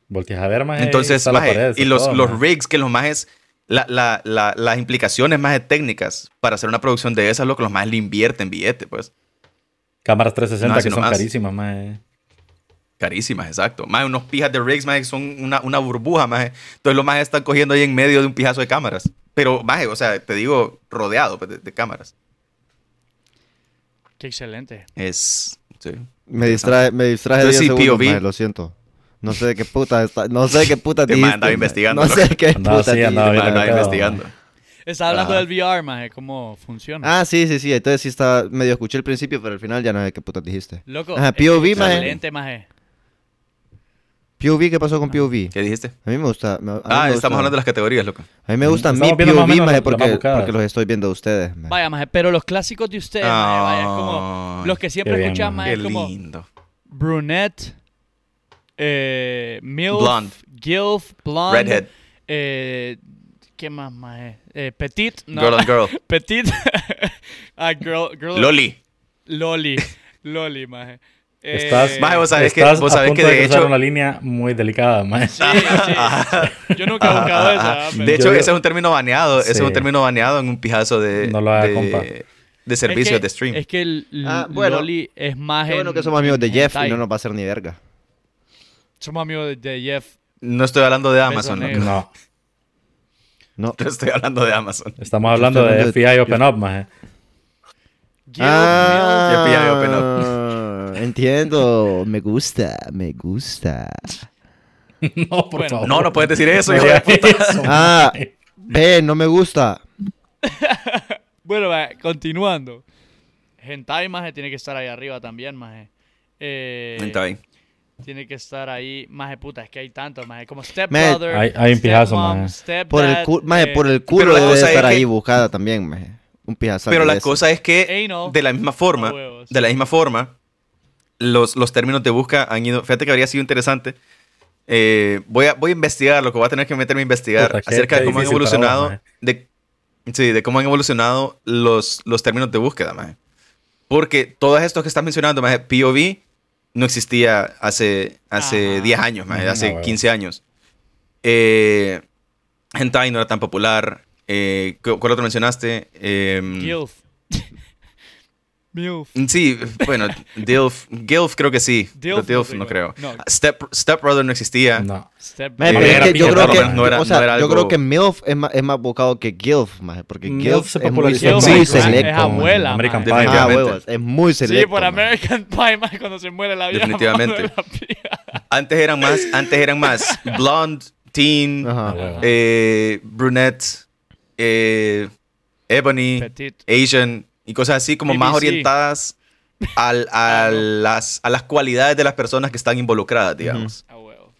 Speaker 2: Volteas a ver, mae.
Speaker 3: Entonces,
Speaker 2: está la
Speaker 3: maje,
Speaker 2: pared,
Speaker 3: y
Speaker 2: está
Speaker 3: los,
Speaker 2: todo,
Speaker 3: los
Speaker 2: mae.
Speaker 3: rigs que los majes, la- la- la- las implicaciones más de técnicas para hacer una producción de esas, lo que los majes le invierten billete, pues.
Speaker 2: Cámaras 360
Speaker 3: No, así
Speaker 2: que son
Speaker 3: nomás.
Speaker 2: carísimas, mae.
Speaker 3: Carísimas, exacto. Más unos pijas de rigs, más son una, una burbuja, más. Entonces los más están cogiendo ahí en medio de un pijazo de cámaras. Pero, maje, o sea, te digo, rodeado pues, de, de cámaras.
Speaker 4: Qué excelente.
Speaker 3: Es. Sí.
Speaker 1: Me distrae, me distrae
Speaker 3: Yo
Speaker 1: 10
Speaker 3: sí,
Speaker 1: segundos,
Speaker 3: POV.
Speaker 1: mae, lo siento. No sé de qué puta está, no sé de qué puta
Speaker 3: Este man
Speaker 1: dijiste,
Speaker 3: andaba
Speaker 1: mae.
Speaker 3: investigando,
Speaker 1: No sé
Speaker 3: loco.
Speaker 1: de qué
Speaker 2: Andaba
Speaker 1: puta
Speaker 2: así,
Speaker 1: dijiste,
Speaker 2: andaba
Speaker 1: mae.
Speaker 2: viendo.
Speaker 3: Andaba
Speaker 2: acá,
Speaker 3: investigando.
Speaker 4: Estaba hablando
Speaker 3: Ajá.
Speaker 4: del VR, maje, cómo funciona.
Speaker 1: Ah, sí, sí, sí. Entonces sí estaba medio escuché el principio, pero al final ya no sé de qué puta dijiste.
Speaker 4: Loco. eh,
Speaker 1: Ajá, POV, maje.
Speaker 4: Excelente, maje.
Speaker 1: POV, ¿qué pasó con POV?
Speaker 3: ¿Qué dijiste?
Speaker 1: A mí me gusta. me- a mí
Speaker 3: Ah,
Speaker 1: me gusta-
Speaker 3: estamos hablando de las categorías, loco.
Speaker 1: A mí me gusta mi
Speaker 2: Estamos viendo más o
Speaker 1: POV,
Speaker 2: menos
Speaker 1: maje,
Speaker 2: las más
Speaker 1: porque,
Speaker 2: buscadas.
Speaker 1: porque los estoy viendo a ustedes. maje.
Speaker 4: Vaya, maje, pero los clásicos de ustedes, maje, vaya, es como
Speaker 1: Ah.
Speaker 3: Ay,
Speaker 4: los que siempre
Speaker 2: qué bien,
Speaker 4: escuchan,
Speaker 2: maje.
Speaker 4: maje,
Speaker 3: Qué
Speaker 4: Ah, es como
Speaker 3: lindo.
Speaker 4: brunette, eh, milf,
Speaker 3: Blonde.
Speaker 4: gilf, blonde,
Speaker 3: Redhead.
Speaker 4: eh, ¿qué más, maje? Eh, petit, no,
Speaker 3: Girl on girl.
Speaker 4: petit, ah, girl, girl,
Speaker 3: Loli.
Speaker 4: loli, loli, maje. Eh,
Speaker 2: Estás,
Speaker 3: Maje, vos sabés que-
Speaker 2: estás
Speaker 3: vos
Speaker 2: a
Speaker 3: sabés
Speaker 2: punto
Speaker 3: que de
Speaker 2: cruzar
Speaker 3: hecho-
Speaker 2: una línea muy delicada, mae.
Speaker 4: Sí, sí. Yo nunca he buscado esa.
Speaker 3: Ah,
Speaker 4: pero-
Speaker 3: de hecho,
Speaker 2: Yo-
Speaker 3: ese es un término baneado. Ese es un
Speaker 2: Sí.
Speaker 3: término baneado en un pijazo de,
Speaker 2: No lo haga,
Speaker 3: de-
Speaker 2: compa.
Speaker 3: de servicios
Speaker 4: es que,
Speaker 3: de stream.
Speaker 4: Es que el l-
Speaker 1: Ah, bueno.
Speaker 4: Loli es más.
Speaker 1: Qué bueno
Speaker 4: en-
Speaker 1: que somos amigos de
Speaker 4: en
Speaker 1: Jeff y
Speaker 4: hentai.
Speaker 1: no nos va a hacer ni verga.
Speaker 4: Somos amigos de, de Jeff.
Speaker 3: No estoy hablando de Amazon,
Speaker 4: Beso
Speaker 3: loco.
Speaker 4: negro.
Speaker 2: No,
Speaker 1: No.
Speaker 3: No estoy hablando de Amazon.
Speaker 2: estamos hablando
Speaker 1: Yo estoy
Speaker 2: de
Speaker 1: hablando
Speaker 2: FBI Open Up, mae.
Speaker 4: Gil,
Speaker 1: Ah,
Speaker 3: Jeff y Abby
Speaker 1: Entiendo, me gusta, me gusta.
Speaker 2: No, por
Speaker 4: Bueno.
Speaker 2: favor.
Speaker 3: No, no puedes decir eso, hijo de
Speaker 2: digas
Speaker 3: puta.
Speaker 2: eso.
Speaker 1: Ah, ve, no me gusta.
Speaker 4: Mil. Bueno, va, continuando. Hentai Maje tiene que estar ahí arriba también, Maje. Eh,
Speaker 3: Está bien.
Speaker 4: Tiene que estar ahí, Maje puta, es que hay tantos, Maje. Como Step
Speaker 1: Me-
Speaker 4: Brother.
Speaker 2: Hay- hay un pijazo,
Speaker 4: Stepmom,
Speaker 2: maje.
Speaker 4: Stepdad,
Speaker 1: Por el, cu- maje,
Speaker 4: eh,
Speaker 1: por el culo
Speaker 3: pero la
Speaker 1: debe
Speaker 3: cosa
Speaker 1: estar
Speaker 3: es que-
Speaker 1: ahí buscada también, maje. Un pijazo.
Speaker 3: Pero
Speaker 1: de
Speaker 3: la
Speaker 1: esos.
Speaker 3: cosa es que,
Speaker 4: Anal.
Speaker 3: de la misma forma,
Speaker 4: A huevos.
Speaker 3: de la misma forma, los, los términos de busca han ido. Fíjate que habría sido interesante. Eh, voy, a, voy a investigar, lo que voy a tener que meterme a investigar
Speaker 2: Puta, qué-
Speaker 3: acerca
Speaker 2: qué
Speaker 3: de cómo han
Speaker 2: difícil trabajo,
Speaker 3: evolucionado.
Speaker 2: maje.
Speaker 3: de, sí, de cómo han evolucionado los, los términos de búsqueda, maje. Porque todos estos que estás mencionando, maje, POV no existía hace, hace
Speaker 4: Ajá.
Speaker 3: 10 años, maje,
Speaker 2: Ujú, a
Speaker 3: hace
Speaker 2: huevo.
Speaker 3: 15 años. Eh, hentai no era tan popular. Eh, ¿cu- ¿Cuál otro mencionaste? Em,
Speaker 4: Gilf. Milf.
Speaker 3: Mm, Sí, bueno, DILF, Gilf creo que sí, pero
Speaker 4: Dilf no
Speaker 3: DILF
Speaker 4: creo.
Speaker 3: no creo.
Speaker 4: No.
Speaker 3: Step, Step Brother no existía.
Speaker 2: No.
Speaker 4: Step
Speaker 1: Maje,
Speaker 3: Eh,
Speaker 1: pero es
Speaker 2: era
Speaker 1: que yo
Speaker 2: pijazo,
Speaker 1: creo que,
Speaker 2: maje.
Speaker 3: No era-
Speaker 1: o sea,
Speaker 3: no era
Speaker 1: yo
Speaker 3: algo-
Speaker 1: creo que MILF es más, es más buscado que GILF, maje, porque
Speaker 2: MILF
Speaker 1: GILF
Speaker 2: se
Speaker 1: es muy,
Speaker 2: popularizó
Speaker 1: es
Speaker 4: más.
Speaker 1: muy
Speaker 4: Gilf es-
Speaker 1: selecto.
Speaker 4: es
Speaker 1: maje.
Speaker 4: abuela,
Speaker 2: American
Speaker 4: maje.
Speaker 2: Pie.
Speaker 1: Ah,
Speaker 3: Definitivamente.
Speaker 1: huevos, es muy selecto.
Speaker 4: Sí, por
Speaker 1: maje.
Speaker 4: American Pie, Maje, cuando se muere la vida.
Speaker 3: Definitivamente.
Speaker 4: mano, la pija.
Speaker 3: Antes eran más, antes eran más blonde, teen,
Speaker 1: Ajá.
Speaker 2: Ah, huevo.
Speaker 3: eh, brunette, eh, ebony,
Speaker 4: Petit.
Speaker 3: Asian y cosas así como más
Speaker 4: BBC.
Speaker 3: orientadas al-
Speaker 4: Ah,
Speaker 3: a, las, a las cualidades de las personas que están involucradas, digamos.
Speaker 4: A Ah, huevo.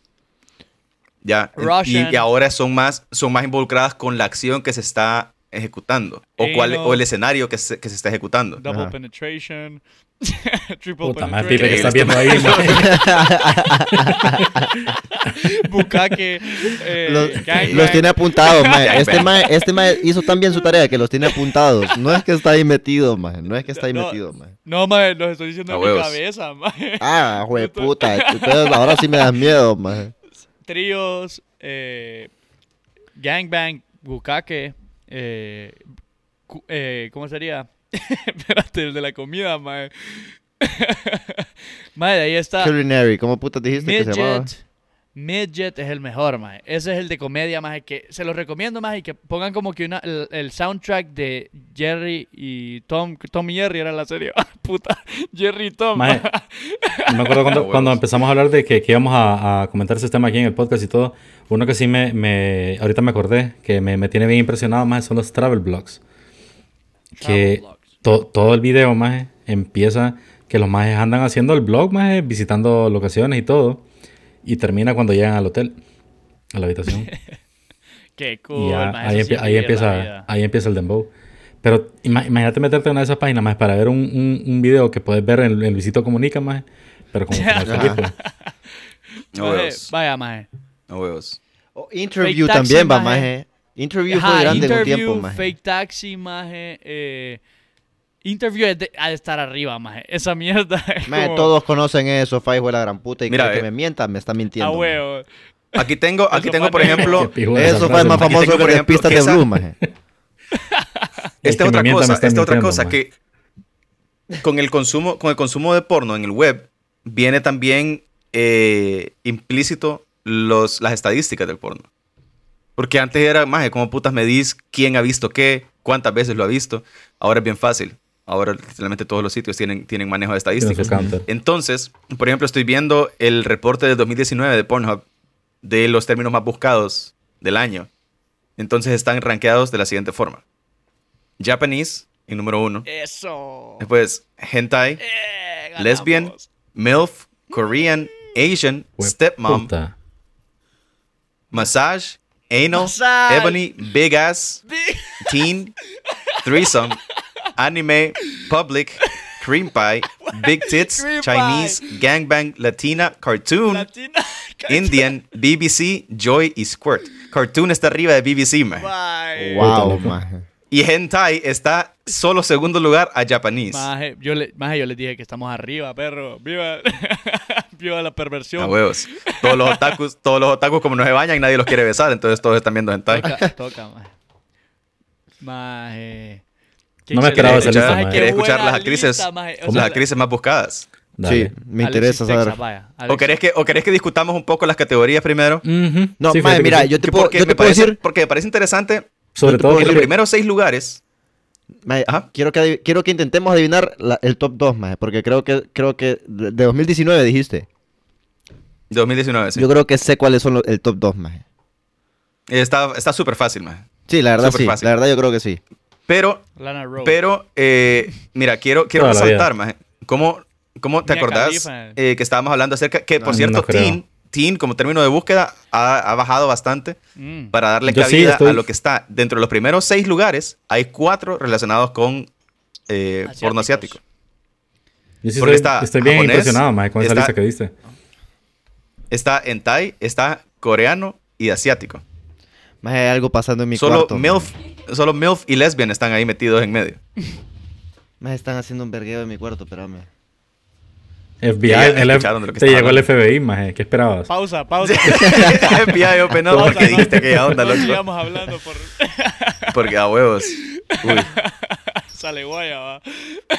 Speaker 3: Ya. Y,
Speaker 4: Russian.
Speaker 3: y ahora son más, son más involucradas con la acción que se está ejecutando. O, cuál,
Speaker 4: Anal.
Speaker 3: o el escenario que se, que se está ejecutando.
Speaker 4: Double
Speaker 1: Ajá.
Speaker 4: penetration. Triple
Speaker 2: Puta madre, Pipe, que
Speaker 4: penetration.
Speaker 2: estás viendo ahí, mae.
Speaker 4: Bukake. eh,
Speaker 1: Los,
Speaker 4: gangbang.
Speaker 1: los tiene apuntados, maje. Este
Speaker 3: Gangbang.
Speaker 1: mae este mae hizo tan bien su tarea que los tiene apuntados. No es que está ahí metido, maje. No es que está ahí
Speaker 4: No.
Speaker 1: metido, maje.
Speaker 4: No, maje, los estoy diciendo
Speaker 3: A
Speaker 4: en mi
Speaker 3: huevos.
Speaker 4: cabeza, maje.
Speaker 1: Ah, jueputa. Ustedes ahora sí me dan miedo, maje.
Speaker 4: Tríos. Eh, gangbang. Bukake. Eh, cu- eh, ¿Cómo sería? Espérate, el de la comida, maje. maje, de ahí está.
Speaker 1: Culinary, ¿cómo puta dijiste que se llamaba?
Speaker 4: Ah. Midget. Midget es el mejor, maje. Ese es el de comedia, maje, que se los recomiendo, maje, que pongan como que una, el, el soundtrack de Jerry y Tom, Tom y Jerry era la serie. Ah, Puta, Jerry y Tom.
Speaker 2: Maje, me acuerdo
Speaker 3: Ah,
Speaker 2: cuando,
Speaker 3: huevos.
Speaker 2: cuando empezamos a hablar de que, que íbamos a, a comentar ese tema aquí en el podcast y todo. Uno que sí me, me- ahorita me acordé, que me, me tiene bien impresionado, más son los travel blogs.
Speaker 4: Travel
Speaker 2: Que
Speaker 4: vlogs.
Speaker 2: to- todo el video, más empieza que los majes andan haciendo el blog, más visitando locaciones y todo. Y termina cuando llegan al hotel, a la habitación.
Speaker 4: Qué cool,
Speaker 2: Y ya,
Speaker 4: maje,
Speaker 2: ahí,
Speaker 4: eso sí
Speaker 2: empie-
Speaker 4: es
Speaker 2: ahí
Speaker 4: vivir la
Speaker 2: empieza,
Speaker 4: vida.
Speaker 1: Ah.
Speaker 2: ahí empieza el dembow. Pero ima- imagínate meterte en una de esas páginas más para ver un, un- un video que puedes ver en, en Luisito Comunica más, pero como final
Speaker 1: Ajá.
Speaker 2: feliz, pues.
Speaker 3: No
Speaker 4: Maje,
Speaker 3: huevos.
Speaker 4: Vaya, maje.
Speaker 3: No huevos.
Speaker 1: O Oh, interview
Speaker 4: Fake taxi,
Speaker 1: también va,
Speaker 4: maje.
Speaker 1: maje. Interview
Speaker 4: Ajá,
Speaker 1: fue grande en un
Speaker 4: interview,
Speaker 1: tiempo, maje.
Speaker 4: Fake taxi, maje. eh, interview es de- ha de estar arriba, maje. Esa mierda. es
Speaker 1: Maje,
Speaker 4: como
Speaker 1: todos conocen eso, Fai fue la gran puta y
Speaker 3: Mira,
Speaker 1: cree que me
Speaker 3: eh.
Speaker 1: mienta, me está
Speaker 4: A
Speaker 1: mintiendo. maje.
Speaker 4: huevo.
Speaker 3: Aquí tengo, aquí
Speaker 4: Eso
Speaker 3: tengo
Speaker 4: fue
Speaker 3: por
Speaker 4: de-
Speaker 3: ejemplo,
Speaker 2: Qué pijuda esa
Speaker 1: Eso fue
Speaker 2: frase,
Speaker 1: más
Speaker 2: maje.
Speaker 3: Aquí
Speaker 1: famoso
Speaker 3: tengo,
Speaker 1: que
Speaker 3: por
Speaker 1: las
Speaker 3: ejemplo,
Speaker 1: pistas
Speaker 3: que
Speaker 1: de
Speaker 3: esa-
Speaker 1: Blue, maje.
Speaker 2: Es que
Speaker 3: esta
Speaker 2: me
Speaker 3: otra
Speaker 2: mientan, me
Speaker 3: cosa,
Speaker 2: están
Speaker 3: esta otra
Speaker 2: mintiendo,
Speaker 3: cosa
Speaker 2: ma.
Speaker 3: que con el consumo, con el consumo de porno en el web viene también eh, implícito los, las estadísticas del porno. Porque antes era, más como putas me dis quién ha visto qué, cuántas veces lo ha visto. Ahora es bien fácil. Ahora literalmente todos los sitios tienen, tienen manejo de
Speaker 2: Tiene su
Speaker 3: estadísticas.
Speaker 2: counter.
Speaker 3: Entonces, por ejemplo, estoy viendo el reporte del 2019 de Pornhub de los términos más buscados del año. Entonces están rankeados de la siguiente forma. Japanese, en número uno.
Speaker 4: Eso.
Speaker 3: Después, hentai,
Speaker 4: Eh, ganamos.
Speaker 3: lesbian, milf, Korean, Asian,
Speaker 2: Hue-
Speaker 3: stepmom,
Speaker 2: puta.
Speaker 3: massage, anal,
Speaker 4: Massage.
Speaker 3: ebony, big ass, teen, threesome, anime, public, cream pie, big tits,
Speaker 4: Cream pie.
Speaker 3: Chinese, gangbang, Latina, cartoon,
Speaker 4: Latina.
Speaker 3: Indian, BBC, Joy y Squirt. Cartoon está arriba de BBC, man.
Speaker 4: Bye.
Speaker 1: Wow,
Speaker 2: loco.
Speaker 1: maje.
Speaker 3: Y Hentai está solo segundo lugar a Japanese.
Speaker 4: Maje, yo le, maje, yo les dije que estamos arriba, perro. Viva, viva la perversión.
Speaker 3: A huevos. Todos los otakus, todos los otakus como no se bañan, nadie los quiere besar, entonces todos están viendo hentai.
Speaker 4: Toca, toca, maje. Maje. Qué
Speaker 2: No me esperaba
Speaker 4: excelente.
Speaker 2: esa lista,
Speaker 4: Maje,
Speaker 2: maje.
Speaker 4: qué
Speaker 3: ¿Querés escuchar
Speaker 4: buena
Speaker 3: las actrices,
Speaker 4: lista, maje. O sea,
Speaker 3: las
Speaker 4: la-
Speaker 3: actrices más buscadas?
Speaker 2: Dale.
Speaker 1: Sí, me
Speaker 4: Alexis
Speaker 1: interesa
Speaker 4: Texas,
Speaker 1: saber.
Speaker 4: vaya,
Speaker 3: ¿O
Speaker 4: Alexis.
Speaker 3: querés, que, ¿O querés que discutamos un poco las categorías primero?
Speaker 2: Ujú.
Speaker 1: No, maje,
Speaker 2: Sí, fíjate que
Speaker 1: mira,
Speaker 2: sí.
Speaker 1: yo te
Speaker 3: Que
Speaker 1: puedo,
Speaker 3: porque
Speaker 1: yo
Speaker 3: me
Speaker 1: te puedo
Speaker 3: parece-
Speaker 1: decir,
Speaker 3: Porque me parece interesante
Speaker 2: Sobre
Speaker 1: yo te
Speaker 2: todo
Speaker 1: puedo
Speaker 3: que
Speaker 1: decir-
Speaker 3: los
Speaker 2: porque-
Speaker 3: primeros seis lugares
Speaker 1: maje,
Speaker 3: Ajá.
Speaker 1: quiero, que, adiv- quiero que intentemos adivinar la- el top 2, maje, porque creo que, creo que de de 2019 dijiste.
Speaker 3: de 2019, sí.
Speaker 1: Yo creo que sé cuáles son los- el top 2, maje.
Speaker 3: Está está súper fácil, man.
Speaker 1: Sí, la verdad
Speaker 3: Súper
Speaker 1: sí,
Speaker 3: fácil.
Speaker 1: la verdad yo creo que sí.
Speaker 3: Pero
Speaker 4: Lana Rhodes.
Speaker 3: Pero, eh, mira, quiero, quiero
Speaker 2: Toda la
Speaker 3: resaltar, maje, ¿cómo, cómo te
Speaker 4: Mira,
Speaker 3: acordás
Speaker 4: Khalifa.
Speaker 3: eh, que estábamos hablando acerca, que por
Speaker 2: Ah,
Speaker 3: cierto,
Speaker 2: no creo.
Speaker 3: teen, teen, como término de búsqueda, ha, ha bajado bastante
Speaker 4: Mm.
Speaker 3: para darle
Speaker 2: Yo sí
Speaker 3: cabida
Speaker 2: estoy-
Speaker 3: a lo que está. Dentro de los primeros seis lugares, hay cuatro relacionados con eh,
Speaker 4: Asiáticos.
Speaker 3: porno asiático.
Speaker 2: Yo sí estoy,
Speaker 3: porque está
Speaker 2: estoy bien
Speaker 3: japonés,
Speaker 2: impresionado, mae, con esa
Speaker 3: está-
Speaker 2: lista que diste.
Speaker 3: Está en Thai, está coreano y asiático.
Speaker 1: Maje, hay algo pasando en mi
Speaker 3: Solo
Speaker 1: cuarto.
Speaker 3: MILF, solo MILF y lesbian están ahí metidos en medio.
Speaker 1: Maje, están haciendo un vergueo en mi cuarto, espérame.
Speaker 2: FBI,
Speaker 3: Ya
Speaker 2: el F-
Speaker 3: escucharon de lo que
Speaker 2: te
Speaker 3: estaba
Speaker 2: llegó el
Speaker 3: hablando.
Speaker 2: FBI, maje. ¿Qué esperabas?
Speaker 4: Pausa, pausa.
Speaker 3: FBI open up, porque dijiste que ya onda,
Speaker 4: no
Speaker 3: loco.
Speaker 4: sigamos hablando por
Speaker 3: Porque a huevos. Uy.
Speaker 4: sale guaya, va.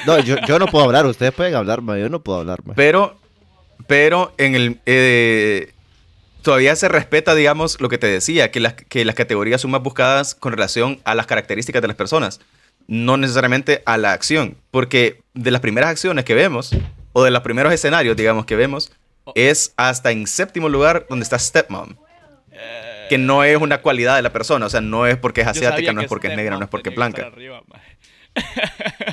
Speaker 1: No, yo, yo no puedo hablar, ustedes pueden hablar, maje, yo no puedo hablar,
Speaker 4: pues.
Speaker 1: maje.
Speaker 3: Pero, pero en el eh, todavía se respeta, digamos, lo que te decía, que las, que las categorías son más buscadas con relación a las características de las personas, no necesariamente a la acción, porque de las primeras acciones que vemos o de los primeros escenarios, digamos, que vemos
Speaker 4: Oh.
Speaker 3: es hasta en séptimo lugar donde está stepmom. Que no es una cualidad de la persona, o sea, no es porque es
Speaker 4: Yo sabía
Speaker 3: asiática, no
Speaker 4: que
Speaker 3: es porque es
Speaker 4: Step
Speaker 3: negra,
Speaker 4: Mom
Speaker 3: no es porque es
Speaker 4: tenía que
Speaker 3: blanca.
Speaker 4: estar arriba, maje.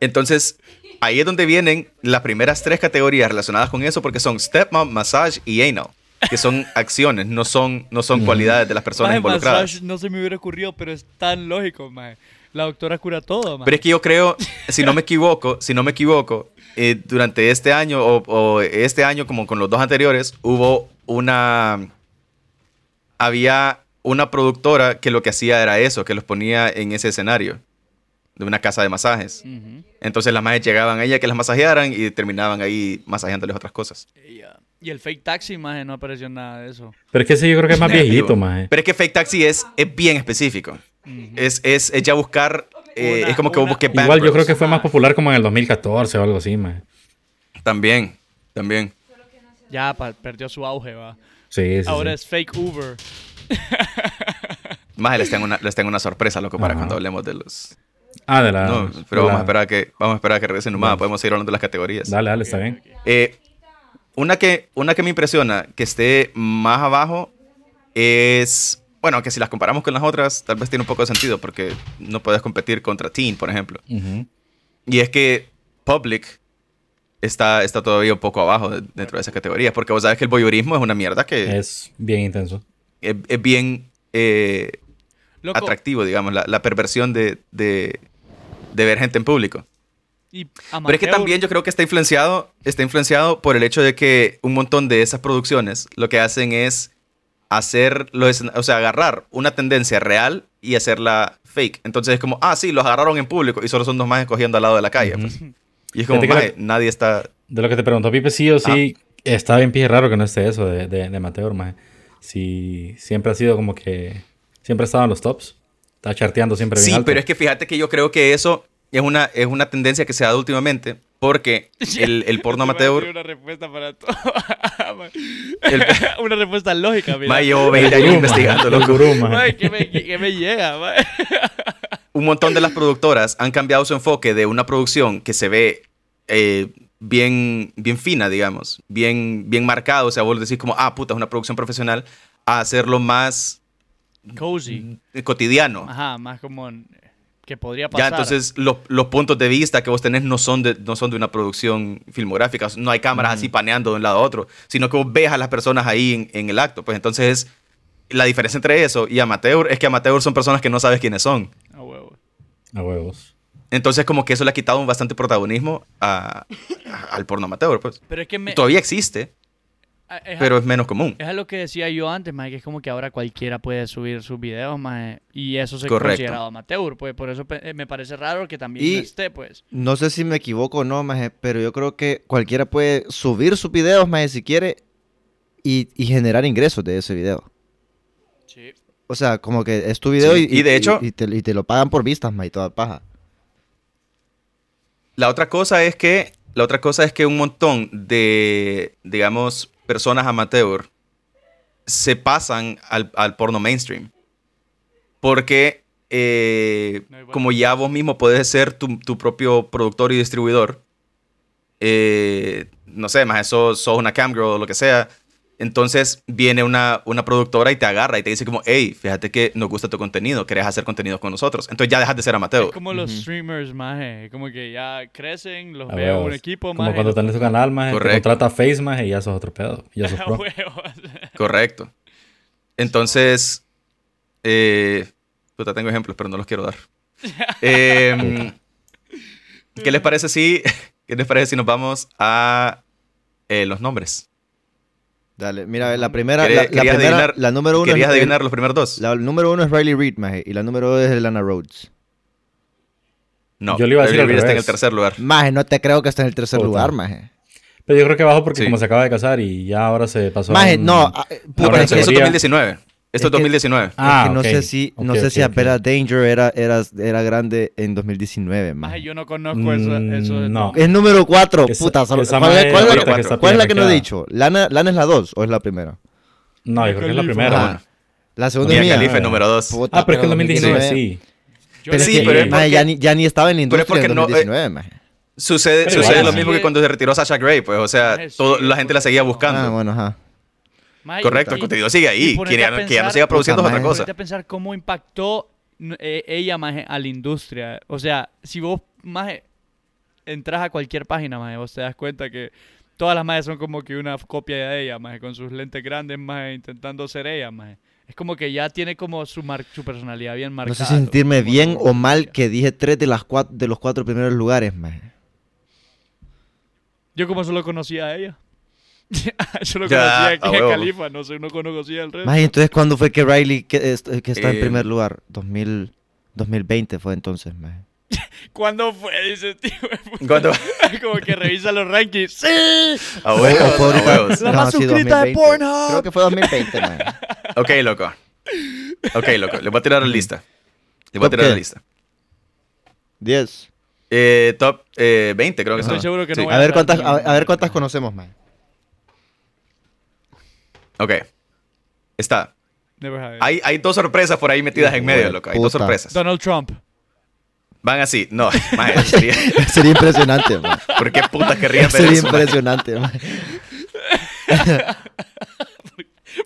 Speaker 3: Entonces, ahí es donde vienen las primeras tres categorías relacionadas con eso, porque son stepmom, massage y anal, que son acciones, no son, no son cualidades de las personas
Speaker 4: Maje,
Speaker 3: involucradas.
Speaker 4: massage no se me hubiera ocurrido, pero es tan lógico, maje. La doctora cura todo, maje.
Speaker 3: Pero es que yo creo, si no me equivoco, si no me equivoco, eh, durante este año o, o este año como con los dos anteriores, hubo una, había una productora que lo que hacía era eso, que los ponía en ese escenario de una casa de masajes.
Speaker 4: Ujú.
Speaker 3: Entonces las madres llegaban a ella que las masajearan y terminaban ahí masajeándoles otras cosas.
Speaker 4: Ella- Y el fake taxi, maje, no apareció nada de eso.
Speaker 2: Pero es que ese yo creo que es más viejito,
Speaker 3: Digo,
Speaker 2: maje.
Speaker 3: Pero es que Fake Taxi es, es bien específico. es, es, es ya buscar. eh,
Speaker 4: Una-
Speaker 3: es como que vos
Speaker 4: una-
Speaker 3: busques
Speaker 2: Igual yo creo que fue más
Speaker 4: Ah.
Speaker 2: popular como en el 2014 o algo así, maje.
Speaker 3: También, también.
Speaker 4: Ya pa- perdió su auge, va.
Speaker 2: Sí, sí,
Speaker 4: Ahora
Speaker 2: sí.
Speaker 4: es fake Uber.
Speaker 3: Más les tengo una, les tengo una sorpresa, loco, para
Speaker 2: Ajá.
Speaker 3: cuando hablemos de los.
Speaker 2: Ah, de la...
Speaker 3: No,
Speaker 2: de
Speaker 3: pero vamos
Speaker 2: la-
Speaker 3: a esperar a que, vamos a esperar a que regresen nomás. Podemos seguir hablando de las categorías.
Speaker 2: Dale, dale, está bien.
Speaker 3: Eh, una, que, una que me impresiona que esté más abajo es. Bueno, que si las comparamos con las otras, tal vez tiene un poco de sentido, porque no puedes competir contra Teen, por ejemplo.
Speaker 2: Ujú.
Speaker 3: Y es que Public está, está todavía un poco abajo de- dentro de esas categorías, porque vos sabes que el voyeurismo es una mierda que es,
Speaker 2: Es bien intenso.
Speaker 3: es bien eh,
Speaker 4: Loco,
Speaker 3: atractivo, digamos, la, la perversión de, de- de ver gente en público.
Speaker 4: y
Speaker 3: Pero es que
Speaker 4: amateur.
Speaker 3: también yo creo que está influenciado, está influenciado por el hecho de que un montón de esas producciones lo que hacen es hacer, los, escena- o sea, agarrar una tendencia real y hacerla fake. Entonces es como, ah, sí, los agarraron en público y solo son dos más cogiendo al lado de la calle. pues. Y es como,
Speaker 2: Fíjate que
Speaker 3: "Mae, nadie está...
Speaker 2: De lo que te preguntó Pipe, sí o sí,
Speaker 1: Ah.
Speaker 2: está bien pije raro que no esté eso de, de, de Mateo, maje. Sí, siempre ha sido como que... Siempre ha estado en los tops. Está charteando siempre bien
Speaker 3: Sí,
Speaker 2: alto.
Speaker 3: pero es que fíjate que yo creo que eso es una, es una tendencia que se ha dado últimamente Porque el, el porno amateur.
Speaker 4: Una respuesta para todo.
Speaker 3: El,
Speaker 4: Una respuesta lógica, mira.
Speaker 3: ma, llevo 20 años pues. investigando,
Speaker 2: El
Speaker 3: loco.
Speaker 2: gurú, ma.
Speaker 4: Mae, ¿qué me, qué me llega, mae?
Speaker 3: Un montón de las productoras han cambiado su enfoque de una producción que se ve eh, bien, bien fina, digamos, bien, bien marcado. O sea, vos decís como, ah, puta, es una producción profesional, a hacerlo más
Speaker 4: Cozy.
Speaker 3: eh, cotidiano.
Speaker 4: Ajá, más como en- que podría
Speaker 3: Ya,
Speaker 4: pasar.
Speaker 3: entonces los, los puntos de vista que vos tenés no son de, no son de una producción filmográfica, no hay cámaras así paneando de un lado a otro, sino que vos ves a las personas ahí en, en el acto. Pues entonces la diferencia entre eso y amateur es que amateur son personas que no sabes quiénes son.
Speaker 4: A huevo.
Speaker 2: A huevos.
Speaker 3: Entonces como que eso le ha quitado un bastante protagonismo a- a- al porno amateur. Pues.
Speaker 4: Pero es que me.
Speaker 3: Todavía existe,
Speaker 4: a- es a-
Speaker 3: pero es menos común.
Speaker 4: Es a lo que decía yo antes, mae, que es como que ahora cualquiera puede subir sus videos, mae, y eso se
Speaker 3: Correcto.
Speaker 4: considerado amateur, pues por eso pe- eh, me parece raro que también
Speaker 1: Y-
Speaker 4: no esté, pues.
Speaker 1: No sé si me equivoco o no, maje, pero yo creo que cualquiera puede subir sus videos, maje, si quiere, y, y generar ingresos de ese video.
Speaker 4: Sí.
Speaker 1: O sea, como que es tu video
Speaker 3: Sí,
Speaker 1: y,
Speaker 3: y de hecho-
Speaker 1: y, te, y te lo pagan por vistas, maje, y toda paja.
Speaker 3: La otra cosa es que la otra cosa es que un montón de digamos personas amateur se pasan al, al porno mainstream porque eh,
Speaker 4: No, igual.
Speaker 3: como ya vos mismo podés ser tu, tu propio productor y distribuidor eh, no sé más eso sos una camgirl o lo que sea entonces viene una, una productora y te agarra y te dice como hey fíjate que nos gusta tu contenido querés hacer contenido con nosotros entonces ya dejas de ser amateur
Speaker 4: Es como los
Speaker 1: Ujú.
Speaker 4: streamers, maje, como que ya crecen, los
Speaker 2: A
Speaker 4: veo en un
Speaker 2: huevos.
Speaker 4: equipo,
Speaker 2: Como
Speaker 4: maje,
Speaker 2: cuando
Speaker 4: los-
Speaker 2: tenés tu canal, más te
Speaker 3: Correcto.
Speaker 2: contrata Face, más y ya sos otro pedo. Ya sos
Speaker 4: a
Speaker 2: pro.
Speaker 4: huevos.
Speaker 3: Correcto. Entonces, eh, puta, tengo ejemplos, pero no los quiero dar. Eh, ¿Qué les parece si, qué les parece si nos vamos a eh, los nombres?
Speaker 1: Dale, mira, la primera,
Speaker 3: Quería-
Speaker 1: la, la
Speaker 3: quería
Speaker 1: primera-
Speaker 3: adivinar-
Speaker 1: la número uno
Speaker 3: ¿Querías
Speaker 1: es,
Speaker 3: adivinar los primeros dos?
Speaker 1: La número uno es Riley Reid, maje, y la número dos es Lana Rhodes.
Speaker 3: no,
Speaker 2: Yo le iba a decir al
Speaker 3: Gabriel está en el
Speaker 2: revés.
Speaker 3: tercer lugar.
Speaker 1: Maje, no te creo que está en el tercer
Speaker 2: Puta.
Speaker 1: lugar, maje.
Speaker 2: Pero yo creo que bajó porque
Speaker 3: Sí.
Speaker 2: como se acaba de casar y ya ahora se pasó. a
Speaker 1: Maje,
Speaker 2: un-
Speaker 1: no, ah, eh,
Speaker 3: No,
Speaker 1: puta,
Speaker 3: pero
Speaker 1: es
Speaker 3: eso
Speaker 1: que-
Speaker 3: es
Speaker 2: sería-
Speaker 3: 2019. Esto
Speaker 1: es que-
Speaker 3: es 2019.
Speaker 1: es que no
Speaker 2: Ah, ok.
Speaker 1: sé si, no
Speaker 2: Ok,
Speaker 1: sé
Speaker 2: ok,
Speaker 1: si
Speaker 2: ok.
Speaker 1: apenas Danger era, era, era grande en 2019, maje.
Speaker 4: Maje, yo no conozco eso,
Speaker 2: Mm,
Speaker 4: eso de-
Speaker 2: no.
Speaker 1: Es número 4,
Speaker 2: Esa-
Speaker 1: puta. solo-
Speaker 2: esa
Speaker 1: ¿Cuál, es-
Speaker 2: madre
Speaker 1: cuál es,
Speaker 3: ahorita
Speaker 1: la,
Speaker 3: que está
Speaker 1: cuál es la que no he
Speaker 2: pirateada.
Speaker 1: dicho? ¿Lana, ¿Lana es la 2 o es la primera?
Speaker 2: No, yo creo que es la primera.
Speaker 1: Ajá. La segunda
Speaker 2: Mía
Speaker 1: es
Speaker 3: Mia
Speaker 1: mía.
Speaker 3: Khalifa es número dos.
Speaker 1: Puta,
Speaker 2: Ah, pero es que el 2019 sí.
Speaker 4: Yo
Speaker 1: Pero
Speaker 4: le
Speaker 1: es
Speaker 3: Sí,
Speaker 1: que,
Speaker 4: dije-
Speaker 3: pero es
Speaker 1: maje, ya,
Speaker 3: porque-
Speaker 1: ni, ya ni estaba en la industria
Speaker 3: pero es
Speaker 1: en
Speaker 3: porque no, eh,
Speaker 1: 2019, maje.
Speaker 3: Sucede,
Speaker 2: Pero
Speaker 3: sucede
Speaker 2: igual,
Speaker 3: lo
Speaker 2: sí.
Speaker 3: mismo que cuando se retiró Sasha Gray, pues, o sea,
Speaker 4: Maje, sí,
Speaker 3: todo- la gente la seguía
Speaker 4: puta,
Speaker 1: Ah,
Speaker 3: buscando.
Speaker 1: bueno, ajá.
Speaker 4: maje,
Speaker 3: Correcto,
Speaker 4: y-
Speaker 3: el contenido sigue
Speaker 4: y
Speaker 3: ahí.
Speaker 4: ponerte
Speaker 3: Que
Speaker 4: a
Speaker 3: ya, que ya no
Speaker 4: pensar-
Speaker 3: siga produciendo es
Speaker 1: Puta
Speaker 3: otra
Speaker 1: madre.
Speaker 3: cosa.
Speaker 4: Ponete a pensar cómo impactó eh, ella más a la industria. O sea, si vos más entras a cualquier página, más vos te das cuenta que todas las madres son como que una copia de ella, más con sus lentes grandes, más intentando ser ella, más. Es como que ya tiene como su mar- su personalidad bien
Speaker 1: No
Speaker 4: marcada.
Speaker 1: sé si sentirme
Speaker 4: como
Speaker 1: bien
Speaker 4: su
Speaker 1: o mal
Speaker 4: esencia.
Speaker 1: que dije 3 de, las cuatro- de los 4 primeros lugares, maje.
Speaker 4: Yo como solo conocía a ella. Yo lo
Speaker 3: Ya,
Speaker 4: conocía
Speaker 3: a
Speaker 4: aquí en
Speaker 3: huevo.
Speaker 4: Califa, no sé, no conocía al resto.
Speaker 1: Maje, entonces, ¿cuándo fue que Riley que, est- que está en
Speaker 3: Eh,
Speaker 1: primer lugar? 2000, 2020 fue entonces, maje.
Speaker 4: ¿Cuándo fue? Dice tío.
Speaker 3: ¿Cuándo?
Speaker 4: como que revisa los rankings. ¡Sí!
Speaker 3: A
Speaker 1: O- o
Speaker 3: huevos,
Speaker 1: fue
Speaker 3: a
Speaker 1: ahorita-
Speaker 3: huevos.
Speaker 4: La más suscrita de Pornhub.
Speaker 1: Creo que fue 2020, maje.
Speaker 3: Ok, loco. Ok, loco. Le voy a tirar la lista. Le voy a
Speaker 1: ¿Top
Speaker 3: tirar la
Speaker 1: qué?
Speaker 3: lista.
Speaker 1: 10.
Speaker 3: Eh, top eh, 20, creo que
Speaker 4: Estoy
Speaker 3: son.
Speaker 4: seguro que no
Speaker 3: Sí.
Speaker 4: voy
Speaker 1: A ver cuántas,
Speaker 4: entrar
Speaker 1: a,
Speaker 4: ni en
Speaker 1: a ver
Speaker 4: una.
Speaker 1: cuántas conocemos, maje.
Speaker 3: Ok. Está.
Speaker 4: Never have it.
Speaker 3: Hay, hay dos sorpresas por ahí metidas en medio,
Speaker 1: Hijo de
Speaker 3: loco. Hay dos
Speaker 1: puta.
Speaker 3: sorpresas.
Speaker 4: Donald Trump.
Speaker 3: Van así. No, maje, eso sería.
Speaker 1: Sería impresionante, maje.
Speaker 3: ¿Por qué putas querrían ver
Speaker 1: Sería
Speaker 3: eso? maje?
Speaker 1: impresionante. man.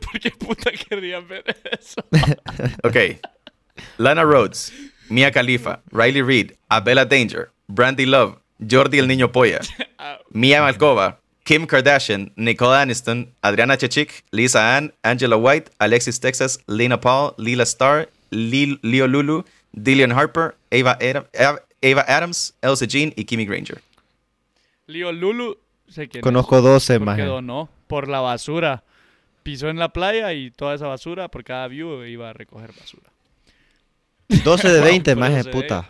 Speaker 4: ¿Por qué puta querrían ver eso?
Speaker 3: Ok. Lana Rhodes, Mia Khalifa, Riley Reid, Abella Danger, Brandy Love, Jordi el Niño Polla, Mia Malkova, Kim Kardashian, Nicole Aniston, Adriana Chechik, Lisa Ann, Angela White, Alexis Texas, Lena Paul, Lila Starr, Lil- Leo Lulu, Dillian Harper, Ava, Adam- Av- Ava Adams, Elsa Jean y Kimmy Granger.
Speaker 4: Leo Lulu, sé que
Speaker 1: Conozco 12,
Speaker 4: porque
Speaker 1: maje.
Speaker 4: donó por la basura. Pisó en la playa y toda esa basura, por cada view iba a recoger basura.
Speaker 1: 12 de 20,
Speaker 4: Por eso
Speaker 1: maje,
Speaker 4: se ve.
Speaker 1: puta.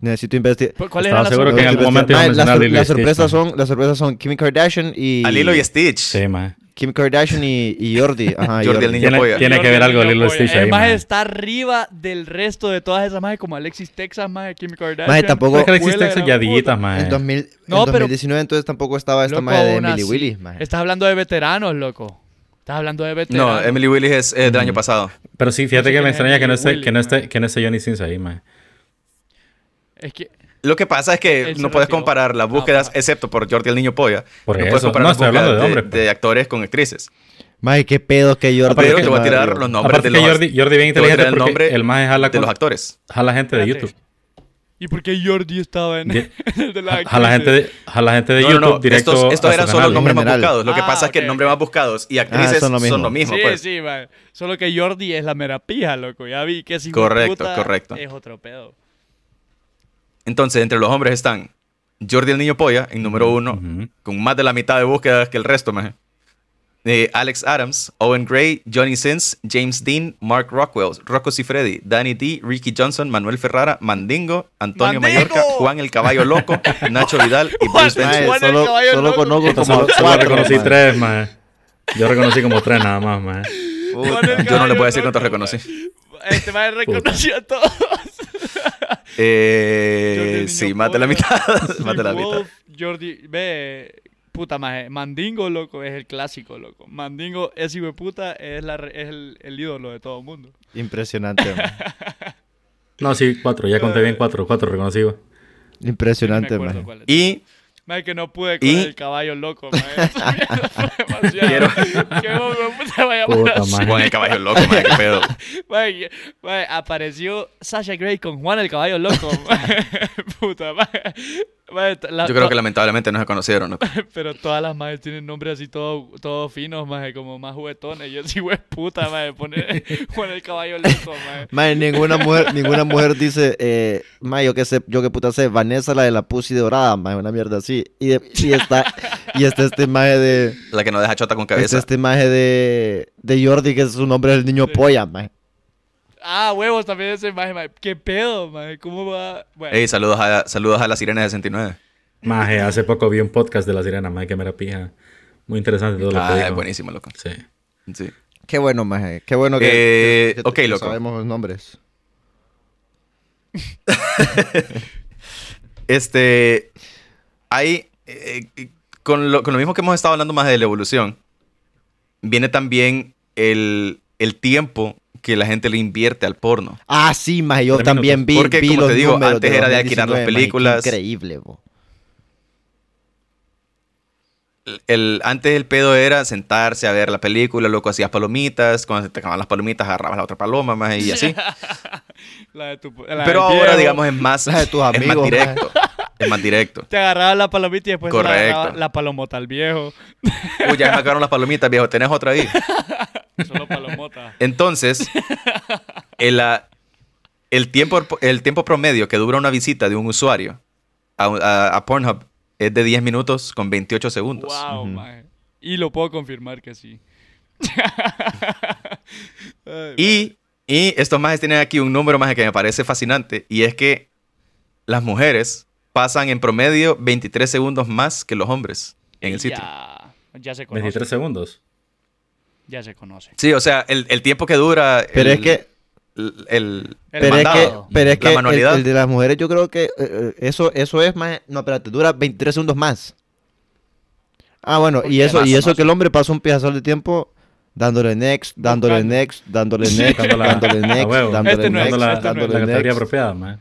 Speaker 1: Necesito investigar.
Speaker 4: ¿Cu- ¿Cuál
Speaker 2: Estaba
Speaker 4: era la
Speaker 2: seguro que en
Speaker 4: sorpresa?
Speaker 2: algún momento iba a
Speaker 1: Maje, las,
Speaker 2: mencionar a Lilo y
Speaker 1: las
Speaker 2: Stitch,
Speaker 1: sorpresas
Speaker 2: maje.
Speaker 1: son, las sorpresas son Kim Kardashian y...
Speaker 3: A Lilo y Stitch.
Speaker 2: Sí, maje.
Speaker 1: Kim Kardashian y, y Jordi. Ajá,
Speaker 3: Jordi el niño.
Speaker 2: Tiene,
Speaker 3: polla.
Speaker 2: tiene que ver algo de Lilo y Stitch ahí,
Speaker 4: Además
Speaker 2: maje.
Speaker 4: está arriba del resto de todas esas majes, como Alexis Texas, más Kim Kardashian.
Speaker 1: Maje, tampoco-
Speaker 4: Escuela
Speaker 2: Creo que
Speaker 4: de
Speaker 2: existe
Speaker 4: la
Speaker 2: esas
Speaker 4: puta.
Speaker 2: yaditas,
Speaker 1: En,
Speaker 2: maje.
Speaker 1: 2000, en
Speaker 4: No, pero-
Speaker 1: 2019 entonces tampoco estaba esta
Speaker 4: Loco,
Speaker 1: madre de
Speaker 4: aún
Speaker 1: Emily
Speaker 4: así.
Speaker 1: Willis, maje.
Speaker 4: Estás hablando de veteranos, loco. Estás hablando de veteranos.
Speaker 3: No,
Speaker 2: em-
Speaker 3: Emily Willis es, es del año pasado.
Speaker 2: Pero sí, fíjate
Speaker 4: Ese
Speaker 2: que
Speaker 4: que
Speaker 2: me
Speaker 4: es
Speaker 2: extraña que no esté,
Speaker 4: Willy,
Speaker 2: que no esté,
Speaker 4: maje.
Speaker 2: que no esté Johnny Sins ahí, maje.
Speaker 4: Es que
Speaker 3: Lo que pasa es que
Speaker 4: Él se
Speaker 3: no puedes
Speaker 4: retiró.
Speaker 3: comparar las
Speaker 4: Ah,
Speaker 3: búsquedas,
Speaker 4: va.
Speaker 3: excepto por Jordi el Niño Polla.
Speaker 2: Por
Speaker 3: no
Speaker 2: eso.
Speaker 3: puedes comparar
Speaker 2: No,
Speaker 3: las
Speaker 2: estoy hablando de
Speaker 3: búsquedas
Speaker 2: hombres, pues.
Speaker 3: de actores con actrices.
Speaker 1: Maje, qué pedo que Jordi.
Speaker 3: Pero
Speaker 2: que
Speaker 3: te voy a
Speaker 1: madre,
Speaker 3: tirar
Speaker 1: güey.
Speaker 3: los nombres
Speaker 2: Aparte
Speaker 3: de
Speaker 2: que
Speaker 3: los,
Speaker 2: Jordi, Jordi bien
Speaker 3: te voy a
Speaker 2: inteligente
Speaker 3: tirar el
Speaker 2: porque
Speaker 3: nombre
Speaker 2: el maje jala,
Speaker 3: de
Speaker 2: con-
Speaker 3: los actores.
Speaker 2: jala gente de
Speaker 4: Espérate.
Speaker 2: YouTube.
Speaker 4: ¿Y por qué Jordi estaba en
Speaker 2: Di-
Speaker 4: el de la
Speaker 2: Jala gente de, jala gente de
Speaker 3: No, no,
Speaker 2: YouTube
Speaker 3: no,
Speaker 2: directo
Speaker 3: Estos, estos
Speaker 2: a Ah,
Speaker 3: eran
Speaker 2: su
Speaker 3: solo
Speaker 2: canal.
Speaker 3: los nombres más
Speaker 1: General.
Speaker 3: buscados. Lo que
Speaker 4: Ah,
Speaker 3: pasa es que
Speaker 4: ok.
Speaker 3: nombres más buscados y actrices
Speaker 1: son lo mismo.
Speaker 3: son lo mismo.
Speaker 4: Sí,
Speaker 3: pues.
Speaker 4: sí, man. Solo que Jordi es la mera pija, loco. Ya vi que si
Speaker 3: Correcto, correcto.
Speaker 4: es otro pedo.
Speaker 3: Entonces, entre los hombres están Jordi el Niño Polla, en número uno,
Speaker 2: Ujú.
Speaker 3: con más de la mitad de búsquedas que el resto, maje. Eh, Alex Adams, Owen Gray, Johnny Sins, James Dean, Mark Rockwell, Rocco Cifredi, Danny D, Ricky Johnson, Manuel Ferrara, Mandingo, Antonio
Speaker 4: ¡Mandingo!
Speaker 3: Mallorca, Juan el Caballo Loco, Nacho Vidal y
Speaker 4: Juan-
Speaker 3: Bruce Benson.
Speaker 1: Maje,
Speaker 4: Juan el
Speaker 1: solo,
Speaker 4: caballo
Speaker 1: solo
Speaker 4: loco.
Speaker 1: conozco
Speaker 2: Entonces,
Speaker 1: como
Speaker 2: Solo, solo
Speaker 1: cuatro,
Speaker 2: reconocí
Speaker 1: maje.
Speaker 2: tres, maje. Yo reconocí como tres nada más, maje.
Speaker 3: Puta,
Speaker 4: Juan el
Speaker 3: Yo no le
Speaker 4: Caballo
Speaker 3: puedo decir cuántos
Speaker 4: Loco,
Speaker 3: reconocí.
Speaker 4: Este man reconoció a todos. Jordi el
Speaker 3: Eh,
Speaker 4: Niño
Speaker 3: sí, más de la
Speaker 4: Polla,
Speaker 3: mitad. más de la
Speaker 4: Steve
Speaker 3: mitad.
Speaker 4: Wolf, Jordi, ve, puta maje. Mandingo, loco, es el clásico, loco. Mandingo, ese hijo de puta, es, la, re- es el, el ídolo de todo el mundo.
Speaker 1: Impresionante, maje.
Speaker 2: No, sí, cuatro. Ya conté bien cuatro. Cuatro reconocí, güey.
Speaker 4: Me
Speaker 1: Impresionante,
Speaker 4: acuerdo
Speaker 1: maje.
Speaker 4: cuál es.
Speaker 3: Y
Speaker 4: Mae, que no pude con
Speaker 3: Y-
Speaker 4: el caballo loco, mae. Esa mierda fue demasiado. Que vos, me puta, vaya a
Speaker 2: Puta,
Speaker 4: parar así.
Speaker 2: mae.
Speaker 3: Juan el Caballo Loco, maje, qué pedo.
Speaker 4: Mae, mae, apareció Sasha Gray con Juan el caballo loco. mae. Puta, mae. Mae, t- la-
Speaker 3: Yo creo
Speaker 4: to-
Speaker 3: que lamentablemente no se conocieron. ¿no?
Speaker 4: Pero todas las madres tienen nombres así todos todo finos, mae, como más juguetones. Yo sí, güey, puta, mae, poner Juan el caballo loco, mae.
Speaker 1: Maje, ninguna mujer, ninguna mujer dice, eh, maje, yo que sé, yo que puta sé, Vanessa la de la pussy dorada, maje, una mierda así. Y, de- y está, y está este maje de,
Speaker 3: La que no deja chota con
Speaker 1: está
Speaker 3: cabeza.
Speaker 1: este maje de, de Jordi, que su nombre es el niño
Speaker 4: Sí.
Speaker 1: polla, maje.
Speaker 4: Ah, huevos, también ese mae, mae. ¿Qué pedo, mae? ¿Cómo va? Bueno,
Speaker 3: Ey, saludos a, saludos a la sirena de 69.
Speaker 2: Maje, hace poco vi un podcast de La Sirena, maje, que me la pija. Muy interesante todo lo que
Speaker 3: Ah, es
Speaker 2: dijo.
Speaker 3: buenísimo, loco.
Speaker 2: Sí.
Speaker 3: Sí.
Speaker 1: Qué bueno, maje, qué bueno
Speaker 3: Eh,
Speaker 1: que, que- que-
Speaker 3: ok,
Speaker 1: que
Speaker 3: loco.
Speaker 1: sabemos los nombres.
Speaker 3: Este. Hay. eh, eh, con, lo, con lo mismo que hemos estado hablando más de la evolución, viene también el, el tiempo que la gente le invierte al porno.
Speaker 1: Ah, sí, maje, yo
Speaker 2: Tres
Speaker 1: también
Speaker 2: minutos.
Speaker 1: vi,
Speaker 3: Porque,
Speaker 1: vi
Speaker 3: como
Speaker 1: los
Speaker 3: te digo,
Speaker 1: números
Speaker 3: antes era de alquilar las
Speaker 1: 2019, maje, qué
Speaker 3: películas.
Speaker 1: increíble, bo.
Speaker 3: El, el- antes el pedo era sentarse a ver la película, loco, hacías palomitas. Cuando se te acababan las palomitas, agarrabas la otra paloma, más y así.
Speaker 4: la de tu, la del
Speaker 3: Pero ahora,
Speaker 4: viejo.
Speaker 3: digamos, es más,
Speaker 1: La de tus
Speaker 3: es más
Speaker 1: amigos, maje.
Speaker 3: directo. Es más directo.
Speaker 4: Te agarraba la palomita y después se la,
Speaker 3: Correcto.
Speaker 4: agarraba la palomota al viejo.
Speaker 3: Uy, ya me acabaron las palomitas, viejo. Tenés otra ahí.
Speaker 4: Solo palomota.
Speaker 3: Entonces, el, ah, el tiempo, el tiempo promedio que dura una visita de un usuario a, a- a Pornhub es de 10 minutos con 28 segundos.
Speaker 4: wow,
Speaker 1: Ujú.
Speaker 4: mae. Y lo puedo confirmar que sí. Ay,
Speaker 3: Y, y estos majes tienen aquí un número más que me parece fascinante y es que las mujeres pasan en promedio 23 segundos más que los hombres en el sitio.
Speaker 4: Ya, ya se conoce.
Speaker 2: 23 segundos.
Speaker 4: Ya se conoce.
Speaker 3: Sí, o sea, el, el tiempo que dura
Speaker 1: Pero
Speaker 3: el-
Speaker 1: es que
Speaker 3: el, el
Speaker 1: Pero es, que,
Speaker 3: mandado,
Speaker 1: pero es que
Speaker 3: la
Speaker 1: el-
Speaker 3: manualidad.
Speaker 1: el, de las mujeres yo creo que eh, eh, eso, eso es más... No, espérate, dura 23 segundos más. Ah, bueno, y
Speaker 4: Porque
Speaker 1: eso,
Speaker 4: más,
Speaker 1: y eso
Speaker 4: más.
Speaker 1: que el hombre pasa un piezazo de tiempo dándole next, dándole
Speaker 4: Buscando.
Speaker 1: next, dándole next,
Speaker 2: Buscando la-
Speaker 1: dándole
Speaker 2: a
Speaker 1: next,
Speaker 2: huevo.
Speaker 1: dándole
Speaker 4: Este no es,
Speaker 1: next,
Speaker 2: Dando la,
Speaker 4: este no
Speaker 2: la
Speaker 4: es.
Speaker 1: dándole
Speaker 2: categoría
Speaker 1: next.
Speaker 2: apropiada, maje.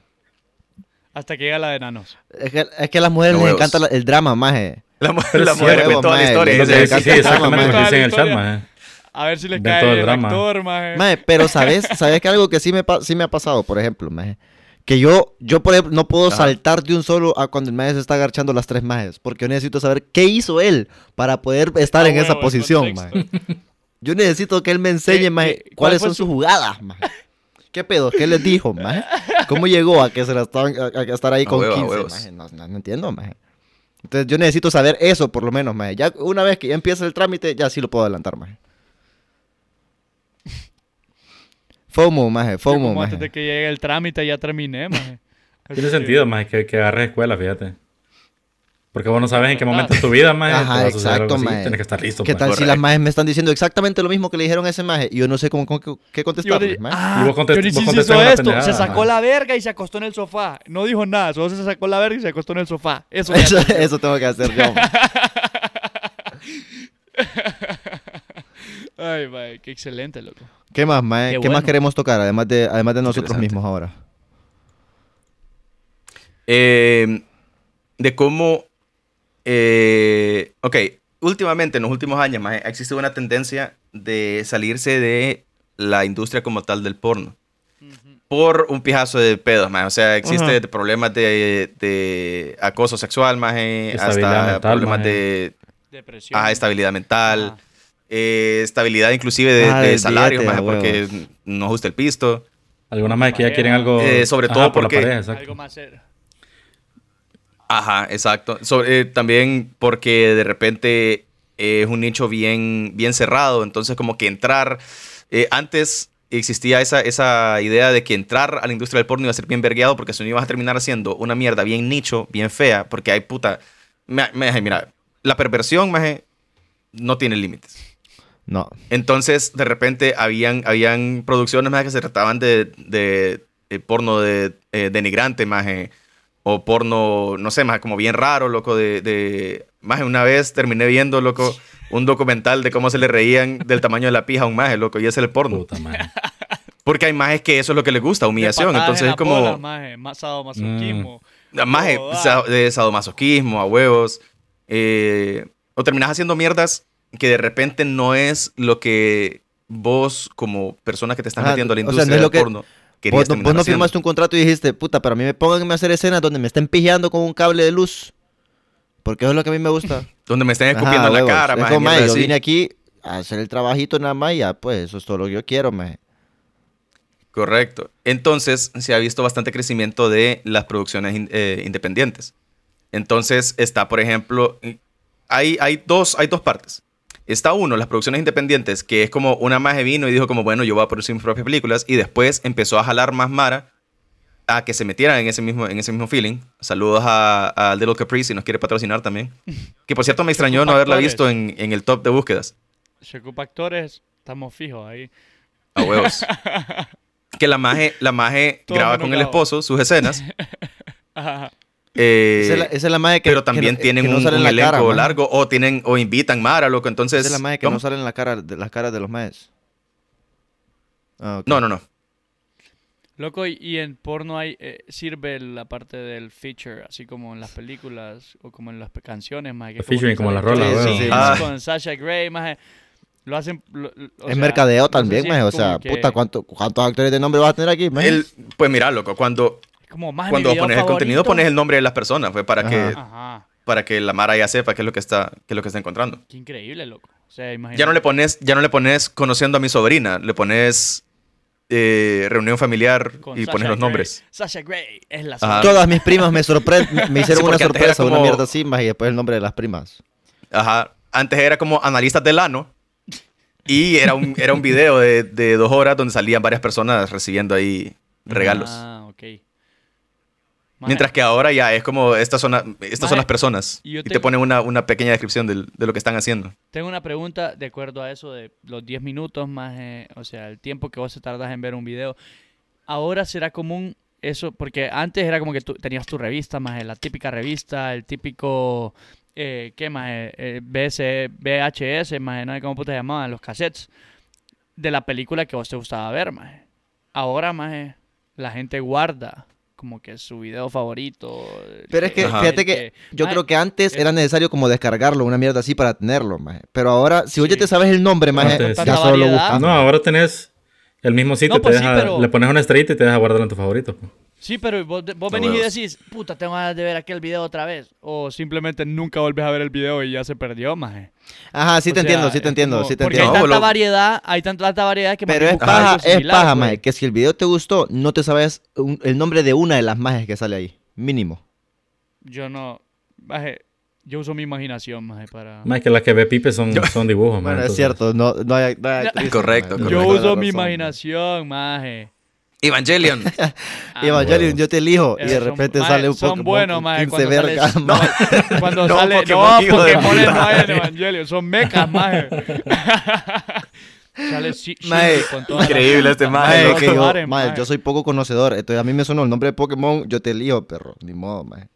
Speaker 4: Hasta que llega la de enanos.
Speaker 1: Es que, es que a las mujeres
Speaker 3: Los
Speaker 1: les
Speaker 3: huevos.
Speaker 1: encanta la- el drama, maje.
Speaker 3: la, mu-
Speaker 2: Pero
Speaker 3: la
Speaker 2: sí,
Speaker 3: mujer
Speaker 1: huevo,
Speaker 3: ve toda la
Speaker 1: mae,
Speaker 3: historia. y
Speaker 1: lo
Speaker 2: Sí,
Speaker 1: que
Speaker 3: dice,
Speaker 1: le
Speaker 2: sí, sí,
Speaker 1: encanta el drama,
Speaker 2: exactamente lo que
Speaker 4: maje.
Speaker 2: dicen en el chat, maje.
Speaker 4: A ver si le
Speaker 2: Ven todo el
Speaker 4: cae el
Speaker 2: drama.
Speaker 4: actor, maje.
Speaker 1: Maje, pero sabes, sabes que algo que sí me, pa- sí me ha pasado, por ejemplo, maje. Que yo, yo por ejemplo, no puedo
Speaker 3: Ajá.
Speaker 1: saltar de un solo a cuando el maje se está agarchando las tres majes. Porque yo necesito saber qué hizo él para poder estar
Speaker 4: Ah,
Speaker 1: en esa
Speaker 4: huevo, el
Speaker 1: posición,
Speaker 4: contexto.
Speaker 1: maje. Yo necesito que él me enseñe,
Speaker 4: ¿Qué-
Speaker 1: maje,
Speaker 4: qué- cuál
Speaker 1: cuáles
Speaker 4: fue
Speaker 1: son sus
Speaker 4: su-
Speaker 1: jugadas, maje. ¿Qué pedo? ¿Qué les dijo, maje? ¿Cómo llegó a que se la estaban, a, a estar ahí
Speaker 3: A
Speaker 1: con
Speaker 3: huevo, a
Speaker 1: 15,
Speaker 3: huevos.
Speaker 1: maje? No, no, no entiendo, maje. Entonces yo necesito saber eso, por lo menos, maje. Ya una vez que ya empieza el trámite, ya sí lo puedo adelantar, maje. FOMO, maje,
Speaker 4: Yo
Speaker 1: FOMO,
Speaker 4: como antes de
Speaker 1: maje.
Speaker 4: que llegue el trámite ya terminé, maje. Así
Speaker 2: Tiene
Speaker 4: que-
Speaker 2: sentido, maje, que, que agarres escuela, fíjate. Porque vos no sabes en qué momento de tu vida, mae, te va a suceder algo así. Tienes que estar listo,
Speaker 1: ¿Qué
Speaker 2: mae.
Speaker 1: tal si
Speaker 3: Correcto.
Speaker 1: las majes me están diciendo exactamente lo mismo que le dijeron a ese maje? Y yo no sé cómo, cómo- qué- qué contestarles, mae.
Speaker 4: ah,
Speaker 2: Y vos contest-
Speaker 4: Johnny
Speaker 2: vos
Speaker 4: Sins
Speaker 2: contestás
Speaker 4: hizo
Speaker 2: una
Speaker 4: esto,
Speaker 2: pendejada,
Speaker 4: se sacó
Speaker 2: ajá.
Speaker 4: la verga y se acostó en el sofá. No dijo nada, solo se sacó la verga y se acostó en el sofá. Eso, ya
Speaker 1: Eso,
Speaker 4: tengo.
Speaker 1: eso tengo que hacer yo. mae.
Speaker 4: Ay, mae, qué excelente, loco.
Speaker 3: Ah,
Speaker 1: ¿Qué más, mae?
Speaker 4: Qué
Speaker 1: ¿Qué, más
Speaker 4: bueno.
Speaker 1: queremos tocar? Además de, además de nosotros
Speaker 3: Interesante.
Speaker 1: mismos ahora.
Speaker 3: Eh, de cómo. eh, ok, últimamente, en los últimos años, maje, ha existido una tendencia de salirse de la industria como tal del porno. Por un pijazo de pedos, maje. O sea, existe
Speaker 2: Ajá.
Speaker 3: de problemas de, de acoso sexual, maje,
Speaker 2: Estabilidad
Speaker 3: hasta
Speaker 2: mental,
Speaker 3: problemas
Speaker 2: maje.
Speaker 3: de
Speaker 4: Depresión.
Speaker 3: ah, estabilidad mental,
Speaker 4: Ajá.
Speaker 3: eh, estabilidad inclusive de,
Speaker 1: Ah,
Speaker 3: de
Speaker 1: del
Speaker 3: salario,
Speaker 1: billete,
Speaker 3: maje,
Speaker 1: a huevo.
Speaker 3: porque no ajusta el pisto.
Speaker 2: Algunas más que ya quieren algo.
Speaker 3: Eh, sobre todo
Speaker 2: por la
Speaker 3: porque-
Speaker 2: pareja, exacto.
Speaker 4: Algo más serio.
Speaker 3: Ajá, exacto. Sobre, eh, también porque de repente eh, es un nicho bien, bien cerrado, entonces como que entrar... eh, antes existía esa, esa idea de que entrar a la industria del porno iba a ser bien vergueado porque si no ibas a terminar haciendo una mierda bien nicho, bien fea, porque hay puta... Ma- maje, mira, la perversión, maje, no tiene límites.
Speaker 1: No.
Speaker 3: Entonces, de repente, habían, habían producciones más que se trataban de, de, eh, porno de, eh, denigrante, más o porno, no sé, más como bien raro, loco, de... de más una vez terminé viendo, loco, un documental de cómo se le reían del tamaño de la pija a un maje, loco, y ese es el porno.
Speaker 2: Puta, mae.
Speaker 3: Porque hay majes que eso es lo que les gusta, humillación.
Speaker 4: De patadas
Speaker 3: Entonces
Speaker 4: en
Speaker 3: es
Speaker 4: la
Speaker 3: como...
Speaker 4: bola, maje, más
Speaker 2: Mm.
Speaker 4: sadomasoquismo.
Speaker 3: Maje,
Speaker 4: Joda.
Speaker 3: sa- de sadomasoquismo, a huevos. eh, o terminas haciendo mierdas que de repente no es lo que vos, como persona que te estás
Speaker 1: Ajá,
Speaker 3: metiendo a la
Speaker 1: o sea,
Speaker 3: industria
Speaker 1: no es lo que-
Speaker 3: del porno, querías
Speaker 1: Vos, no-
Speaker 3: terminar
Speaker 1: vos no
Speaker 3: haciendo.
Speaker 1: firmaste un contrato y dijiste, puta, pero a mí me pongan a hacer escenas donde me estén pijando con un cable de luz. Porque eso es lo que a mí me gusta.
Speaker 3: Donde me estén
Speaker 1: Ajá,
Speaker 3: escupiendo en la
Speaker 1: huevos.
Speaker 3: cara,
Speaker 1: Es
Speaker 3: maje,
Speaker 1: como, mae,
Speaker 3: mierdas
Speaker 1: yo
Speaker 3: así.
Speaker 1: vine aquí a hacer el trabajito nada más y ya, pues eso es todo lo que yo quiero, mae.
Speaker 3: Correcto. Entonces, se ha visto bastante crecimiento de las producciones in- eh, independientes. Entonces, está, por ejemplo, hay, hay, dos, hay dos partes. Está uno, las producciones independientes, que es como una maje vino y dijo como, bueno, yo voy a producir mis propias películas. Y después empezó a jalar más mara a que se metieran en ese mismo, en ese mismo feeling. Saludos a, a Little Capri, si nos quiere patrocinar también. Que, por cierto, me extrañó no haberla visto en, en el top de búsquedas.
Speaker 4: Se ocupa actores, estamos fijos ahí.
Speaker 3: A huevos. que la maje, la maje
Speaker 4: Todo
Speaker 3: graba con el
Speaker 4: monocabo.
Speaker 3: esposo sus escenas.
Speaker 4: Ajá.
Speaker 3: Eh,
Speaker 1: esa, es la, esa es la mae que
Speaker 3: pero
Speaker 1: que
Speaker 3: también
Speaker 1: no-
Speaker 3: tienen
Speaker 1: que no
Speaker 3: un,
Speaker 1: sale en
Speaker 3: un
Speaker 1: la
Speaker 3: elenco
Speaker 1: cara, mae.
Speaker 3: largo pues, o tienen o invitan Mara, loco. Entonces,
Speaker 1: Esa es la mae que
Speaker 3: ¿cómo?
Speaker 1: no sale en la cara, de, las caras de los maes. Ah, ok.
Speaker 3: no, no, no.
Speaker 4: Loco, y- y en porno hay, eh, sirve la parte del feature, así como en las películas o como en las pe- canciones, más que
Speaker 2: El featuring, como las rolas,
Speaker 1: Sí, sí,
Speaker 4: sí,
Speaker 1: sí.
Speaker 3: Ah.
Speaker 4: con Sasha Grey, más eh, lo hacen lo- lo- o
Speaker 1: es
Speaker 4: sea,
Speaker 1: mercadeo
Speaker 4: no sé
Speaker 1: también,
Speaker 4: si
Speaker 1: mae.
Speaker 4: es
Speaker 1: O
Speaker 4: como
Speaker 1: sea,
Speaker 4: que-
Speaker 1: puta, ¿cuánto- ¿cuántos actores de nombre vas a tener aquí, mae?
Speaker 3: El- pues mira, loco, cuando,
Speaker 4: es como más
Speaker 3: cuando pones el contenido, pones el nombre de las personas, fue para
Speaker 1: Ajá.
Speaker 3: que,
Speaker 4: Ajá,
Speaker 3: para que la Mara ya sepa qué es lo que está, qué es lo que está encontrando.
Speaker 4: qué increíble, loco. O sea, imagínate.
Speaker 3: Ya no le pones, ya no le pones conociendo a mi sobrina, le pones eh, reunión familiar
Speaker 4: con
Speaker 3: y
Speaker 4: Sasha
Speaker 3: pones los
Speaker 4: Grey.
Speaker 3: nombres.
Speaker 4: Sasha Grey es la
Speaker 3: Ajá.
Speaker 4: sobrina.
Speaker 1: Todas mis primas me sorpre- me- me hicieron
Speaker 3: Sí,
Speaker 1: una
Speaker 3: porque antes era
Speaker 1: sorpresa, una
Speaker 3: como-
Speaker 1: mierda así, mae, y después el nombre de las primas.
Speaker 3: Ajá. Antes era como analistas del ano. Y era un, era un video de, de dos horas donde salían varias personas recibiendo ahí regalos.
Speaker 4: Ah, ok. Maje,
Speaker 3: Mientras que ahora ya es como, estas son, la- estas
Speaker 4: Maje,
Speaker 3: son las personas.
Speaker 4: y yo
Speaker 3: Y
Speaker 4: tengo-
Speaker 3: te pone una, una pequeña descripción del- de, lo que están haciendo.
Speaker 4: Tengo una pregunta de acuerdo a eso de los 10 minutos más, eh, o sea, el tiempo que vos te tardas en ver un video. Ahora será común eso, porque antes era como que tú tenías tu revista, más eh, la típica revista, el típico, eh, ¿qué más? Eh, eh, BS, VHS, más eh, no sé cómo puta se llamaban, los cassettes de la película que vos te gustaba ver, más. eh. Ahora, más, eh, la gente guarda como que su video favorito. el
Speaker 1: Pero es que,
Speaker 3: Ajá.
Speaker 1: fíjate
Speaker 4: el
Speaker 1: que yo
Speaker 4: maje,
Speaker 1: creo que antes
Speaker 4: eh.
Speaker 1: era necesario como descargarlo, una mierda así para tenerlo, maje. Pero ahora, si oye
Speaker 4: Sí.
Speaker 1: te sabes el nombre, maje,
Speaker 2: Antes-
Speaker 1: ya
Speaker 4: Tanta
Speaker 1: solo lo
Speaker 4: variedad.
Speaker 1: buscas.
Speaker 2: No, ahora tenés el mismo sitio,
Speaker 4: No,
Speaker 2: te
Speaker 4: pues sí,
Speaker 2: deja-
Speaker 4: pero-
Speaker 2: le pones una estrellita y te deja guardarlo en tus favoritos. pues.
Speaker 4: Sí, pero vos, de- vos
Speaker 3: De
Speaker 4: venís y
Speaker 3: huevos.
Speaker 4: decís, puta, tengo ganas de ver aquel video otra vez. O simplemente nunca volvés a ver el video y ya se perdió, maje.
Speaker 1: Ajá, sí
Speaker 4: O
Speaker 1: te
Speaker 4: sea,
Speaker 1: entiendo, sí
Speaker 4: es
Speaker 1: te entiendo,
Speaker 4: como-
Speaker 1: sí te
Speaker 4: Porque
Speaker 1: entiendo.
Speaker 4: hay
Speaker 3: No,
Speaker 4: tanta
Speaker 3: lo-
Speaker 4: variedad, hay tan- tanta variedad que más
Speaker 1: Pero
Speaker 4: bien
Speaker 1: es
Speaker 4: buscas
Speaker 1: paja,
Speaker 4: algo
Speaker 1: es
Speaker 4: similar,
Speaker 1: paja,
Speaker 4: pues.
Speaker 1: maje, que si el video te gustó, no te sabes un- el nombre de una de las majes que sale ahí, mínimo.
Speaker 4: Yo no, maje, yo uso mi imaginación, maje, para...
Speaker 2: Más que las que ve Pipe son, son dibujos. man,
Speaker 1: Bueno, es
Speaker 2: entonces.
Speaker 1: cierto, no, no hay, no hay actrices, maje,
Speaker 3: Correcto, correcto.
Speaker 1: tenés
Speaker 4: Yo
Speaker 1: toda la
Speaker 4: uso mi
Speaker 1: razón,
Speaker 4: imaginación, maje.
Speaker 3: Evangelion.
Speaker 4: Ah,
Speaker 1: Evangelion,
Speaker 2: huevo.
Speaker 1: yo te elijo. Y de
Speaker 4: Son-
Speaker 1: repente
Speaker 4: mae,
Speaker 1: sale un
Speaker 4: son
Speaker 1: Pokémon
Speaker 4: buenos,
Speaker 1: con
Speaker 4: mae,
Speaker 1: 15
Speaker 4: cuando
Speaker 1: vergas,
Speaker 4: sale-
Speaker 1: mae.
Speaker 4: Cuando
Speaker 3: No,
Speaker 4: sale,
Speaker 3: Pokémon,
Speaker 4: no,
Speaker 3: hijo de
Speaker 4: Pokémon
Speaker 3: puta.
Speaker 4: no hay en Evangelion, son mechas, maje. Sale Shi-
Speaker 1: Mae,
Speaker 4: Shinji con todas las
Speaker 3: increíble este
Speaker 4: plantas,
Speaker 1: Mae,
Speaker 3: Mae,
Speaker 4: los
Speaker 1: que yo,
Speaker 4: bares,
Speaker 1: mae,
Speaker 4: maje.
Speaker 1: yo soy poco conocedor, entonces a mí me sonó el nombre de Pokémon, yo te elijo, perro. Ni modo, mae.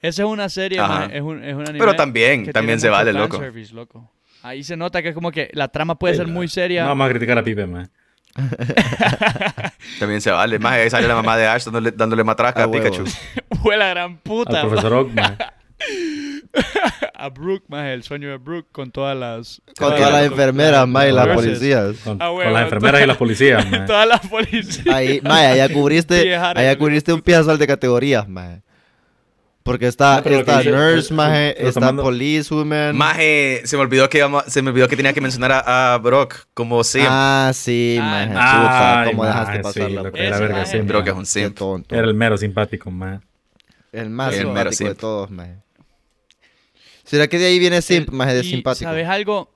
Speaker 4: Esa es una serie,
Speaker 3: Ajá.
Speaker 4: maje, es un, es un anime
Speaker 3: Pero también,
Speaker 4: que
Speaker 3: también
Speaker 4: tiene
Speaker 3: se
Speaker 4: mucho
Speaker 3: vale, loco.
Speaker 4: fanservice, loco. Ahí se nota que es como que la trama puede ser muy seria.
Speaker 2: No vamos a criticar a Pipe, man.
Speaker 3: También se vale. Más ahí sale la mamá de Ash dándole, dándole matraca
Speaker 1: A
Speaker 4: Ah,
Speaker 3: a,
Speaker 1: huevo.
Speaker 3: Pikachu.
Speaker 4: Fue la gran
Speaker 2: Al
Speaker 4: puta. maje.
Speaker 2: profesor Oak, man.
Speaker 4: A Brooke, maje, el sueño de Brooke con todas las...
Speaker 1: Con
Speaker 3: Con
Speaker 1: todas las
Speaker 3: la-
Speaker 1: enfermeras, mae, y las
Speaker 2: Versus.
Speaker 1: policías.
Speaker 2: Con,
Speaker 4: Ah,
Speaker 2: con
Speaker 4: huevo,
Speaker 2: las enfermeras y las policías, man.
Speaker 4: Todas las policías.
Speaker 1: Ahí, mae, allá cubriste,
Speaker 4: Pie Harry,
Speaker 1: allá
Speaker 4: Pie
Speaker 1: cubriste un piezal de categorías, mae. Porque está,
Speaker 2: No, pero lo que
Speaker 1: está
Speaker 2: dice-
Speaker 1: nurse, mae,
Speaker 2: pero
Speaker 1: está
Speaker 2: tomando-
Speaker 1: police woman.
Speaker 3: Maje, se me olvidó que íbamos- se me olvidó que tenía que mencionar a, a Brock como Sim.
Speaker 1: Ah, sí,
Speaker 4: Ah,
Speaker 1: mae.
Speaker 4: no.
Speaker 1: Chuta,
Speaker 2: Ay,
Speaker 1: ¿cómo dejaste
Speaker 2: mae,
Speaker 1: pasar
Speaker 2: sí,
Speaker 1: la
Speaker 2: loco,
Speaker 1: pena?
Speaker 2: era
Speaker 4: Ese
Speaker 2: verga,
Speaker 4: mae.
Speaker 2: sí, man.
Speaker 3: Brock es un
Speaker 1: Qué
Speaker 3: Sim.
Speaker 1: tonto.
Speaker 2: Era el mero simpático, man.
Speaker 1: El más
Speaker 3: El
Speaker 1: simpático
Speaker 3: mero
Speaker 1: de
Speaker 3: simp.
Speaker 1: todos, mae. ¿Será que de ahí viene simp,
Speaker 4: El-
Speaker 1: mae, de
Speaker 4: y,
Speaker 1: simpático?
Speaker 4: ¿Sabes algo?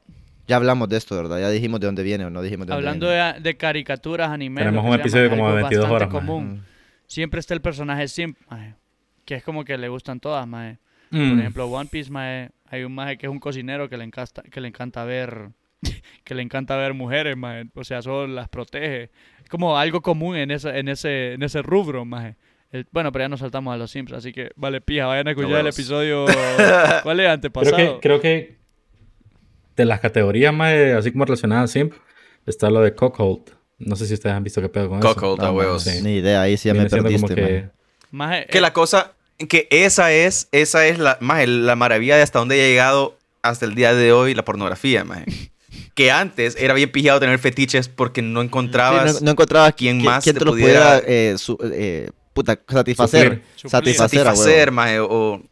Speaker 1: Ya hablamos de esto, ¿verdad? Ya dijimos de dónde viene o no dijimos de dónde
Speaker 4: Hablando
Speaker 1: viene.
Speaker 4: de, de caricaturas, anime.
Speaker 2: Tenemos
Speaker 4: lo que
Speaker 2: un
Speaker 4: sea,
Speaker 2: episodio
Speaker 4: maje,
Speaker 2: como de
Speaker 4: algo
Speaker 2: 22
Speaker 4: bastante
Speaker 2: horas, maje.
Speaker 4: común. Siempre está el personaje simp, maje, que es como que le gustan todas, maje. Por
Speaker 2: Mm.
Speaker 4: ejemplo, One Piece, maje, hay un maje que es un cocinero que le encanta, que le encanta ver que le encanta ver mujeres, maje. O sea, solo las protege. Es como algo común en ese, en ese, en ese rubro, maje. El- bueno, pero ya nos saltamos a los Sims, así que vale pija, vayan a escuchar el
Speaker 3: huevos.
Speaker 4: episodio. ¿Cuál es? Antepasado.
Speaker 2: Creo que, creo que de las categorías más, eh, así como relacionadas a Simp, está lo de Cockhold. No sé si ustedes han visto qué pedo con
Speaker 3: Cockhold,
Speaker 1: No,
Speaker 3: a
Speaker 1: mae,
Speaker 3: huevos.
Speaker 2: sí.
Speaker 1: Ni idea, ahí sí
Speaker 2: eso.
Speaker 1: ya me
Speaker 2: Viene siendo como
Speaker 1: perdiste,
Speaker 2: que-
Speaker 1: mae.
Speaker 4: Maje,
Speaker 3: Que
Speaker 4: eh,
Speaker 3: la cosa, que esa es, esa es la, maje, la maravilla de hasta dónde ha llegado hasta el día de hoy la pornografía, maje. Que antes era bien pillado tener fetiches porque no
Speaker 1: Sí,
Speaker 3: encontrabas.
Speaker 1: no, no encontrabas
Speaker 3: quién
Speaker 1: quién,
Speaker 3: más
Speaker 1: quién
Speaker 3: te
Speaker 1: te lo
Speaker 3: pudiera-
Speaker 1: pudiera eh, su- eh, puta, satisfacer.
Speaker 4: Suplir.
Speaker 1: Satisfacer, a huevo.
Speaker 3: satisfacer, maje, o, o,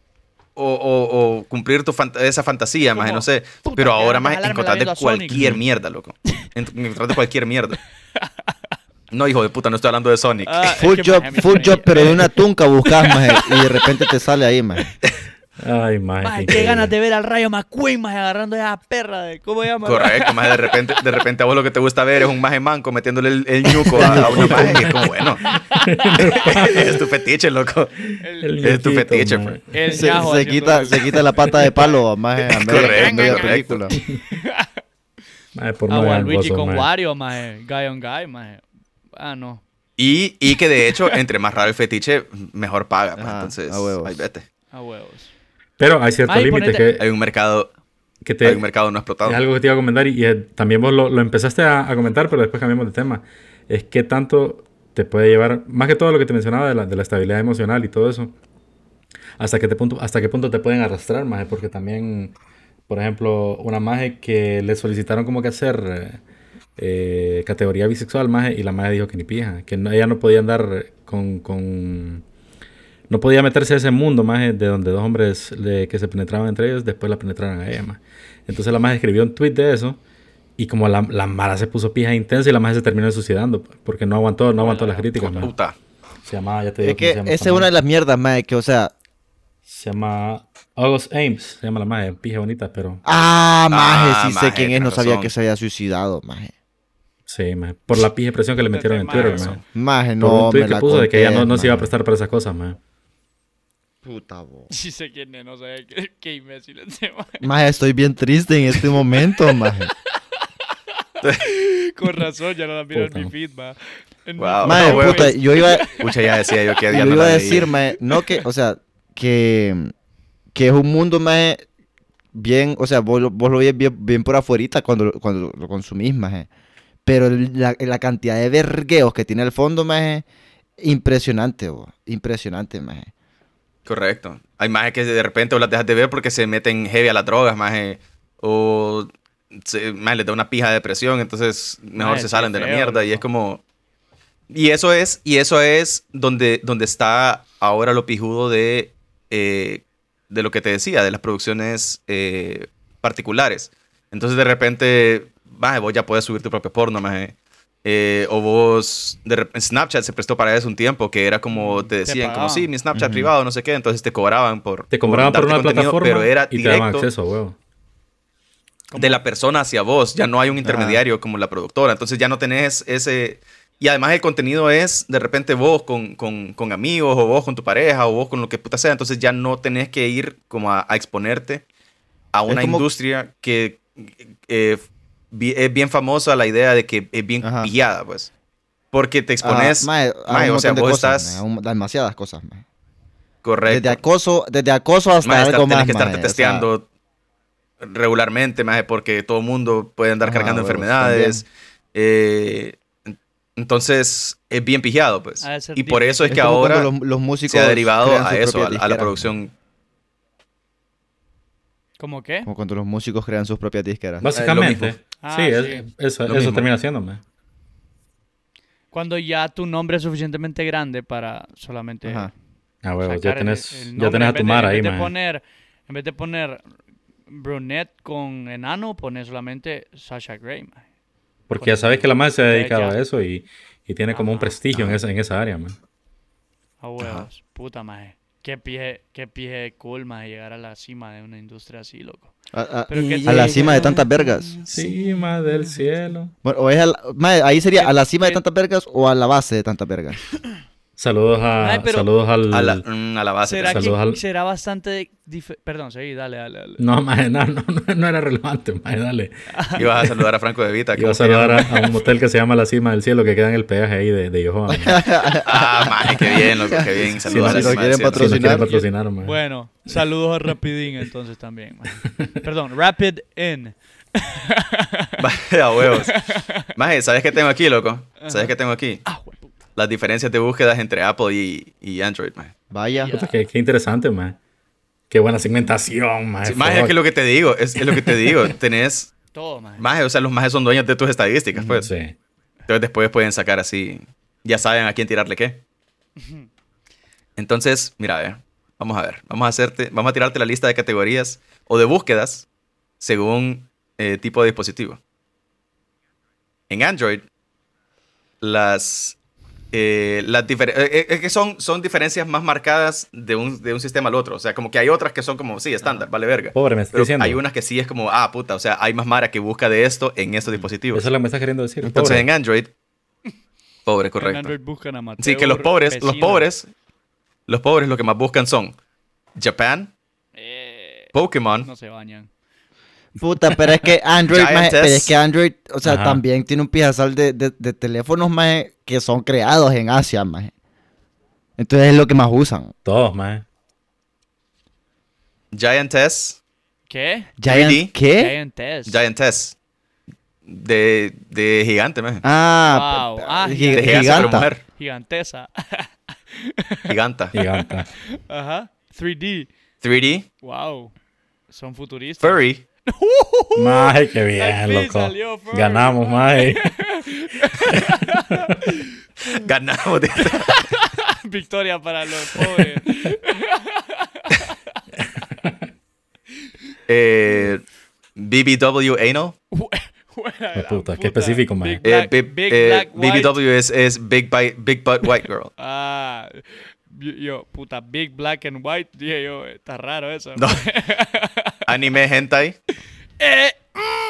Speaker 3: o- o cumplir tu fant- esa fantasía, maje,
Speaker 4: Como,
Speaker 3: no sé.
Speaker 4: puta,
Speaker 3: Pero
Speaker 4: que
Speaker 3: ahora,
Speaker 4: antes
Speaker 3: maje,
Speaker 4: de jalarme la
Speaker 3: encontrarte
Speaker 4: viendo a Sonic.
Speaker 3: cualquier mierda, loco. En- Encontrarte cualquier mierda. No, hijo de puta, no estoy hablando de Sonic.
Speaker 4: ah, es
Speaker 1: Full
Speaker 4: que,
Speaker 1: job,
Speaker 4: maje, a mí
Speaker 1: full
Speaker 4: me-
Speaker 1: job, pero de una tunca buscas, mae, y de repente te sale ahí, mae.
Speaker 2: Ay, mae,
Speaker 4: Maje, qué
Speaker 2: increíble.
Speaker 4: ganas de ver al Rayo McQueen, maje, agarrando esa perra de... ¿Cómo se llama?
Speaker 3: Correcto, maje, de repente, de repente a vos lo que te gusta ver es un maje manco metiéndole el, el ñuco a, a una maje que es como, bueno, es tu fetiche, loco.
Speaker 4: El,
Speaker 2: El
Speaker 3: Es tu
Speaker 2: ñoquito,
Speaker 3: fetiche,
Speaker 2: mae.
Speaker 3: pues.
Speaker 4: el
Speaker 1: Se,
Speaker 4: ñajo
Speaker 1: se
Speaker 4: haciendo-
Speaker 2: pues.
Speaker 1: quita, se quita la pata de palo, mae, a media, a
Speaker 3: Correcto,
Speaker 1: media
Speaker 3: correcto.
Speaker 1: película.
Speaker 2: Mae, por
Speaker 4: Ah,
Speaker 2: no
Speaker 4: Juan
Speaker 2: ganar
Speaker 4: Luigi
Speaker 2: gozo,
Speaker 4: con
Speaker 2: mae.
Speaker 4: Wario, maje. Guy on Guy, maje. Ah, no.
Speaker 3: Y, y que de hecho, entre más raro el fetiche, mejor paga. pues,
Speaker 1: Ajá,
Speaker 3: entonces,
Speaker 1: a huevos.
Speaker 3: ahí vete.
Speaker 4: A huevos.
Speaker 2: Pero hay cierto
Speaker 4: Mae,
Speaker 2: límite
Speaker 4: ponete-
Speaker 2: que,
Speaker 3: Hay un mercado,
Speaker 2: que
Speaker 3: hay
Speaker 2: te,
Speaker 3: un mercado no explotado.
Speaker 2: Es algo que te iba a comentar y, y, eh, también vos lo, lo empezaste a, a comentar, pero después cambiamos de tema. Es que tanto te puede llevar, más que todo lo que te mencionaba de la, de la estabilidad emocional y todo eso, hasta qué, te punto, hasta qué punto te pueden arrastrar, maje, porque también, por ejemplo, una maje que le solicitaron como que hacer eh, eh, categoría bisexual, maje, y la maje dijo que ni pija, que no- ella no podía andar con... con- no podía meterse a ese mundo, maje, de donde dos hombres le- que se penetraban entre ellos, después la penetraron a ella, maje. Entonces la maje escribió un tweet de eso y como la, la mara se puso pija intensa y la maje se terminó suicidando porque no aguantó, no aguantó las críticas. maje.
Speaker 3: Puta.
Speaker 2: Se llamaba, ya te digo
Speaker 1: Es
Speaker 2: cómo
Speaker 1: que
Speaker 2: se llama
Speaker 1: esa
Speaker 2: esta
Speaker 1: es una de
Speaker 2: maje.
Speaker 1: las mierdas, mae, que, o sea...
Speaker 2: Se llama August Ames, se llama la maje, pija bonita, pero
Speaker 1: Ah, maje, sí sé
Speaker 3: maje,
Speaker 1: quién es, no
Speaker 3: tenés
Speaker 1: sabía
Speaker 3: razón.
Speaker 1: que se había suicidado, maje.
Speaker 2: sí, maje. por la pija presión que le metieron en
Speaker 4: Maje,
Speaker 2: Twitter,
Speaker 4: eso.
Speaker 2: maje.
Speaker 1: Maje,
Speaker 2: Por
Speaker 1: no,
Speaker 2: un tweet
Speaker 1: me
Speaker 2: que
Speaker 1: la
Speaker 2: puso de que ella no, no se iba a
Speaker 1: conté,
Speaker 2: prestar para esas cosas, maje.
Speaker 1: maje. Puta, bo.
Speaker 4: Sí sé quién es, no sé qué, qué imbécil este, maje.
Speaker 1: Maje, estoy bien triste en este momento, maje.
Speaker 4: Con razón, ya no la miro en
Speaker 2: Puta.
Speaker 4: mi feed, maje. En mi
Speaker 3: Wow. Ah,
Speaker 1: Maje,
Speaker 3: no,
Speaker 4: feed,
Speaker 3: güey.
Speaker 1: puta, yo iba, yo
Speaker 3: Pucha, ya decía yo que día no
Speaker 1: iba a
Speaker 3: la
Speaker 1: decir,
Speaker 3: leía.
Speaker 1: maje, no que, o sea, que, que es un mundo, maje, bien, o sea, vos, lo- vos lo ves bien, bien por afuerita cuando, lo- cuando lo consumís, maje. Pero el- la, la cantidad de vergueos que tiene el fondo, maje, impresionante, bo. Impresionante, maje.
Speaker 3: Correcto. Hay majes que de repente o las dejas de ver porque se meten heavy a las drogas, maje. O se, maje, les da una pija de depresión, entonces mejor
Speaker 4: Maje,
Speaker 3: se salen
Speaker 4: qué
Speaker 3: de la
Speaker 4: feo,
Speaker 3: mierda. Y
Speaker 4: loco.
Speaker 3: es como. Y eso es, y eso es donde, donde está ahora lo pijudo de, eh, de lo que te decía, de las producciones eh, particulares. Entonces de repente, maje, vos ya puedes subir tu propio porno, maje. Eh, o vos, de rep- Snapchat se prestó para eso un tiempo, que era
Speaker 2: Mm,
Speaker 3: como te
Speaker 4: Te
Speaker 3: decían, como
Speaker 4: pagaban.
Speaker 3: sí, mi Snapchat
Speaker 1: Ujú.
Speaker 3: privado, no sé qué, entonces te cobraban por.
Speaker 2: Te compraban por
Speaker 3: darte
Speaker 2: una
Speaker 3: contenido,
Speaker 2: plataforma
Speaker 3: Pero era
Speaker 2: y te daban
Speaker 3: directo Eh,
Speaker 2: acceso, huevo.
Speaker 3: de la persona hacia vos. Ya no hay un intermediario como la productora. Entonces ya no tenés ese. Y además el contenido es de repente vos con, con- con amigos o vos con tu pareja o vos con lo que puta sea. Entonces ya no tenés que ir como a, a exponerte a una
Speaker 1: como-
Speaker 3: industria que eh, bi- es bien famosa la idea de que es bien
Speaker 1: Ajá.
Speaker 3: pillada, pues. Porque te expones...
Speaker 1: Ah, mae, a
Speaker 3: mae,
Speaker 1: un
Speaker 3: o sea,
Speaker 1: montón de
Speaker 3: vos
Speaker 1: cosas,
Speaker 3: estás...
Speaker 1: mae, a un- demasiadas cosas, mae.
Speaker 3: correcto.
Speaker 1: Desde acoso, desde acoso hasta
Speaker 3: Mae, estar-
Speaker 1: algo
Speaker 3: tenés
Speaker 1: más,
Speaker 3: que estarte
Speaker 1: mae, o sea,
Speaker 3: testeando regularmente, mae, porque todo el mundo puede andar
Speaker 1: Ajá,
Speaker 3: cargando
Speaker 1: huevos,
Speaker 3: enfermedades. Eh, en- entonces, es bien pijado, pues.
Speaker 4: Ha de ser
Speaker 3: Y por eso es, que
Speaker 1: como cuando
Speaker 3: ahora
Speaker 1: los, los músicos
Speaker 3: se ha derivado
Speaker 1: crean sus
Speaker 3: a eso, a,
Speaker 1: propias
Speaker 3: a la
Speaker 1: disqueras,
Speaker 3: producción.
Speaker 4: ¿Cómo qué?
Speaker 1: mae. Como cuando los músicos crean sus propias disqueras.
Speaker 2: Básicamente.
Speaker 3: mismo.
Speaker 2: sí,
Speaker 4: Ah,
Speaker 2: es-
Speaker 4: sí.
Speaker 2: eso, eso
Speaker 3: Lo mismo.
Speaker 2: termina haciéndome.
Speaker 4: Cuando ya tu nombre es suficientemente grande para solamente
Speaker 1: Ajá.
Speaker 2: Ah, huevo,
Speaker 4: sacar
Speaker 2: ya
Speaker 4: el-
Speaker 2: tenés,
Speaker 4: el
Speaker 2: ya
Speaker 4: nombre.
Speaker 2: tenés a
Speaker 4: En
Speaker 2: tu
Speaker 4: vez de-
Speaker 2: mar
Speaker 4: en
Speaker 2: ahí,
Speaker 4: vez de
Speaker 2: man.
Speaker 4: poner- En vez de poner brunette con enano, pones solamente Sasha Grey, man.
Speaker 2: Porque ya sabes que la madre se ha
Speaker 4: Ya,
Speaker 2: dedicado
Speaker 4: ya.
Speaker 2: a eso y, y tiene como un
Speaker 4: Ajá,
Speaker 2: prestigio en esa, en esa área, man.
Speaker 4: A huevos. Puta, maje. Qué pie, qué pie cool, maje, llegar a la cima de una industria así, loco.
Speaker 1: A, a-
Speaker 4: Pero que
Speaker 1: a la cima de tantas vergas.
Speaker 2: Cima del cielo.
Speaker 1: Bueno, o es a la- mae, ahí sería a la cima de
Speaker 4: que-
Speaker 1: tantas vergas o a la base de tantas vergas.
Speaker 2: Saludos a.
Speaker 4: Ay, pero-
Speaker 2: saludos al.
Speaker 3: A la, mm, a la base.
Speaker 4: ¿Será,
Speaker 3: tenés-
Speaker 4: que,
Speaker 2: Saludos al-
Speaker 4: será bastante... dif- Perdón, seguí, dale, dale, dale.
Speaker 2: No, maje, no, no, no, no era relevante, maje, dale.
Speaker 3: Ibas pues. a saludar a Franco de Vita.
Speaker 2: Iba a saludar a, a un motel que se llama La Cima del Cielo que queda en el peaje ahí de, de Yohoa, maje.
Speaker 3: Ah, maje, qué bien, loco, qué bien.
Speaker 2: si
Speaker 3: Saludos
Speaker 2: lo
Speaker 3: a la cima
Speaker 1: quieren
Speaker 3: del cielo.
Speaker 2: Si nos quieren
Speaker 1: Patrocinar.
Speaker 2: patrocinar, maje.
Speaker 4: Bueno, saludos a Rapidín entonces también. maje. Perdón, Rapid In.
Speaker 3: Vaya huevos. Maje, ¿sabes qué tengo aquí, loco? ¿Sabes qué tengo aquí?
Speaker 4: Ah.
Speaker 2: Ah,
Speaker 3: Las diferencias de búsquedas entre Apple y, y Android, maje.
Speaker 1: Vaya.
Speaker 4: Ya.
Speaker 2: Qué, qué interesante, man. Qué buena segmentación, man.
Speaker 3: Sí, maje, es que lo que te digo, es, es lo que te digo. Tenés,
Speaker 4: Todo, maje.
Speaker 3: maje, o sea, los majes son dueños de tus estadísticas, pues.
Speaker 2: Sí.
Speaker 3: Entonces después pueden sacar así, ya saben a quién tirarle qué. Entonces, mira, a ver, vamos a ver, vamos a hacerte, vamos a tirarte la lista de categorías o de búsquedas según eh, tipo de dispositivo. En Android, las, eh, las difer- eh, eh, es que son, son diferencias más marcadas de un, de un sistema al otro. O sea, como que hay otras que son como, sí, estándar, vale verga.
Speaker 2: Pobre, me estás
Speaker 3: Pero
Speaker 2: diciendo.
Speaker 3: hay unas que sí es como, ah, puta, o sea, hay más mara que busca de esto en estos dispositivos.
Speaker 2: Eso es lo que me estás queriendo decir.
Speaker 3: Entonces
Speaker 2: pobre.
Speaker 3: en Android. Pobre,
Speaker 4: En
Speaker 3: correcto.
Speaker 4: Android buscan a Mateo.
Speaker 3: Sí, que los pobres, los
Speaker 4: vecino.
Speaker 3: pobres, los pobres lo que más buscan son Japan,
Speaker 4: Eh,
Speaker 3: Pokémon.
Speaker 4: no se bañan.
Speaker 1: Puta, pero es que Android,
Speaker 3: Giant
Speaker 1: mae, pero
Speaker 3: Test.
Speaker 1: es que Android, o sea,
Speaker 2: Ajá.
Speaker 1: también tiene un pijazal de, de, de teléfonos, mae, que son creados en Asia, mae. Entonces es lo que más usan.
Speaker 2: Todos, man.
Speaker 3: Giantess,
Speaker 4: ¿Qué?
Speaker 1: Giant,
Speaker 3: 3D.
Speaker 1: ¿qué?
Speaker 4: Giantess.
Speaker 3: Giantess. De, de gigante, man.
Speaker 1: Ah,
Speaker 4: Wow.
Speaker 1: p-
Speaker 4: Ah,
Speaker 1: gi-
Speaker 4: gigante.
Speaker 3: De gigante, pero
Speaker 1: giganta.
Speaker 3: mujer.
Speaker 4: Gigantesa.
Speaker 3: Giganta.
Speaker 2: Giganta.
Speaker 4: Ajá. 3D.
Speaker 3: 3D,
Speaker 4: Wow. Son futuristas.
Speaker 3: Furry.
Speaker 2: Maje, qué bien,
Speaker 4: Al fin
Speaker 2: loco.
Speaker 4: salió, Ferg.
Speaker 2: Ganamos, maje.
Speaker 3: Ganamos. de-
Speaker 4: Victoria para los pobres.
Speaker 3: Eh, BBW anal.
Speaker 4: Fuera de la
Speaker 2: Puta, qué específico, man.
Speaker 4: Big
Speaker 3: Eh,
Speaker 4: Black-
Speaker 3: bi-
Speaker 4: Big
Speaker 3: eh,
Speaker 4: Black White.
Speaker 3: BBW es, es big, Bi- big Butt White Girl.
Speaker 4: Ah. Yo, yo, puta, Big Black and White. Dije yo, está raro eso.
Speaker 3: No. Anime hentai.
Speaker 4: Eh,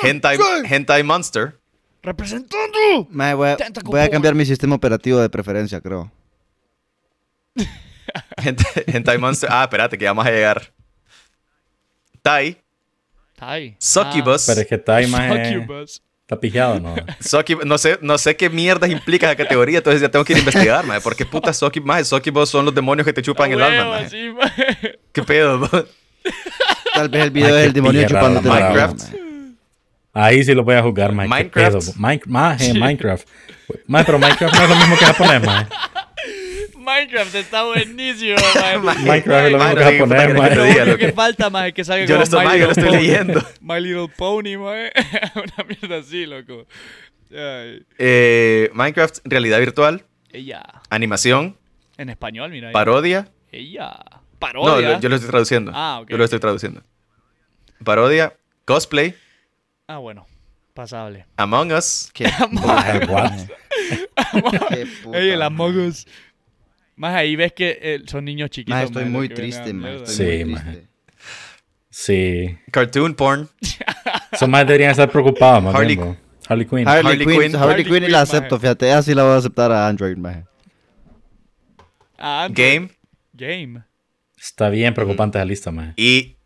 Speaker 3: Hentai, hentai Monster.
Speaker 4: representando.
Speaker 1: Mae, voy, a,
Speaker 4: Tentacle
Speaker 1: voy a
Speaker 4: porn.
Speaker 1: cambiar mi sistema operativo de preferencia, creo.
Speaker 3: Hentai, hentai Monster. Ah, espérate, que ya vamos a llegar. Tai,
Speaker 4: Tai.
Speaker 3: Succubus.
Speaker 2: Pero es que está ahí, maje.
Speaker 4: Succubus.
Speaker 2: Está pijado, ¿no?
Speaker 3: Succub- no, sé, no sé qué mierdas implica esa categoría, entonces ya tengo que ir a investigar, mae, Porque puta Succubus, mae, Succubus son los demonios que te chupan el alma,
Speaker 4: Ah, Huevo,
Speaker 3: mae.
Speaker 4: sí, maje.
Speaker 3: ¿Qué pedo? mae?
Speaker 1: Tal vez el video
Speaker 2: Ay,
Speaker 1: del
Speaker 2: qué
Speaker 1: demonio
Speaker 2: pija rara,
Speaker 1: chupándote la
Speaker 3: Minecraft.
Speaker 1: cara, mae.
Speaker 2: Ahí sí lo voy a jugar, maje. Qué
Speaker 3: Minecraft.
Speaker 2: pedo, Mine- maje, Minecraft. Maje, pero Minecraft no es lo mismo que japonés, maje.
Speaker 4: Minecraft está buenísimo, maje.
Speaker 2: Minecraft es lo mismo
Speaker 3: Mae, no
Speaker 2: que
Speaker 3: sé qué puta
Speaker 2: japonés,
Speaker 3: querés que te
Speaker 4: Lo
Speaker 2: maje.
Speaker 3: diga.
Speaker 4: único
Speaker 3: lo
Speaker 4: que
Speaker 3: que-
Speaker 4: falta más es que salga
Speaker 3: Yo no
Speaker 4: como
Speaker 3: estoy
Speaker 4: My
Speaker 3: mal, yo lo
Speaker 4: Little
Speaker 3: estoy
Speaker 4: Pony.
Speaker 3: leyendo.
Speaker 4: My Little Pony, mae. Una mierda así, loco. Ay,
Speaker 3: Eh, Minecraft, realidad virtual,
Speaker 4: Ella.
Speaker 3: animación,
Speaker 4: En español, mira. ahí.
Speaker 3: parodia.
Speaker 4: Ella.
Speaker 3: No,
Speaker 4: Parodia.
Speaker 3: lo- yo lo estoy traduciendo.
Speaker 4: Ah, ok,
Speaker 3: Yo lo
Speaker 4: ok.
Speaker 3: estoy traduciendo. Parodia, cosplay,
Speaker 4: Ah, bueno. Pasable.
Speaker 3: Among Us,
Speaker 1: Qué
Speaker 2: Maje, what?
Speaker 1: Qué puta,
Speaker 4: Ey, el
Speaker 1: mae.
Speaker 4: Among Us. Más ahí ves que eh, son niños chiquitos.
Speaker 1: Mae, estoy
Speaker 4: mae, lo
Speaker 1: muy
Speaker 4: que ven
Speaker 1: triste, mae.
Speaker 4: a mierda.
Speaker 1: estoy
Speaker 2: Sí,
Speaker 1: muy
Speaker 2: mae.
Speaker 1: triste.
Speaker 2: Sí.
Speaker 3: cartoon porn,
Speaker 2: Son más deberían estar preocupados, más
Speaker 3: Harley,
Speaker 2: bien, bro. Harley Quinn.
Speaker 1: Harley,
Speaker 3: Harley
Speaker 1: Quinn,
Speaker 3: Quinn.
Speaker 1: Harley
Speaker 4: Harley
Speaker 1: Quinn y
Speaker 4: Quinn,
Speaker 1: la
Speaker 4: maje.
Speaker 1: acepto, fíjate, esa sí la voy a aceptar a Android, maje.
Speaker 4: Ah, Android.
Speaker 3: Game
Speaker 4: Game.
Speaker 2: Está bien preocupante esa lista, maje.
Speaker 3: y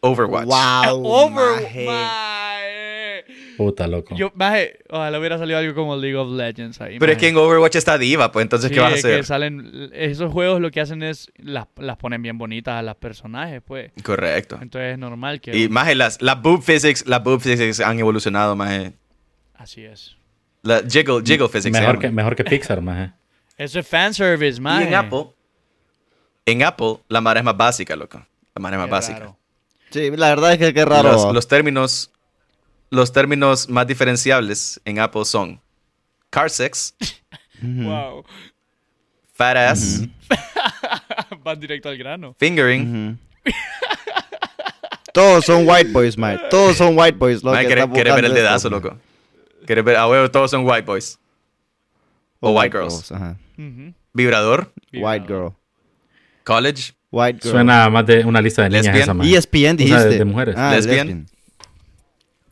Speaker 3: Overwatch.
Speaker 1: Wow,
Speaker 4: Over.
Speaker 1: maje.
Speaker 4: mae.
Speaker 2: Puta, loco.
Speaker 4: Yo, maje, ojalá hubiera salido algo como League of Legends ahí.
Speaker 3: Pero es
Speaker 4: maje.
Speaker 3: que en Overwatch está Diva, pues entonces,
Speaker 4: Sí,
Speaker 3: ¿qué vas a
Speaker 4: es que
Speaker 3: hacer?
Speaker 4: salen, esos juegos lo que hacen es las, las ponen bien bonitas a las personajes, pues.
Speaker 3: Correcto.
Speaker 4: Entonces es normal que...
Speaker 3: Y más las, las boob physics, las boob physics han evolucionado más.
Speaker 4: Así es.
Speaker 3: La jiggle, jiggle physics. se
Speaker 2: mejor,
Speaker 3: llama.
Speaker 2: que, mejor que Pixar, maje.
Speaker 4: Eso es fanservice, maje.
Speaker 3: Y en Apple, en Apple, la madre es más básica, loco. La madre es más
Speaker 4: Qué
Speaker 3: básica.
Speaker 4: raro.
Speaker 1: Sí, la verdad es que qué raro.
Speaker 3: Los, los términos, los términos más diferenciables en Apple son car sex,
Speaker 1: Ujú.
Speaker 4: Wow.
Speaker 3: fat ass,
Speaker 4: Van directo al grano.
Speaker 3: fingering.
Speaker 1: Ujú. Todos son white boys, Mike. Todos son white boys. Lo
Speaker 3: Madre,
Speaker 1: que
Speaker 3: querés,
Speaker 1: está
Speaker 3: querés ver el
Speaker 1: buscando
Speaker 3: dedazo,
Speaker 1: esto,
Speaker 3: loco. Querés ver, a huevo, todos son white boys.
Speaker 1: O Oh,
Speaker 3: O white girls.
Speaker 1: ajá.
Speaker 4: Ujú.
Speaker 3: Vibrador,
Speaker 1: White girl.
Speaker 3: college,
Speaker 1: White girl. E
Speaker 2: Suena más de una lista de niñas
Speaker 3: Lesbian.
Speaker 2: esa, maje.
Speaker 1: ESPN
Speaker 2: O sea,
Speaker 1: dijiste. Ah,
Speaker 2: de- de mujeres.
Speaker 3: Lesbian.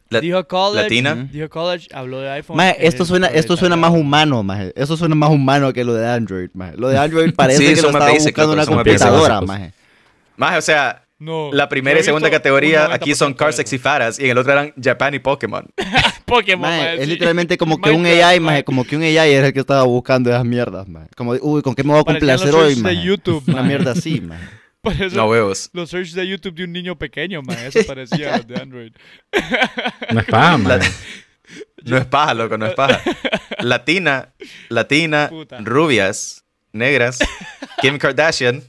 Speaker 3: la-
Speaker 4: Dijo college.
Speaker 3: latina.
Speaker 4: Dijo college, habló de iPhone.
Speaker 1: Maje,
Speaker 4: es
Speaker 1: esto suena,
Speaker 4: súper
Speaker 1: esto suena más
Speaker 4: detallado.
Speaker 1: humano, maje. Eso suena más humano que lo de Android, maje. Lo de Android parece
Speaker 3: Sí,
Speaker 1: que lo
Speaker 3: son más
Speaker 1: estaba
Speaker 3: basic,
Speaker 1: buscando
Speaker 3: loco,
Speaker 1: una
Speaker 3: son más basic.
Speaker 1: computadora,
Speaker 2: Básicos.
Speaker 1: maje.
Speaker 3: Más, o sea,
Speaker 4: No,
Speaker 3: la primera y
Speaker 4: yo he
Speaker 3: segunda
Speaker 4: visto un
Speaker 3: categoría aquí son
Speaker 4: 90%
Speaker 3: car
Speaker 4: de
Speaker 3: sex y fat ass, y en el otro eran Japan y Pokémon.
Speaker 4: Pokémon.
Speaker 1: Maje,
Speaker 4: maje,
Speaker 1: es
Speaker 4: sí.
Speaker 1: literalmente como que un
Speaker 4: Minecraft,
Speaker 1: AI, maje, como que un AI era el que estaba buscando esas mierdas, maje. Como, de, uy, ¿con qué me voy a
Speaker 4: Parecían los
Speaker 1: complacer hoy,
Speaker 4: search de
Speaker 1: maje?
Speaker 4: YouTube,
Speaker 1: Una
Speaker 4: maje.
Speaker 1: mierda así, maje.
Speaker 4: Parece
Speaker 3: No huevos.
Speaker 4: los search de YouTube de un niño pequeño, maje. Eso parecía a los de Android.
Speaker 2: No es paja,
Speaker 3: La-
Speaker 2: maje.
Speaker 3: No es paja, loco, no es paja. Latina, latina,
Speaker 4: Puta.
Speaker 3: rubias, negras, Kim Kardashian,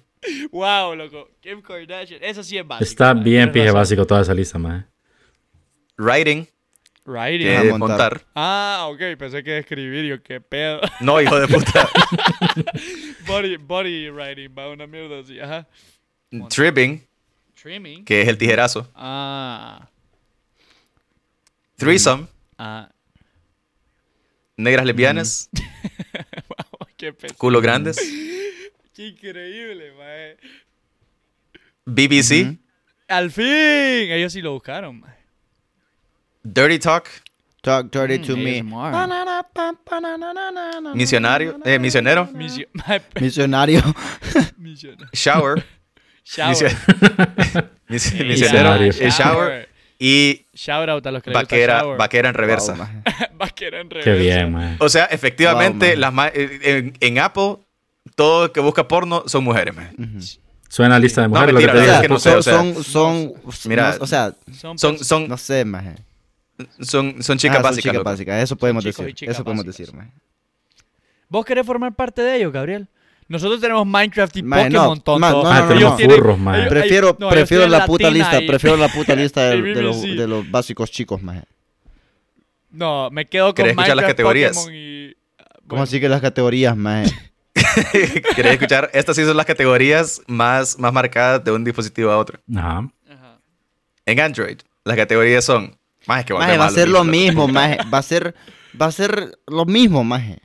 Speaker 4: Wow, loco. Kim Kardashian. Eso sí es básico.
Speaker 2: Está
Speaker 4: maje,
Speaker 2: bien
Speaker 4: tienes
Speaker 2: pije
Speaker 4: razón.
Speaker 2: básico toda esa lista, ¿eh? maje.
Speaker 3: writing,
Speaker 4: Writing.
Speaker 3: que
Speaker 1: Ah,
Speaker 3: es
Speaker 1: montar.
Speaker 3: montar.
Speaker 4: Ah, ok. Pensé que escribir. Yo, qué pedo.
Speaker 3: No, hijo de puta.
Speaker 4: body, body writing. Va una mierda así. Ajá.
Speaker 3: Tripping,
Speaker 4: Trimming.
Speaker 3: que es el tijerazo.
Speaker 4: Ah.
Speaker 3: Threesome,
Speaker 4: Ah.
Speaker 3: negras lesbianas,
Speaker 4: Wow, qué pedo.
Speaker 3: culo grandes,
Speaker 4: Qué increíble, maje.
Speaker 3: BBC,
Speaker 4: Al fin. Ellos sí lo buscaron, maje.
Speaker 3: Dirty Talk,
Speaker 1: Talk dirty to
Speaker 4: Mm,
Speaker 1: me.
Speaker 4: ASMR.
Speaker 3: misionario, eh, misionero,
Speaker 4: Misio- maje,
Speaker 1: Misionario.
Speaker 4: misionero.
Speaker 3: shower,
Speaker 4: Shower.
Speaker 3: misio- mis- misionero,
Speaker 2: Misionario.
Speaker 3: eh, shower y
Speaker 4: Shout out a los que les gusta
Speaker 3: vaquera,
Speaker 4: shower.
Speaker 3: vaquera en reversa.
Speaker 1: Wow, maje.
Speaker 4: Vaquera en
Speaker 2: Qué
Speaker 4: reversa.
Speaker 2: bien, maje.
Speaker 3: O sea, efectivamente,
Speaker 1: Wow, man.
Speaker 3: las ma- eh, en, en Apple, todo el que busca porno son mujeres, man.
Speaker 1: Mm.
Speaker 2: Suena lista de
Speaker 3: No,
Speaker 2: mujeres,
Speaker 3: mentira,
Speaker 2: lo
Speaker 1: O
Speaker 2: que te
Speaker 1: sea,
Speaker 2: digo.
Speaker 3: verdad que no sé,
Speaker 1: son,
Speaker 3: o sea,
Speaker 1: son, son-
Speaker 3: mira,
Speaker 1: no- o sea,
Speaker 4: Son,
Speaker 3: Son, son,
Speaker 1: no sé, maje.
Speaker 3: son, son chicas
Speaker 1: Ah, son
Speaker 3: básicas.
Speaker 1: chicas
Speaker 3: loco.
Speaker 1: básicas, eso podemos
Speaker 4: Son chicos
Speaker 1: decir,
Speaker 4: y chicas
Speaker 1: eso podemos
Speaker 4: básicas.
Speaker 1: decir, maje.
Speaker 4: ¿Vos querés formar parte de ellos, Gabriel? Nosotros tenemos Minecraft y
Speaker 1: Mae, no,
Speaker 4: Pokémon, tonto.
Speaker 1: mae, no,
Speaker 2: Ah,
Speaker 1: no,
Speaker 2: tenemos
Speaker 1: no.
Speaker 2: furros, maje.
Speaker 4: ellos-
Speaker 1: Prefiero,
Speaker 4: no, yo
Speaker 1: prefiero
Speaker 4: estoy en
Speaker 1: la puta
Speaker 4: latina
Speaker 1: lista,
Speaker 4: ahí.
Speaker 1: prefiero la puta lista de,
Speaker 4: El
Speaker 1: de los,
Speaker 4: BBC.
Speaker 1: de los básicos chicos, maje.
Speaker 4: No, me quedo con
Speaker 3: ¿Querés escuchar
Speaker 4: Minecraft,
Speaker 3: las categorías?
Speaker 4: Pokémon y... ah,
Speaker 1: ¿Cómo así que las categorías, maje?
Speaker 3: ¿Querés escuchar? Estas sí son las categorías más, más marcadas de un dispositivo a otro.
Speaker 2: Ajá.
Speaker 4: Ajá.
Speaker 3: En Android, las categorías son. Más que
Speaker 1: Maje, va a ser lo mismo, maje, va a ser, va a ser lo mismo, maje.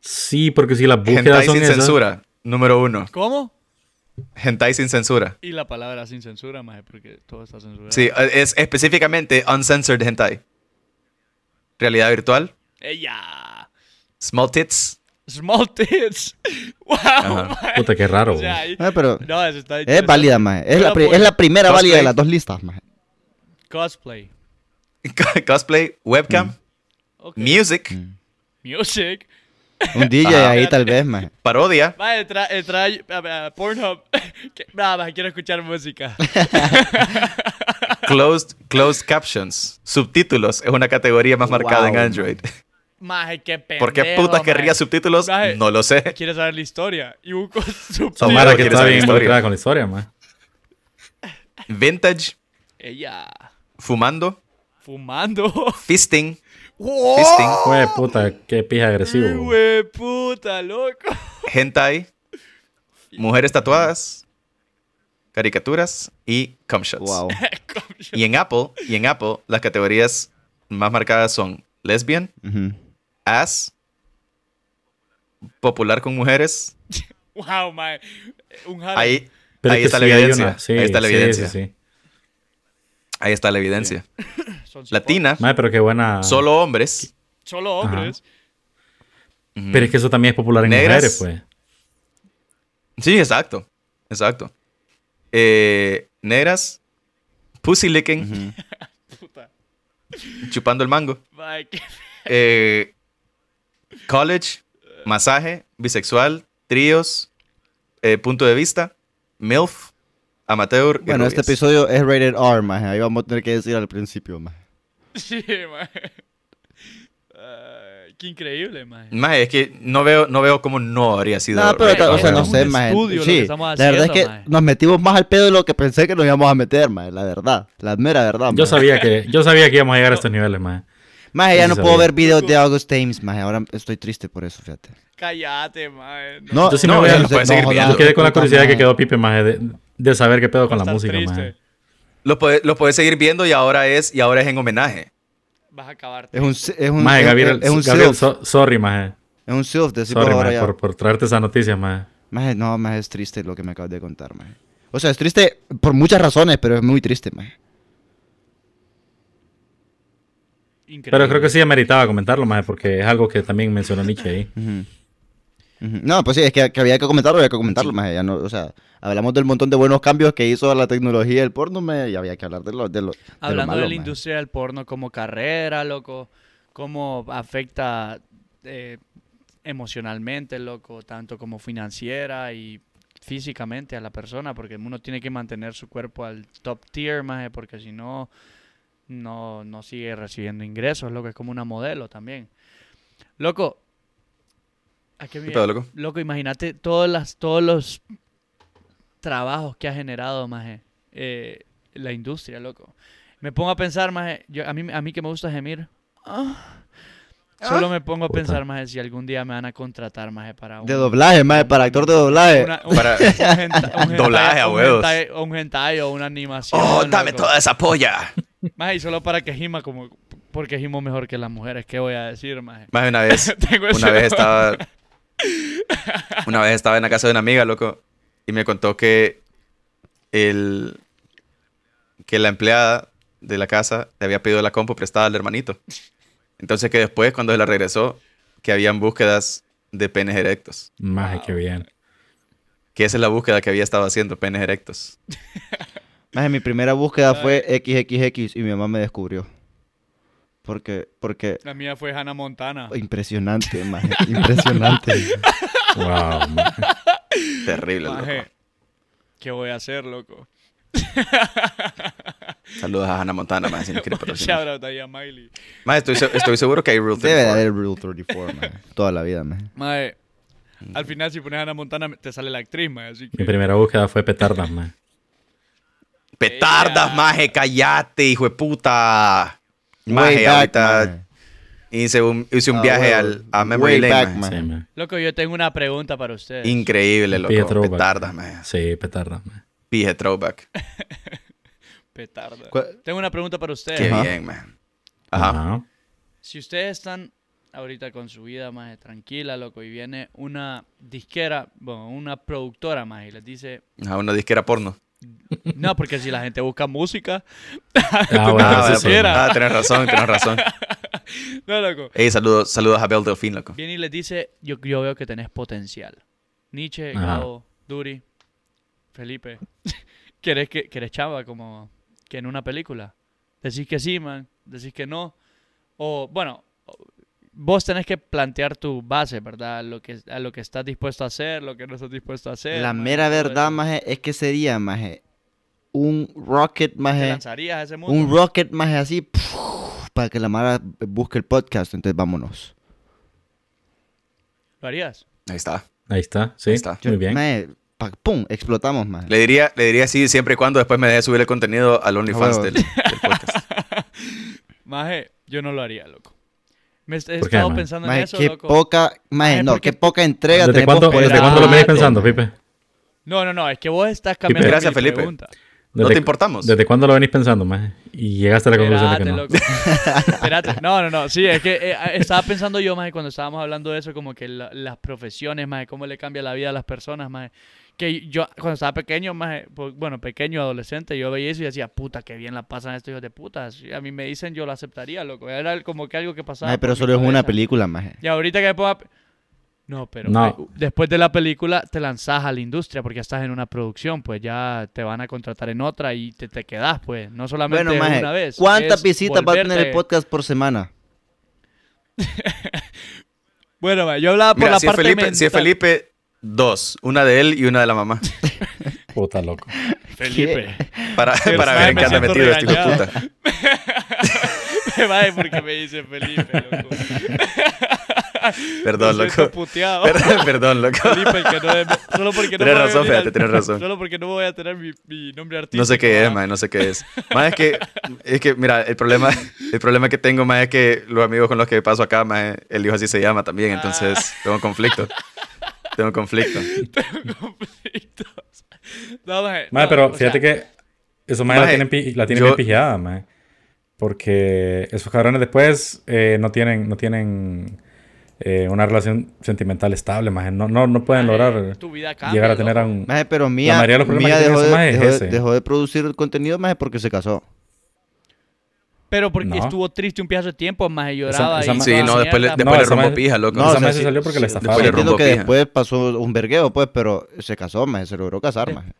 Speaker 2: Sí, porque si las búsquedas
Speaker 3: Hentai
Speaker 2: son
Speaker 3: sin
Speaker 2: esas...
Speaker 3: censura, número uno.
Speaker 4: ¿Cómo?
Speaker 3: Hentai sin censura.
Speaker 4: Y la palabra sin censura, maje, porque todo está censurado.
Speaker 3: Sí, eh, es específicamente uncensored hentai. Realidad virtual,
Speaker 4: ¡Ella!
Speaker 3: small tits.
Speaker 4: Small tits. ¡Wow!
Speaker 3: Ajá.
Speaker 4: maje.
Speaker 2: Puta, qué raro.
Speaker 4: O sea,
Speaker 2: güey.
Speaker 4: ahí-
Speaker 1: Maje, pero
Speaker 4: No, pues,
Speaker 2: Eh,
Speaker 4: eso está
Speaker 1: es
Speaker 4: interesante.
Speaker 1: válida, maje. Es
Speaker 4: Yo
Speaker 1: la,
Speaker 4: la
Speaker 1: pri-
Speaker 4: puedo-
Speaker 1: es la primera
Speaker 3: Cosplay.
Speaker 1: válida de las dos listas, maje.
Speaker 4: Cosplay.
Speaker 3: Cosplay, webcam,
Speaker 4: Ok.
Speaker 3: music,
Speaker 1: Mm.
Speaker 4: Music.
Speaker 1: Un DJ
Speaker 3: Ajá.
Speaker 1: ahí tal vez, maje.
Speaker 3: parodia.
Speaker 4: Maje, tra... eh, tra- a ver, a Pornhub. Que- Nada, maje, quiero escuchar música.
Speaker 3: Closed, closed captions. Subtítulos es una categoría más marcada en
Speaker 1: Wow.
Speaker 3: Android.
Speaker 4: Maje, qué pendejo,
Speaker 3: ¿Por qué putas
Speaker 4: maje.
Speaker 3: querría subtítulos?
Speaker 4: Maje.
Speaker 3: No lo sé.
Speaker 4: Quiere saber la historia. Y busco su
Speaker 2: Son
Speaker 3: Sí,
Speaker 2: maras que
Speaker 3: no quiere
Speaker 2: está
Speaker 3: saber
Speaker 2: bien
Speaker 3: historia.
Speaker 2: involucrada con la historia, maje.
Speaker 3: Vintage,
Speaker 4: Ella.
Speaker 3: fumando,
Speaker 4: Fumando.
Speaker 3: fisting,
Speaker 1: Oh.
Speaker 4: ¡Wow!
Speaker 3: fisting,
Speaker 2: Güey, puta, qué pija agresivo. güey.
Speaker 4: ¡Hue puta, loco!
Speaker 3: hentai, mujeres tatuadas, caricaturas y cum shots.
Speaker 1: Wow.
Speaker 3: Y en Apple, y en Apple, las categorías más marcadas son lesbian,
Speaker 1: Ujú.
Speaker 3: ass, popular con mujeres.
Speaker 4: ¡Wow, mae! Un jale.
Speaker 3: Ahí,
Speaker 2: Pero es
Speaker 3: ahí
Speaker 2: que
Speaker 3: está la
Speaker 2: sí hay
Speaker 3: evidencia.
Speaker 2: una- sí,
Speaker 3: ahí está la
Speaker 2: sí,
Speaker 3: evidencia.
Speaker 2: sí, Ah. sí.
Speaker 3: Ahí está la evidencia.
Speaker 4: son sin
Speaker 3: latinas,
Speaker 2: Mae, pero qué buena.
Speaker 3: solo hombres,
Speaker 4: forma. Solo
Speaker 2: Ajá.
Speaker 4: hombres.
Speaker 3: Ujú.
Speaker 2: Pero es que eso también es popular en
Speaker 3: Negras.
Speaker 2: mujeres, pues.
Speaker 3: Sí, exacto. Exacto. Eh, negras, pussy licking,
Speaker 4: Puta.
Speaker 3: chupando el mango.
Speaker 4: Mae, qué-
Speaker 3: Eh, college, masaje, bisexual, tríos, eh, punto de vista, MILF, amateur. y
Speaker 1: Bueno, este
Speaker 3: rubias.
Speaker 1: episodio es rated R, maje. Ahí vamos a tener que decir al principio, maje.
Speaker 4: Sí, mae. Ay, qué increíble, mae.
Speaker 3: Maje, es que no veo, no veo cómo no habría sido.
Speaker 1: No, pero,
Speaker 3: Red
Speaker 1: ta- o
Speaker 3: Bull.
Speaker 1: sea, no
Speaker 4: Es un
Speaker 1: sé, maje.
Speaker 4: estudio lo
Speaker 1: Sí,
Speaker 4: que estamos
Speaker 1: la verdad es
Speaker 4: haciendo,
Speaker 1: que
Speaker 4: maje.
Speaker 1: nos metimos más al pedo de lo que pensé que nos íbamos a meter, maje. La verdad, la mera verdad,
Speaker 2: Yo
Speaker 1: maje.
Speaker 2: sabía que, yo sabía que íbamos a llegar a estos niveles, mae.
Speaker 1: Maje, ya
Speaker 2: Yo
Speaker 1: no
Speaker 2: sí
Speaker 1: puedo
Speaker 2: sabía.
Speaker 1: ver videos de August Thames, maje. Ahora estoy triste por eso, fíjate.
Speaker 4: Cállate, mae. No,
Speaker 1: No,
Speaker 2: Yo sí me voy a-
Speaker 1: ya
Speaker 2: no
Speaker 1: sé-
Speaker 3: puede seguir
Speaker 1: jodas,
Speaker 3: viendo.
Speaker 2: Yo quedé con la
Speaker 1: puta
Speaker 2: curiosidad que
Speaker 1: madre.
Speaker 2: quedó Pipe, mae, de, de saber qué pedo con la
Speaker 4: estás
Speaker 2: música,
Speaker 4: triste.
Speaker 2: mae.
Speaker 3: Lo, puede- lo puedes seguir viendo y ahora es, y ahora es en homenaje.
Speaker 4: Vas a acabarte.
Speaker 1: Es un, es un,
Speaker 2: Mae,
Speaker 1: es-
Speaker 2: Gabriel,
Speaker 1: es un
Speaker 2: Gabriel,
Speaker 1: self,
Speaker 2: so- sorry, mae.
Speaker 1: es un self, decir por
Speaker 2: Sorry,
Speaker 1: ahora
Speaker 2: mae,
Speaker 1: ya.
Speaker 2: por, por traerte esas noticias, mae.
Speaker 1: Maje, no, maje, es triste lo que me acabas de contar, maje. O sea, es triste por muchas razones, pero es muy triste, maje.
Speaker 4: Increíble.
Speaker 2: Pero creo que sí meritaba comentarlo, mae, porque es algo que también mencionó Nietzsche ahí.
Speaker 1: Ujú. Ujú. No, pues sí, es que, que había que comentarlo, había que comentarlo, maje, ya no, o sea, hablamos del montón de buenos cambios que hizo la tecnología del porno, maje, y había que hablar de lo, de lo- de lo
Speaker 4: Hablando
Speaker 1: malo,
Speaker 4: de la
Speaker 1: maje.
Speaker 4: industria del porno como carrera, loco, cómo afecta eh, emocionalmente, loco, tanto como financiera y físicamente a la persona, porque uno tiene que mantener su cuerpo al top tier, más porque si no, no, no sigue recibiendo ingresos, loco, es como una modelo también. Loco, ¿a qué
Speaker 3: ¿Qué
Speaker 4: me-
Speaker 3: pedo, loco?
Speaker 4: Loco, imagínate todas las, todos los trabajos que ha generado, maje, eh, la industria, loco. Me pongo a pensar, maje, yo- a, mí, a mí que me gusta gemir. ah, Solo me pongo a
Speaker 2: Puta.
Speaker 4: pensar, maje, si algún día me van a contratar, maje, para un...
Speaker 1: De doblaje, maje, para actor de doblaje.
Speaker 4: una- un-
Speaker 3: Para-
Speaker 4: un henta- un
Speaker 3: Doblaje a
Speaker 4: hentai- un
Speaker 3: huevos.
Speaker 4: hentai- Un hentai o una animación,
Speaker 3: Oh, dame
Speaker 4: loco.
Speaker 3: toda esa polla.
Speaker 4: Maje, y solo para que gima como... Porque gimo mejor que las mujeres, ¿qué voy a decir, maje?
Speaker 3: Más de una vez.
Speaker 4: Tengo
Speaker 3: Una
Speaker 4: ese-
Speaker 3: vez estaba. Una vez estaba en la casa de una amiga, loco. Y me contó que el. Que la empleada de la casa le había pedido la compu prestada al hermanito. Entonces que después, cuando se la regresó, que habían búsquedas de penes erectos.
Speaker 2: Mae, qué bien.
Speaker 3: Que esa es la búsqueda que había estado haciendo, penes erectos.
Speaker 1: Maje, mi primera búsqueda fue XXX y mi mamá me descubrió. Porque, porque,
Speaker 4: La mía fue Hannah
Speaker 2: Ah.
Speaker 4: Montana.
Speaker 1: impresionante, maje, impresionante.
Speaker 2: Wow, mae.
Speaker 3: Terrible,
Speaker 4: Maje,
Speaker 3: loco.
Speaker 4: ¿Qué voy a hacer, loco?
Speaker 3: Saludos a Hannah Montana, más si no quiere patrocinar.
Speaker 4: Shout out ahí a Miley.
Speaker 3: Más, estoy, se- estoy seguro que hay Rule
Speaker 1: Debe de
Speaker 3: 34.
Speaker 1: haber Rule 34, maje, toda la vida, maje.
Speaker 4: Mae, al final si pones a Ana Montana te sale la actriz, mae, así
Speaker 2: Mi
Speaker 4: que...
Speaker 2: primera búsqueda fue petardas, mae.
Speaker 3: Petardas, maje, callate, hijo de puta.
Speaker 1: Way
Speaker 3: Maje,
Speaker 1: back,
Speaker 3: eh, ahorita
Speaker 1: maje.
Speaker 3: hice un, hice un
Speaker 1: Ah,
Speaker 3: viaje
Speaker 1: huevo.
Speaker 3: al, a
Speaker 1: Way
Speaker 3: Memory Lane.
Speaker 1: back,
Speaker 3: maje.
Speaker 1: maje.
Speaker 2: Sí, mae.
Speaker 4: Loco, yo tengo una pregunta para ustedes.
Speaker 3: Increíble,
Speaker 2: Pije
Speaker 3: loco.
Speaker 2: throwback.
Speaker 3: Petardas, maje.
Speaker 2: Sí, petardas, mae.
Speaker 3: Pije throwback.
Speaker 4: Petarda.
Speaker 1: ¿Cuál-
Speaker 4: Tengo una pregunta para
Speaker 3: Qué
Speaker 4: ustedes.
Speaker 1: Ajá.
Speaker 3: bien, maje. Ajá.
Speaker 4: Si ustedes están ahorita con su vida más tranquila, loco, y viene una disquera, bueno, una productora más y les dice,
Speaker 3: Ajá, una disquera porno.
Speaker 4: no, porque si la gente busca música,
Speaker 2: Ah, bueno,
Speaker 3: Ah,
Speaker 2: eso
Speaker 3: vale,
Speaker 2: sí.
Speaker 3: pues.
Speaker 4: era.
Speaker 3: ah, tenés razón, tenés razón.
Speaker 4: no, loco,
Speaker 3: Ey, saludos, saludos a Bel Delfín, loco.
Speaker 4: viene y les dice, yo, yo veo que tenés potencial. Nietzsche,
Speaker 2: Ajá.
Speaker 4: Gabo, Duri, Felipe, ¿querés, que, ¿querés chamba como que en una película? Decís que sí, man, decís que no. O, bueno, vos tenés que plantear tu base, ¿verdad? Lo que, a lo que estás dispuesto a hacer, lo que no estás dispuesto a hacer.
Speaker 1: La
Speaker 4: man,
Speaker 1: mera
Speaker 4: todo
Speaker 1: verdad,
Speaker 4: eso.
Speaker 1: maje, es que sería, maje, un rocket,
Speaker 4: ¿Te
Speaker 1: maje,
Speaker 4: lanzarías a ese mundo?
Speaker 1: un rocket, maje, así, puf, para que la mara busque el podcast, entonces vámonos.
Speaker 4: ¿Lo harías?
Speaker 3: Ahí está.
Speaker 2: Ahí está, sí.
Speaker 3: Ahí está.
Speaker 1: Yo,
Speaker 2: Muy bien.
Speaker 1: Maje, pa- pum, explotamos, maje.
Speaker 3: Le diría, le diría sí siempre y cuando después me deje subir el contenido al OnlyFans
Speaker 1: Ah, huevo.
Speaker 3: del, del podcast.
Speaker 4: Maje, yo no lo haría, loco. Me he
Speaker 2: ¿Por qué,
Speaker 4: estado
Speaker 2: man?
Speaker 4: pensando en
Speaker 1: Maje,
Speaker 4: eso,
Speaker 1: qué
Speaker 4: loco.
Speaker 1: poca, maje,
Speaker 4: Maje,
Speaker 1: no,
Speaker 4: porque-
Speaker 1: qué poca entrega
Speaker 2: ¿Desde
Speaker 1: tenemos
Speaker 2: cuándo,
Speaker 1: por
Speaker 2: ¿Desde
Speaker 1: este
Speaker 2: cuándo lo
Speaker 4: me
Speaker 2: venís
Speaker 1: rato,
Speaker 2: pensando,
Speaker 1: maje.
Speaker 2: Pipe?
Speaker 4: No, no, no, es que vos estás cambiando
Speaker 3: Gracias,
Speaker 4: mi
Speaker 3: Felipe.
Speaker 4: pregunta.
Speaker 3: No
Speaker 2: Desde-
Speaker 3: te importamos.
Speaker 2: ¿Desde cuándo lo venís pensando, mae? Y llegaste a la conclusión de que no.
Speaker 4: Espérate, loco. Espérate. No, no, no. Sí, es que eh, estaba pensando yo, más cuando estábamos hablando de eso, como que la- las profesiones, más cómo le cambia la vida a las personas, más que yo cuando estaba pequeño, más, bueno, pequeño, adolescente, yo veía eso y decía, puta, qué bien la pasan estos hijos de putas. a mí me dicen, yo lo aceptaría, loco. Era como que algo que pasaba.
Speaker 1: Maje, pero
Speaker 4: por mi
Speaker 1: solo es una
Speaker 4: cabeza.
Speaker 1: película, maje.
Speaker 4: Y ahorita que me ponga... No, pero
Speaker 2: No.
Speaker 4: eh, después de la película te lanzas a la industria porque ya estás en una producción, pues ya te van a contratar en otra y te, te quedas, pues. No solamente
Speaker 1: Bueno, maje,
Speaker 4: una vez.
Speaker 1: ¿cuántas
Speaker 4: es
Speaker 1: visitas va a tener el
Speaker 4: volverte-
Speaker 1: podcast por semana?
Speaker 4: Bueno, maje, yo hablaba por
Speaker 3: Mira,
Speaker 4: la
Speaker 3: si es
Speaker 4: parte
Speaker 3: Felipe, si es
Speaker 4: mental.
Speaker 3: Felipe, dos. Una de él y una de la mamá.
Speaker 2: Puta loco.
Speaker 4: Felipe.
Speaker 3: Para,
Speaker 4: Pero
Speaker 3: para
Speaker 4: sabe,
Speaker 3: ver en
Speaker 4: me
Speaker 3: qué anda
Speaker 4: siento
Speaker 3: metido este hijo de
Speaker 4: regañado.
Speaker 3: puta.
Speaker 4: Me vale porque me dice Felipe, loco.
Speaker 3: Perdón,
Speaker 4: Me siento
Speaker 3: loco.
Speaker 4: puteado.
Speaker 3: Perdón, perdón, loco.
Speaker 4: Felipe, el que no es- Solo porque no
Speaker 3: Tienes
Speaker 4: me voy a
Speaker 3: razón,
Speaker 4: venir
Speaker 3: fíjate,
Speaker 4: al-
Speaker 3: tienes razón.
Speaker 4: Solo porque no voy a tener mi, mi nombre artístico.
Speaker 3: No sé qué es,
Speaker 4: ¿ah?
Speaker 3: mae, no sé qué es. Más es que, es que, mira, el problema, el problema que tengo, más es que los amigos con los que paso acá, más el hijo así se llama también, entonces tengo conflicto. Tengo conflicto.
Speaker 4: Tengo conflictos. No, maje,
Speaker 2: Mae,
Speaker 4: no,
Speaker 2: pero
Speaker 4: o
Speaker 2: fíjate
Speaker 4: sea,
Speaker 2: que esos maes la
Speaker 3: Mae,
Speaker 2: tienen, pi- la tienen
Speaker 3: yo-
Speaker 2: bien pijada, mae. Porque esos cabrones después eh, no tienen, no tienen eh, una relación sentimental estable, mae. No, no, no pueden
Speaker 4: maje,
Speaker 2: lograr
Speaker 4: Eh, Tu vida cambia.
Speaker 2: llegar a
Speaker 4: loco.
Speaker 2: tener a un...
Speaker 1: Maje, pero Mía,
Speaker 2: mayoría de los problemas
Speaker 1: Mía
Speaker 2: que tiene
Speaker 1: dejó,
Speaker 2: esa maje
Speaker 1: de,
Speaker 2: es
Speaker 1: dejó de-
Speaker 2: ese.
Speaker 1: dejó de producir contenido, maje, porque se casó.
Speaker 4: Pero porque
Speaker 2: No.
Speaker 4: estuvo triste un pedazo de tiempo, más lloraba.
Speaker 2: esa
Speaker 4: y
Speaker 2: ma-
Speaker 3: Sí, no, después le,
Speaker 2: No,
Speaker 4: mierda.
Speaker 3: después le
Speaker 2: esa
Speaker 3: rompo
Speaker 2: mae-
Speaker 3: pija, loco.
Speaker 2: No,
Speaker 1: o
Speaker 2: esa
Speaker 1: sea,
Speaker 2: maje se
Speaker 1: sí-
Speaker 2: salió porque
Speaker 1: sí,
Speaker 2: la estafaron.
Speaker 1: Después
Speaker 3: Le
Speaker 1: entiendo
Speaker 3: robó
Speaker 1: que
Speaker 3: pija.
Speaker 1: después pasó un vergueo, pues, pero se casó, maje, se logró
Speaker 2: Eh,
Speaker 1: casar, maje.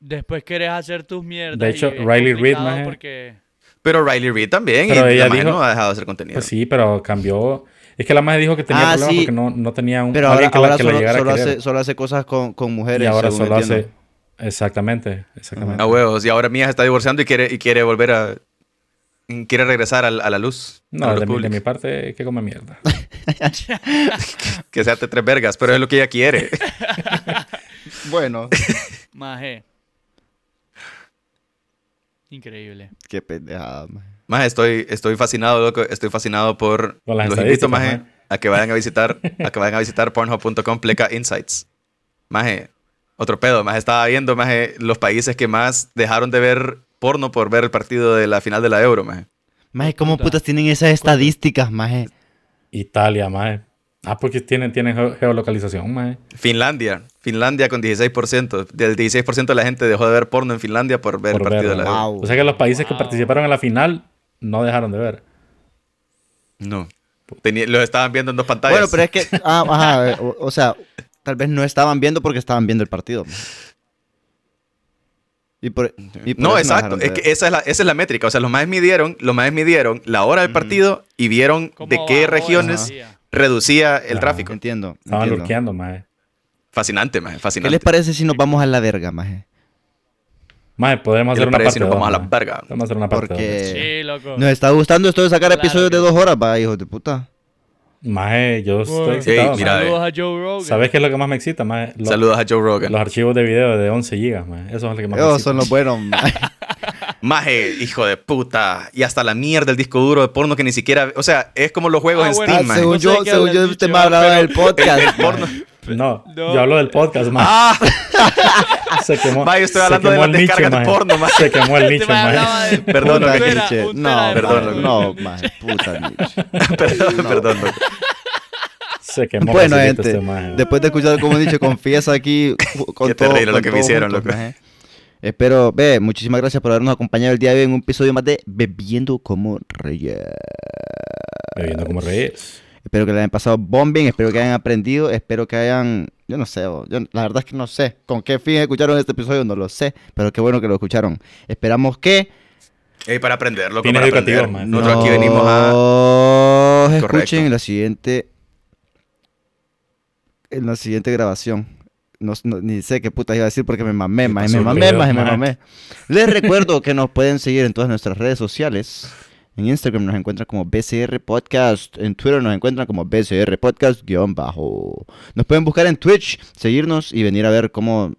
Speaker 4: Después querés hacer tus mierdas.
Speaker 2: De hecho,
Speaker 4: y es
Speaker 2: Riley Reid,
Speaker 4: complicado
Speaker 2: maje.
Speaker 4: porque...
Speaker 3: Pero Riley Reid también,
Speaker 2: Pero
Speaker 3: y
Speaker 2: ella
Speaker 3: la mae
Speaker 2: dijo-
Speaker 3: no ha dejado de hacer contenido.
Speaker 2: Pues sí, pero cambió... Es que la madre dijo que tenía
Speaker 1: Ah,
Speaker 2: problemas
Speaker 1: sí.
Speaker 2: porque no, no tenía un
Speaker 1: Pero ahora,
Speaker 2: alguien que la-
Speaker 1: ahora
Speaker 2: que la
Speaker 1: solo,
Speaker 2: llegara a
Speaker 1: solo
Speaker 2: querer.
Speaker 1: hace, solo hace cosas con, con mujeres.
Speaker 2: y ahora
Speaker 1: según
Speaker 2: solo
Speaker 1: entiendo.
Speaker 2: hace... Exactamente, exactamente.
Speaker 3: A huevos, y ahora Mía se está divorciando y quiere, y quiere volver a. Quiere regresar al- a, la luz. a la
Speaker 2: No,
Speaker 3: luz
Speaker 2: de mi, de mi
Speaker 3: pública.
Speaker 2: parte, que come mierda.
Speaker 3: Que se ate tres vergas, pero es lo que ella quiere.
Speaker 1: Bueno.
Speaker 4: Maje. Increíble.
Speaker 1: Qué pendejada, maje.
Speaker 3: Más estoy, estoy fascinado, loco. Estoy fascinado por
Speaker 2: Con las
Speaker 3: los invito,
Speaker 2: estadísticas,
Speaker 3: maje,
Speaker 2: maje.
Speaker 3: a que vayan a visitar, a que vayan a visitar pornhub.com pleca insights. Maje, otro pedo, maje, estaba viendo, maje, los países que más dejaron de ver porno por ver el partido de la final de la Euro, maje.
Speaker 1: Maje, ¿cómo
Speaker 4: Puta.
Speaker 1: putas tienen esas estadísticas, maje?
Speaker 2: Italia, mae. Ah, porque tienen, tienen geo- geolocalización, mae.
Speaker 3: Finlandia, Finlandia con 16%, del 16% de la gente dejó de ver porno en Finlandia por ver el
Speaker 2: Por
Speaker 3: partido de
Speaker 2: verlo.
Speaker 3: la Euro.
Speaker 1: Wow.
Speaker 2: O sea que los países
Speaker 4: Wow.
Speaker 2: que participaron en la final no dejaron de ver.
Speaker 3: No. Tenía- los estaban viendo en dos pantallas.
Speaker 1: Bueno, pero es que, ah, ajá, eh, o, o sea, tal vez no estaban viendo porque estaban viendo el partido. maje. Y por, y por
Speaker 3: No,
Speaker 1: eso
Speaker 3: exacto.
Speaker 1: dejaron de
Speaker 3: Es
Speaker 1: ver.
Speaker 3: que esa es, la, esa es la métrica. O sea, los más midieron, los más midieron la hora del partido y vieron
Speaker 4: ¿Cómo
Speaker 3: de qué
Speaker 4: bajó
Speaker 3: regiones
Speaker 4: ese día?
Speaker 3: reducía el
Speaker 2: Ajá.
Speaker 3: tráfico.
Speaker 1: Entiendo.
Speaker 2: Estaban
Speaker 1: entiendo.
Speaker 2: lurqueando, mae.
Speaker 3: Fascinante, maje,
Speaker 1: ¿Qué
Speaker 3: fascinante.
Speaker 1: les parece si nos vamos a la verga, maje?
Speaker 2: Mae, podemos
Speaker 3: ¿Qué
Speaker 2: hacer
Speaker 3: les
Speaker 2: una
Speaker 3: parece
Speaker 2: parte
Speaker 3: si nos
Speaker 2: dos,
Speaker 3: vamos a la
Speaker 2: mae.
Speaker 3: verga?
Speaker 2: Podemos hacer una parte
Speaker 1: Porque
Speaker 3: Eh,
Speaker 4: Sí, loco.
Speaker 1: nos está gustando esto de sacar
Speaker 4: Claro
Speaker 1: episodios de
Speaker 4: que-
Speaker 1: dos horas, va, hijos de puta.
Speaker 2: dos. Mae, yo estoy
Speaker 4: Ey,
Speaker 2: excitado. mae.
Speaker 3: mira,
Speaker 4: Saludos a Joe Rogan.
Speaker 2: eh,
Speaker 4: Este
Speaker 2: ¿Sabes qué es lo que más me excita, mae? Los,
Speaker 3: Saludos a Joe Rogan.
Speaker 2: los archivos de video de 11 gigas, mae. Eso es lo que más me
Speaker 1: Esos
Speaker 2: excita.
Speaker 1: son los buenos, maje.
Speaker 3: Maje, hijo de puta. Y hasta la mierda el disco duro de porno que ni siquiera. O sea, es como los juegos
Speaker 4: Ah,
Speaker 3: en
Speaker 4: bueno.
Speaker 1: Ah,
Speaker 3: Steam, maje.
Speaker 1: según
Speaker 4: No sé
Speaker 1: yo,
Speaker 4: qué
Speaker 1: según
Speaker 4: hablan
Speaker 1: yo, este
Speaker 4: dicho,
Speaker 1: usted me hablaba del podcast.
Speaker 3: porno.
Speaker 1: maje.
Speaker 2: No,
Speaker 4: No.
Speaker 2: yo hablo del podcast, mae.
Speaker 3: ¡Ah!
Speaker 2: Se quemó.
Speaker 3: Mae, yo estoy
Speaker 2: se
Speaker 3: hablando
Speaker 2: quemó
Speaker 3: de las
Speaker 2: el nicho,
Speaker 3: descargas de
Speaker 2: mae.
Speaker 3: porno, mae.
Speaker 2: Se quemó el nicho,
Speaker 4: Este mae hablaba
Speaker 2: mae.
Speaker 4: de-
Speaker 3: Perdón,
Speaker 4: Puta
Speaker 3: lo que-
Speaker 4: Nietzsche.
Speaker 1: Nietzsche.
Speaker 4: Puta
Speaker 1: No,
Speaker 4: de
Speaker 3: perdón,
Speaker 4: Pablo.
Speaker 1: no, maje, puta Nietzsche.
Speaker 3: Perdón, perdón. loco.
Speaker 2: Se quemó
Speaker 1: Bueno,
Speaker 2: facilito
Speaker 1: gente,
Speaker 2: este mae.
Speaker 1: después de escuchar como Nietzsche confiesa aquí ju- con
Speaker 3: Qué
Speaker 1: todo.
Speaker 3: terrible
Speaker 1: con
Speaker 3: lo que me
Speaker 1: todo
Speaker 3: hicieron,
Speaker 1: juntos,
Speaker 3: loco.
Speaker 1: maje. Espero, ve, muchísimas gracias por habernos acompañado el día de hoy en un episodio más de Bebiendo como Reyes.
Speaker 2: Bebiendo
Speaker 3: pues,
Speaker 2: como reyes.
Speaker 1: Espero que le hayan pasado bombing, espero que hayan aprendido, espero que hayan, yo no sé, o- yo la verdad es que no sé con qué fin escucharon este episodio, no lo sé, pero qué bueno que lo escucharon. Esperamos que
Speaker 3: Ey, para aprender, loco.
Speaker 2: Fines
Speaker 3: Para
Speaker 2: educativos, mae.
Speaker 3: aprender. Nosotros aquí venimos a.
Speaker 1: nos escuchen
Speaker 3: Correcto.
Speaker 1: en la siguiente en la siguiente grabación. No, no- ni sé qué puta iba a decir porque me mamé, maje,
Speaker 2: pasó
Speaker 1: me
Speaker 2: el
Speaker 1: mamé,
Speaker 2: video,
Speaker 1: maje, me
Speaker 2: maje.
Speaker 1: mamé. Les recuerdo que nos pueden seguir en todas nuestras redes sociales. En Instagram nos encuentran como BCR Podcast. En Twitter nos encuentran como BCR Podcast guión bajo. Nos pueden buscar en Twitch, seguirnos y venir a ver cómo,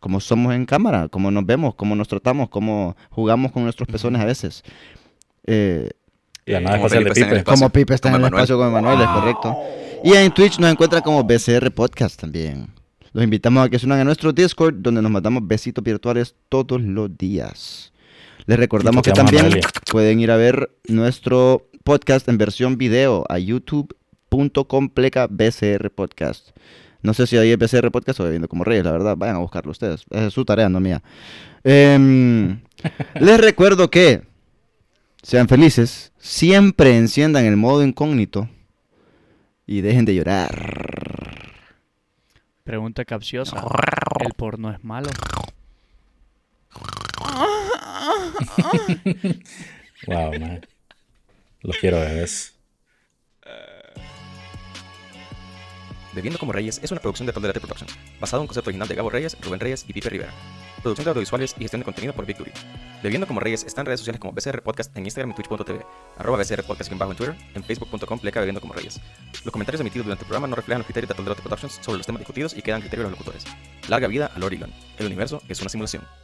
Speaker 1: cómo somos en cámara, cómo nos vemos, cómo nos tratamos, cómo jugamos con nuestros pezones a veces. Eh,
Speaker 2: Y la
Speaker 4: Eh,
Speaker 2: nave
Speaker 3: como
Speaker 2: espacial de
Speaker 3: Felipe está en el
Speaker 2: Pipe.
Speaker 3: espacio.
Speaker 1: como Pipe está
Speaker 3: Como
Speaker 1: en el
Speaker 3: Emanuel.
Speaker 1: espacio con Emanuel, es correcto. Y en Twitch nos encuentran como BCR Podcast también. Los invitamos a que se unan a nuestro Discord, donde nos mandamos besitos virtuales todos los días. Les recordamos que
Speaker 2: Escuchamos a
Speaker 1: también
Speaker 2: Noelia.
Speaker 1: pueden ir a ver nuestro podcast en versión video a youtube.com pleca BCR Podcast. No sé si hay PCR Podcast o Bebiendo como Reyes, la verdad. Vayan a buscarlo ustedes. Esa es su tarea, no mía. Em, les recuerdo que sean felices, siempre enciendan el modo incógnito y dejen de llorar.
Speaker 4: Pregunta capciosa. ¿El porno es malo?
Speaker 2: Wow, man. Los quiero, bebés.
Speaker 3: Bebiendo como Reyes es una producción de Tolderate Production, basada en un concepto original de Gabo Reyes, Rubén Reyes y Pipe Rivera. Producción de audiovisuales y gestión de contenido por Victory. Bebiendo como Reyes está en redes sociales como BCR Podcast en Instagram y Twitch.tv, arroba BCR Podcast guión bajo en Twitter, en facebook.com pleca Bebiendo como Reyes. Los comentarios emitidos durante el programa no reflejan los criterios de Tolderate Productions sobre los temas discutidos y quedan criterios de los locutores. Larga vida al Orilon. El universo es una simulación.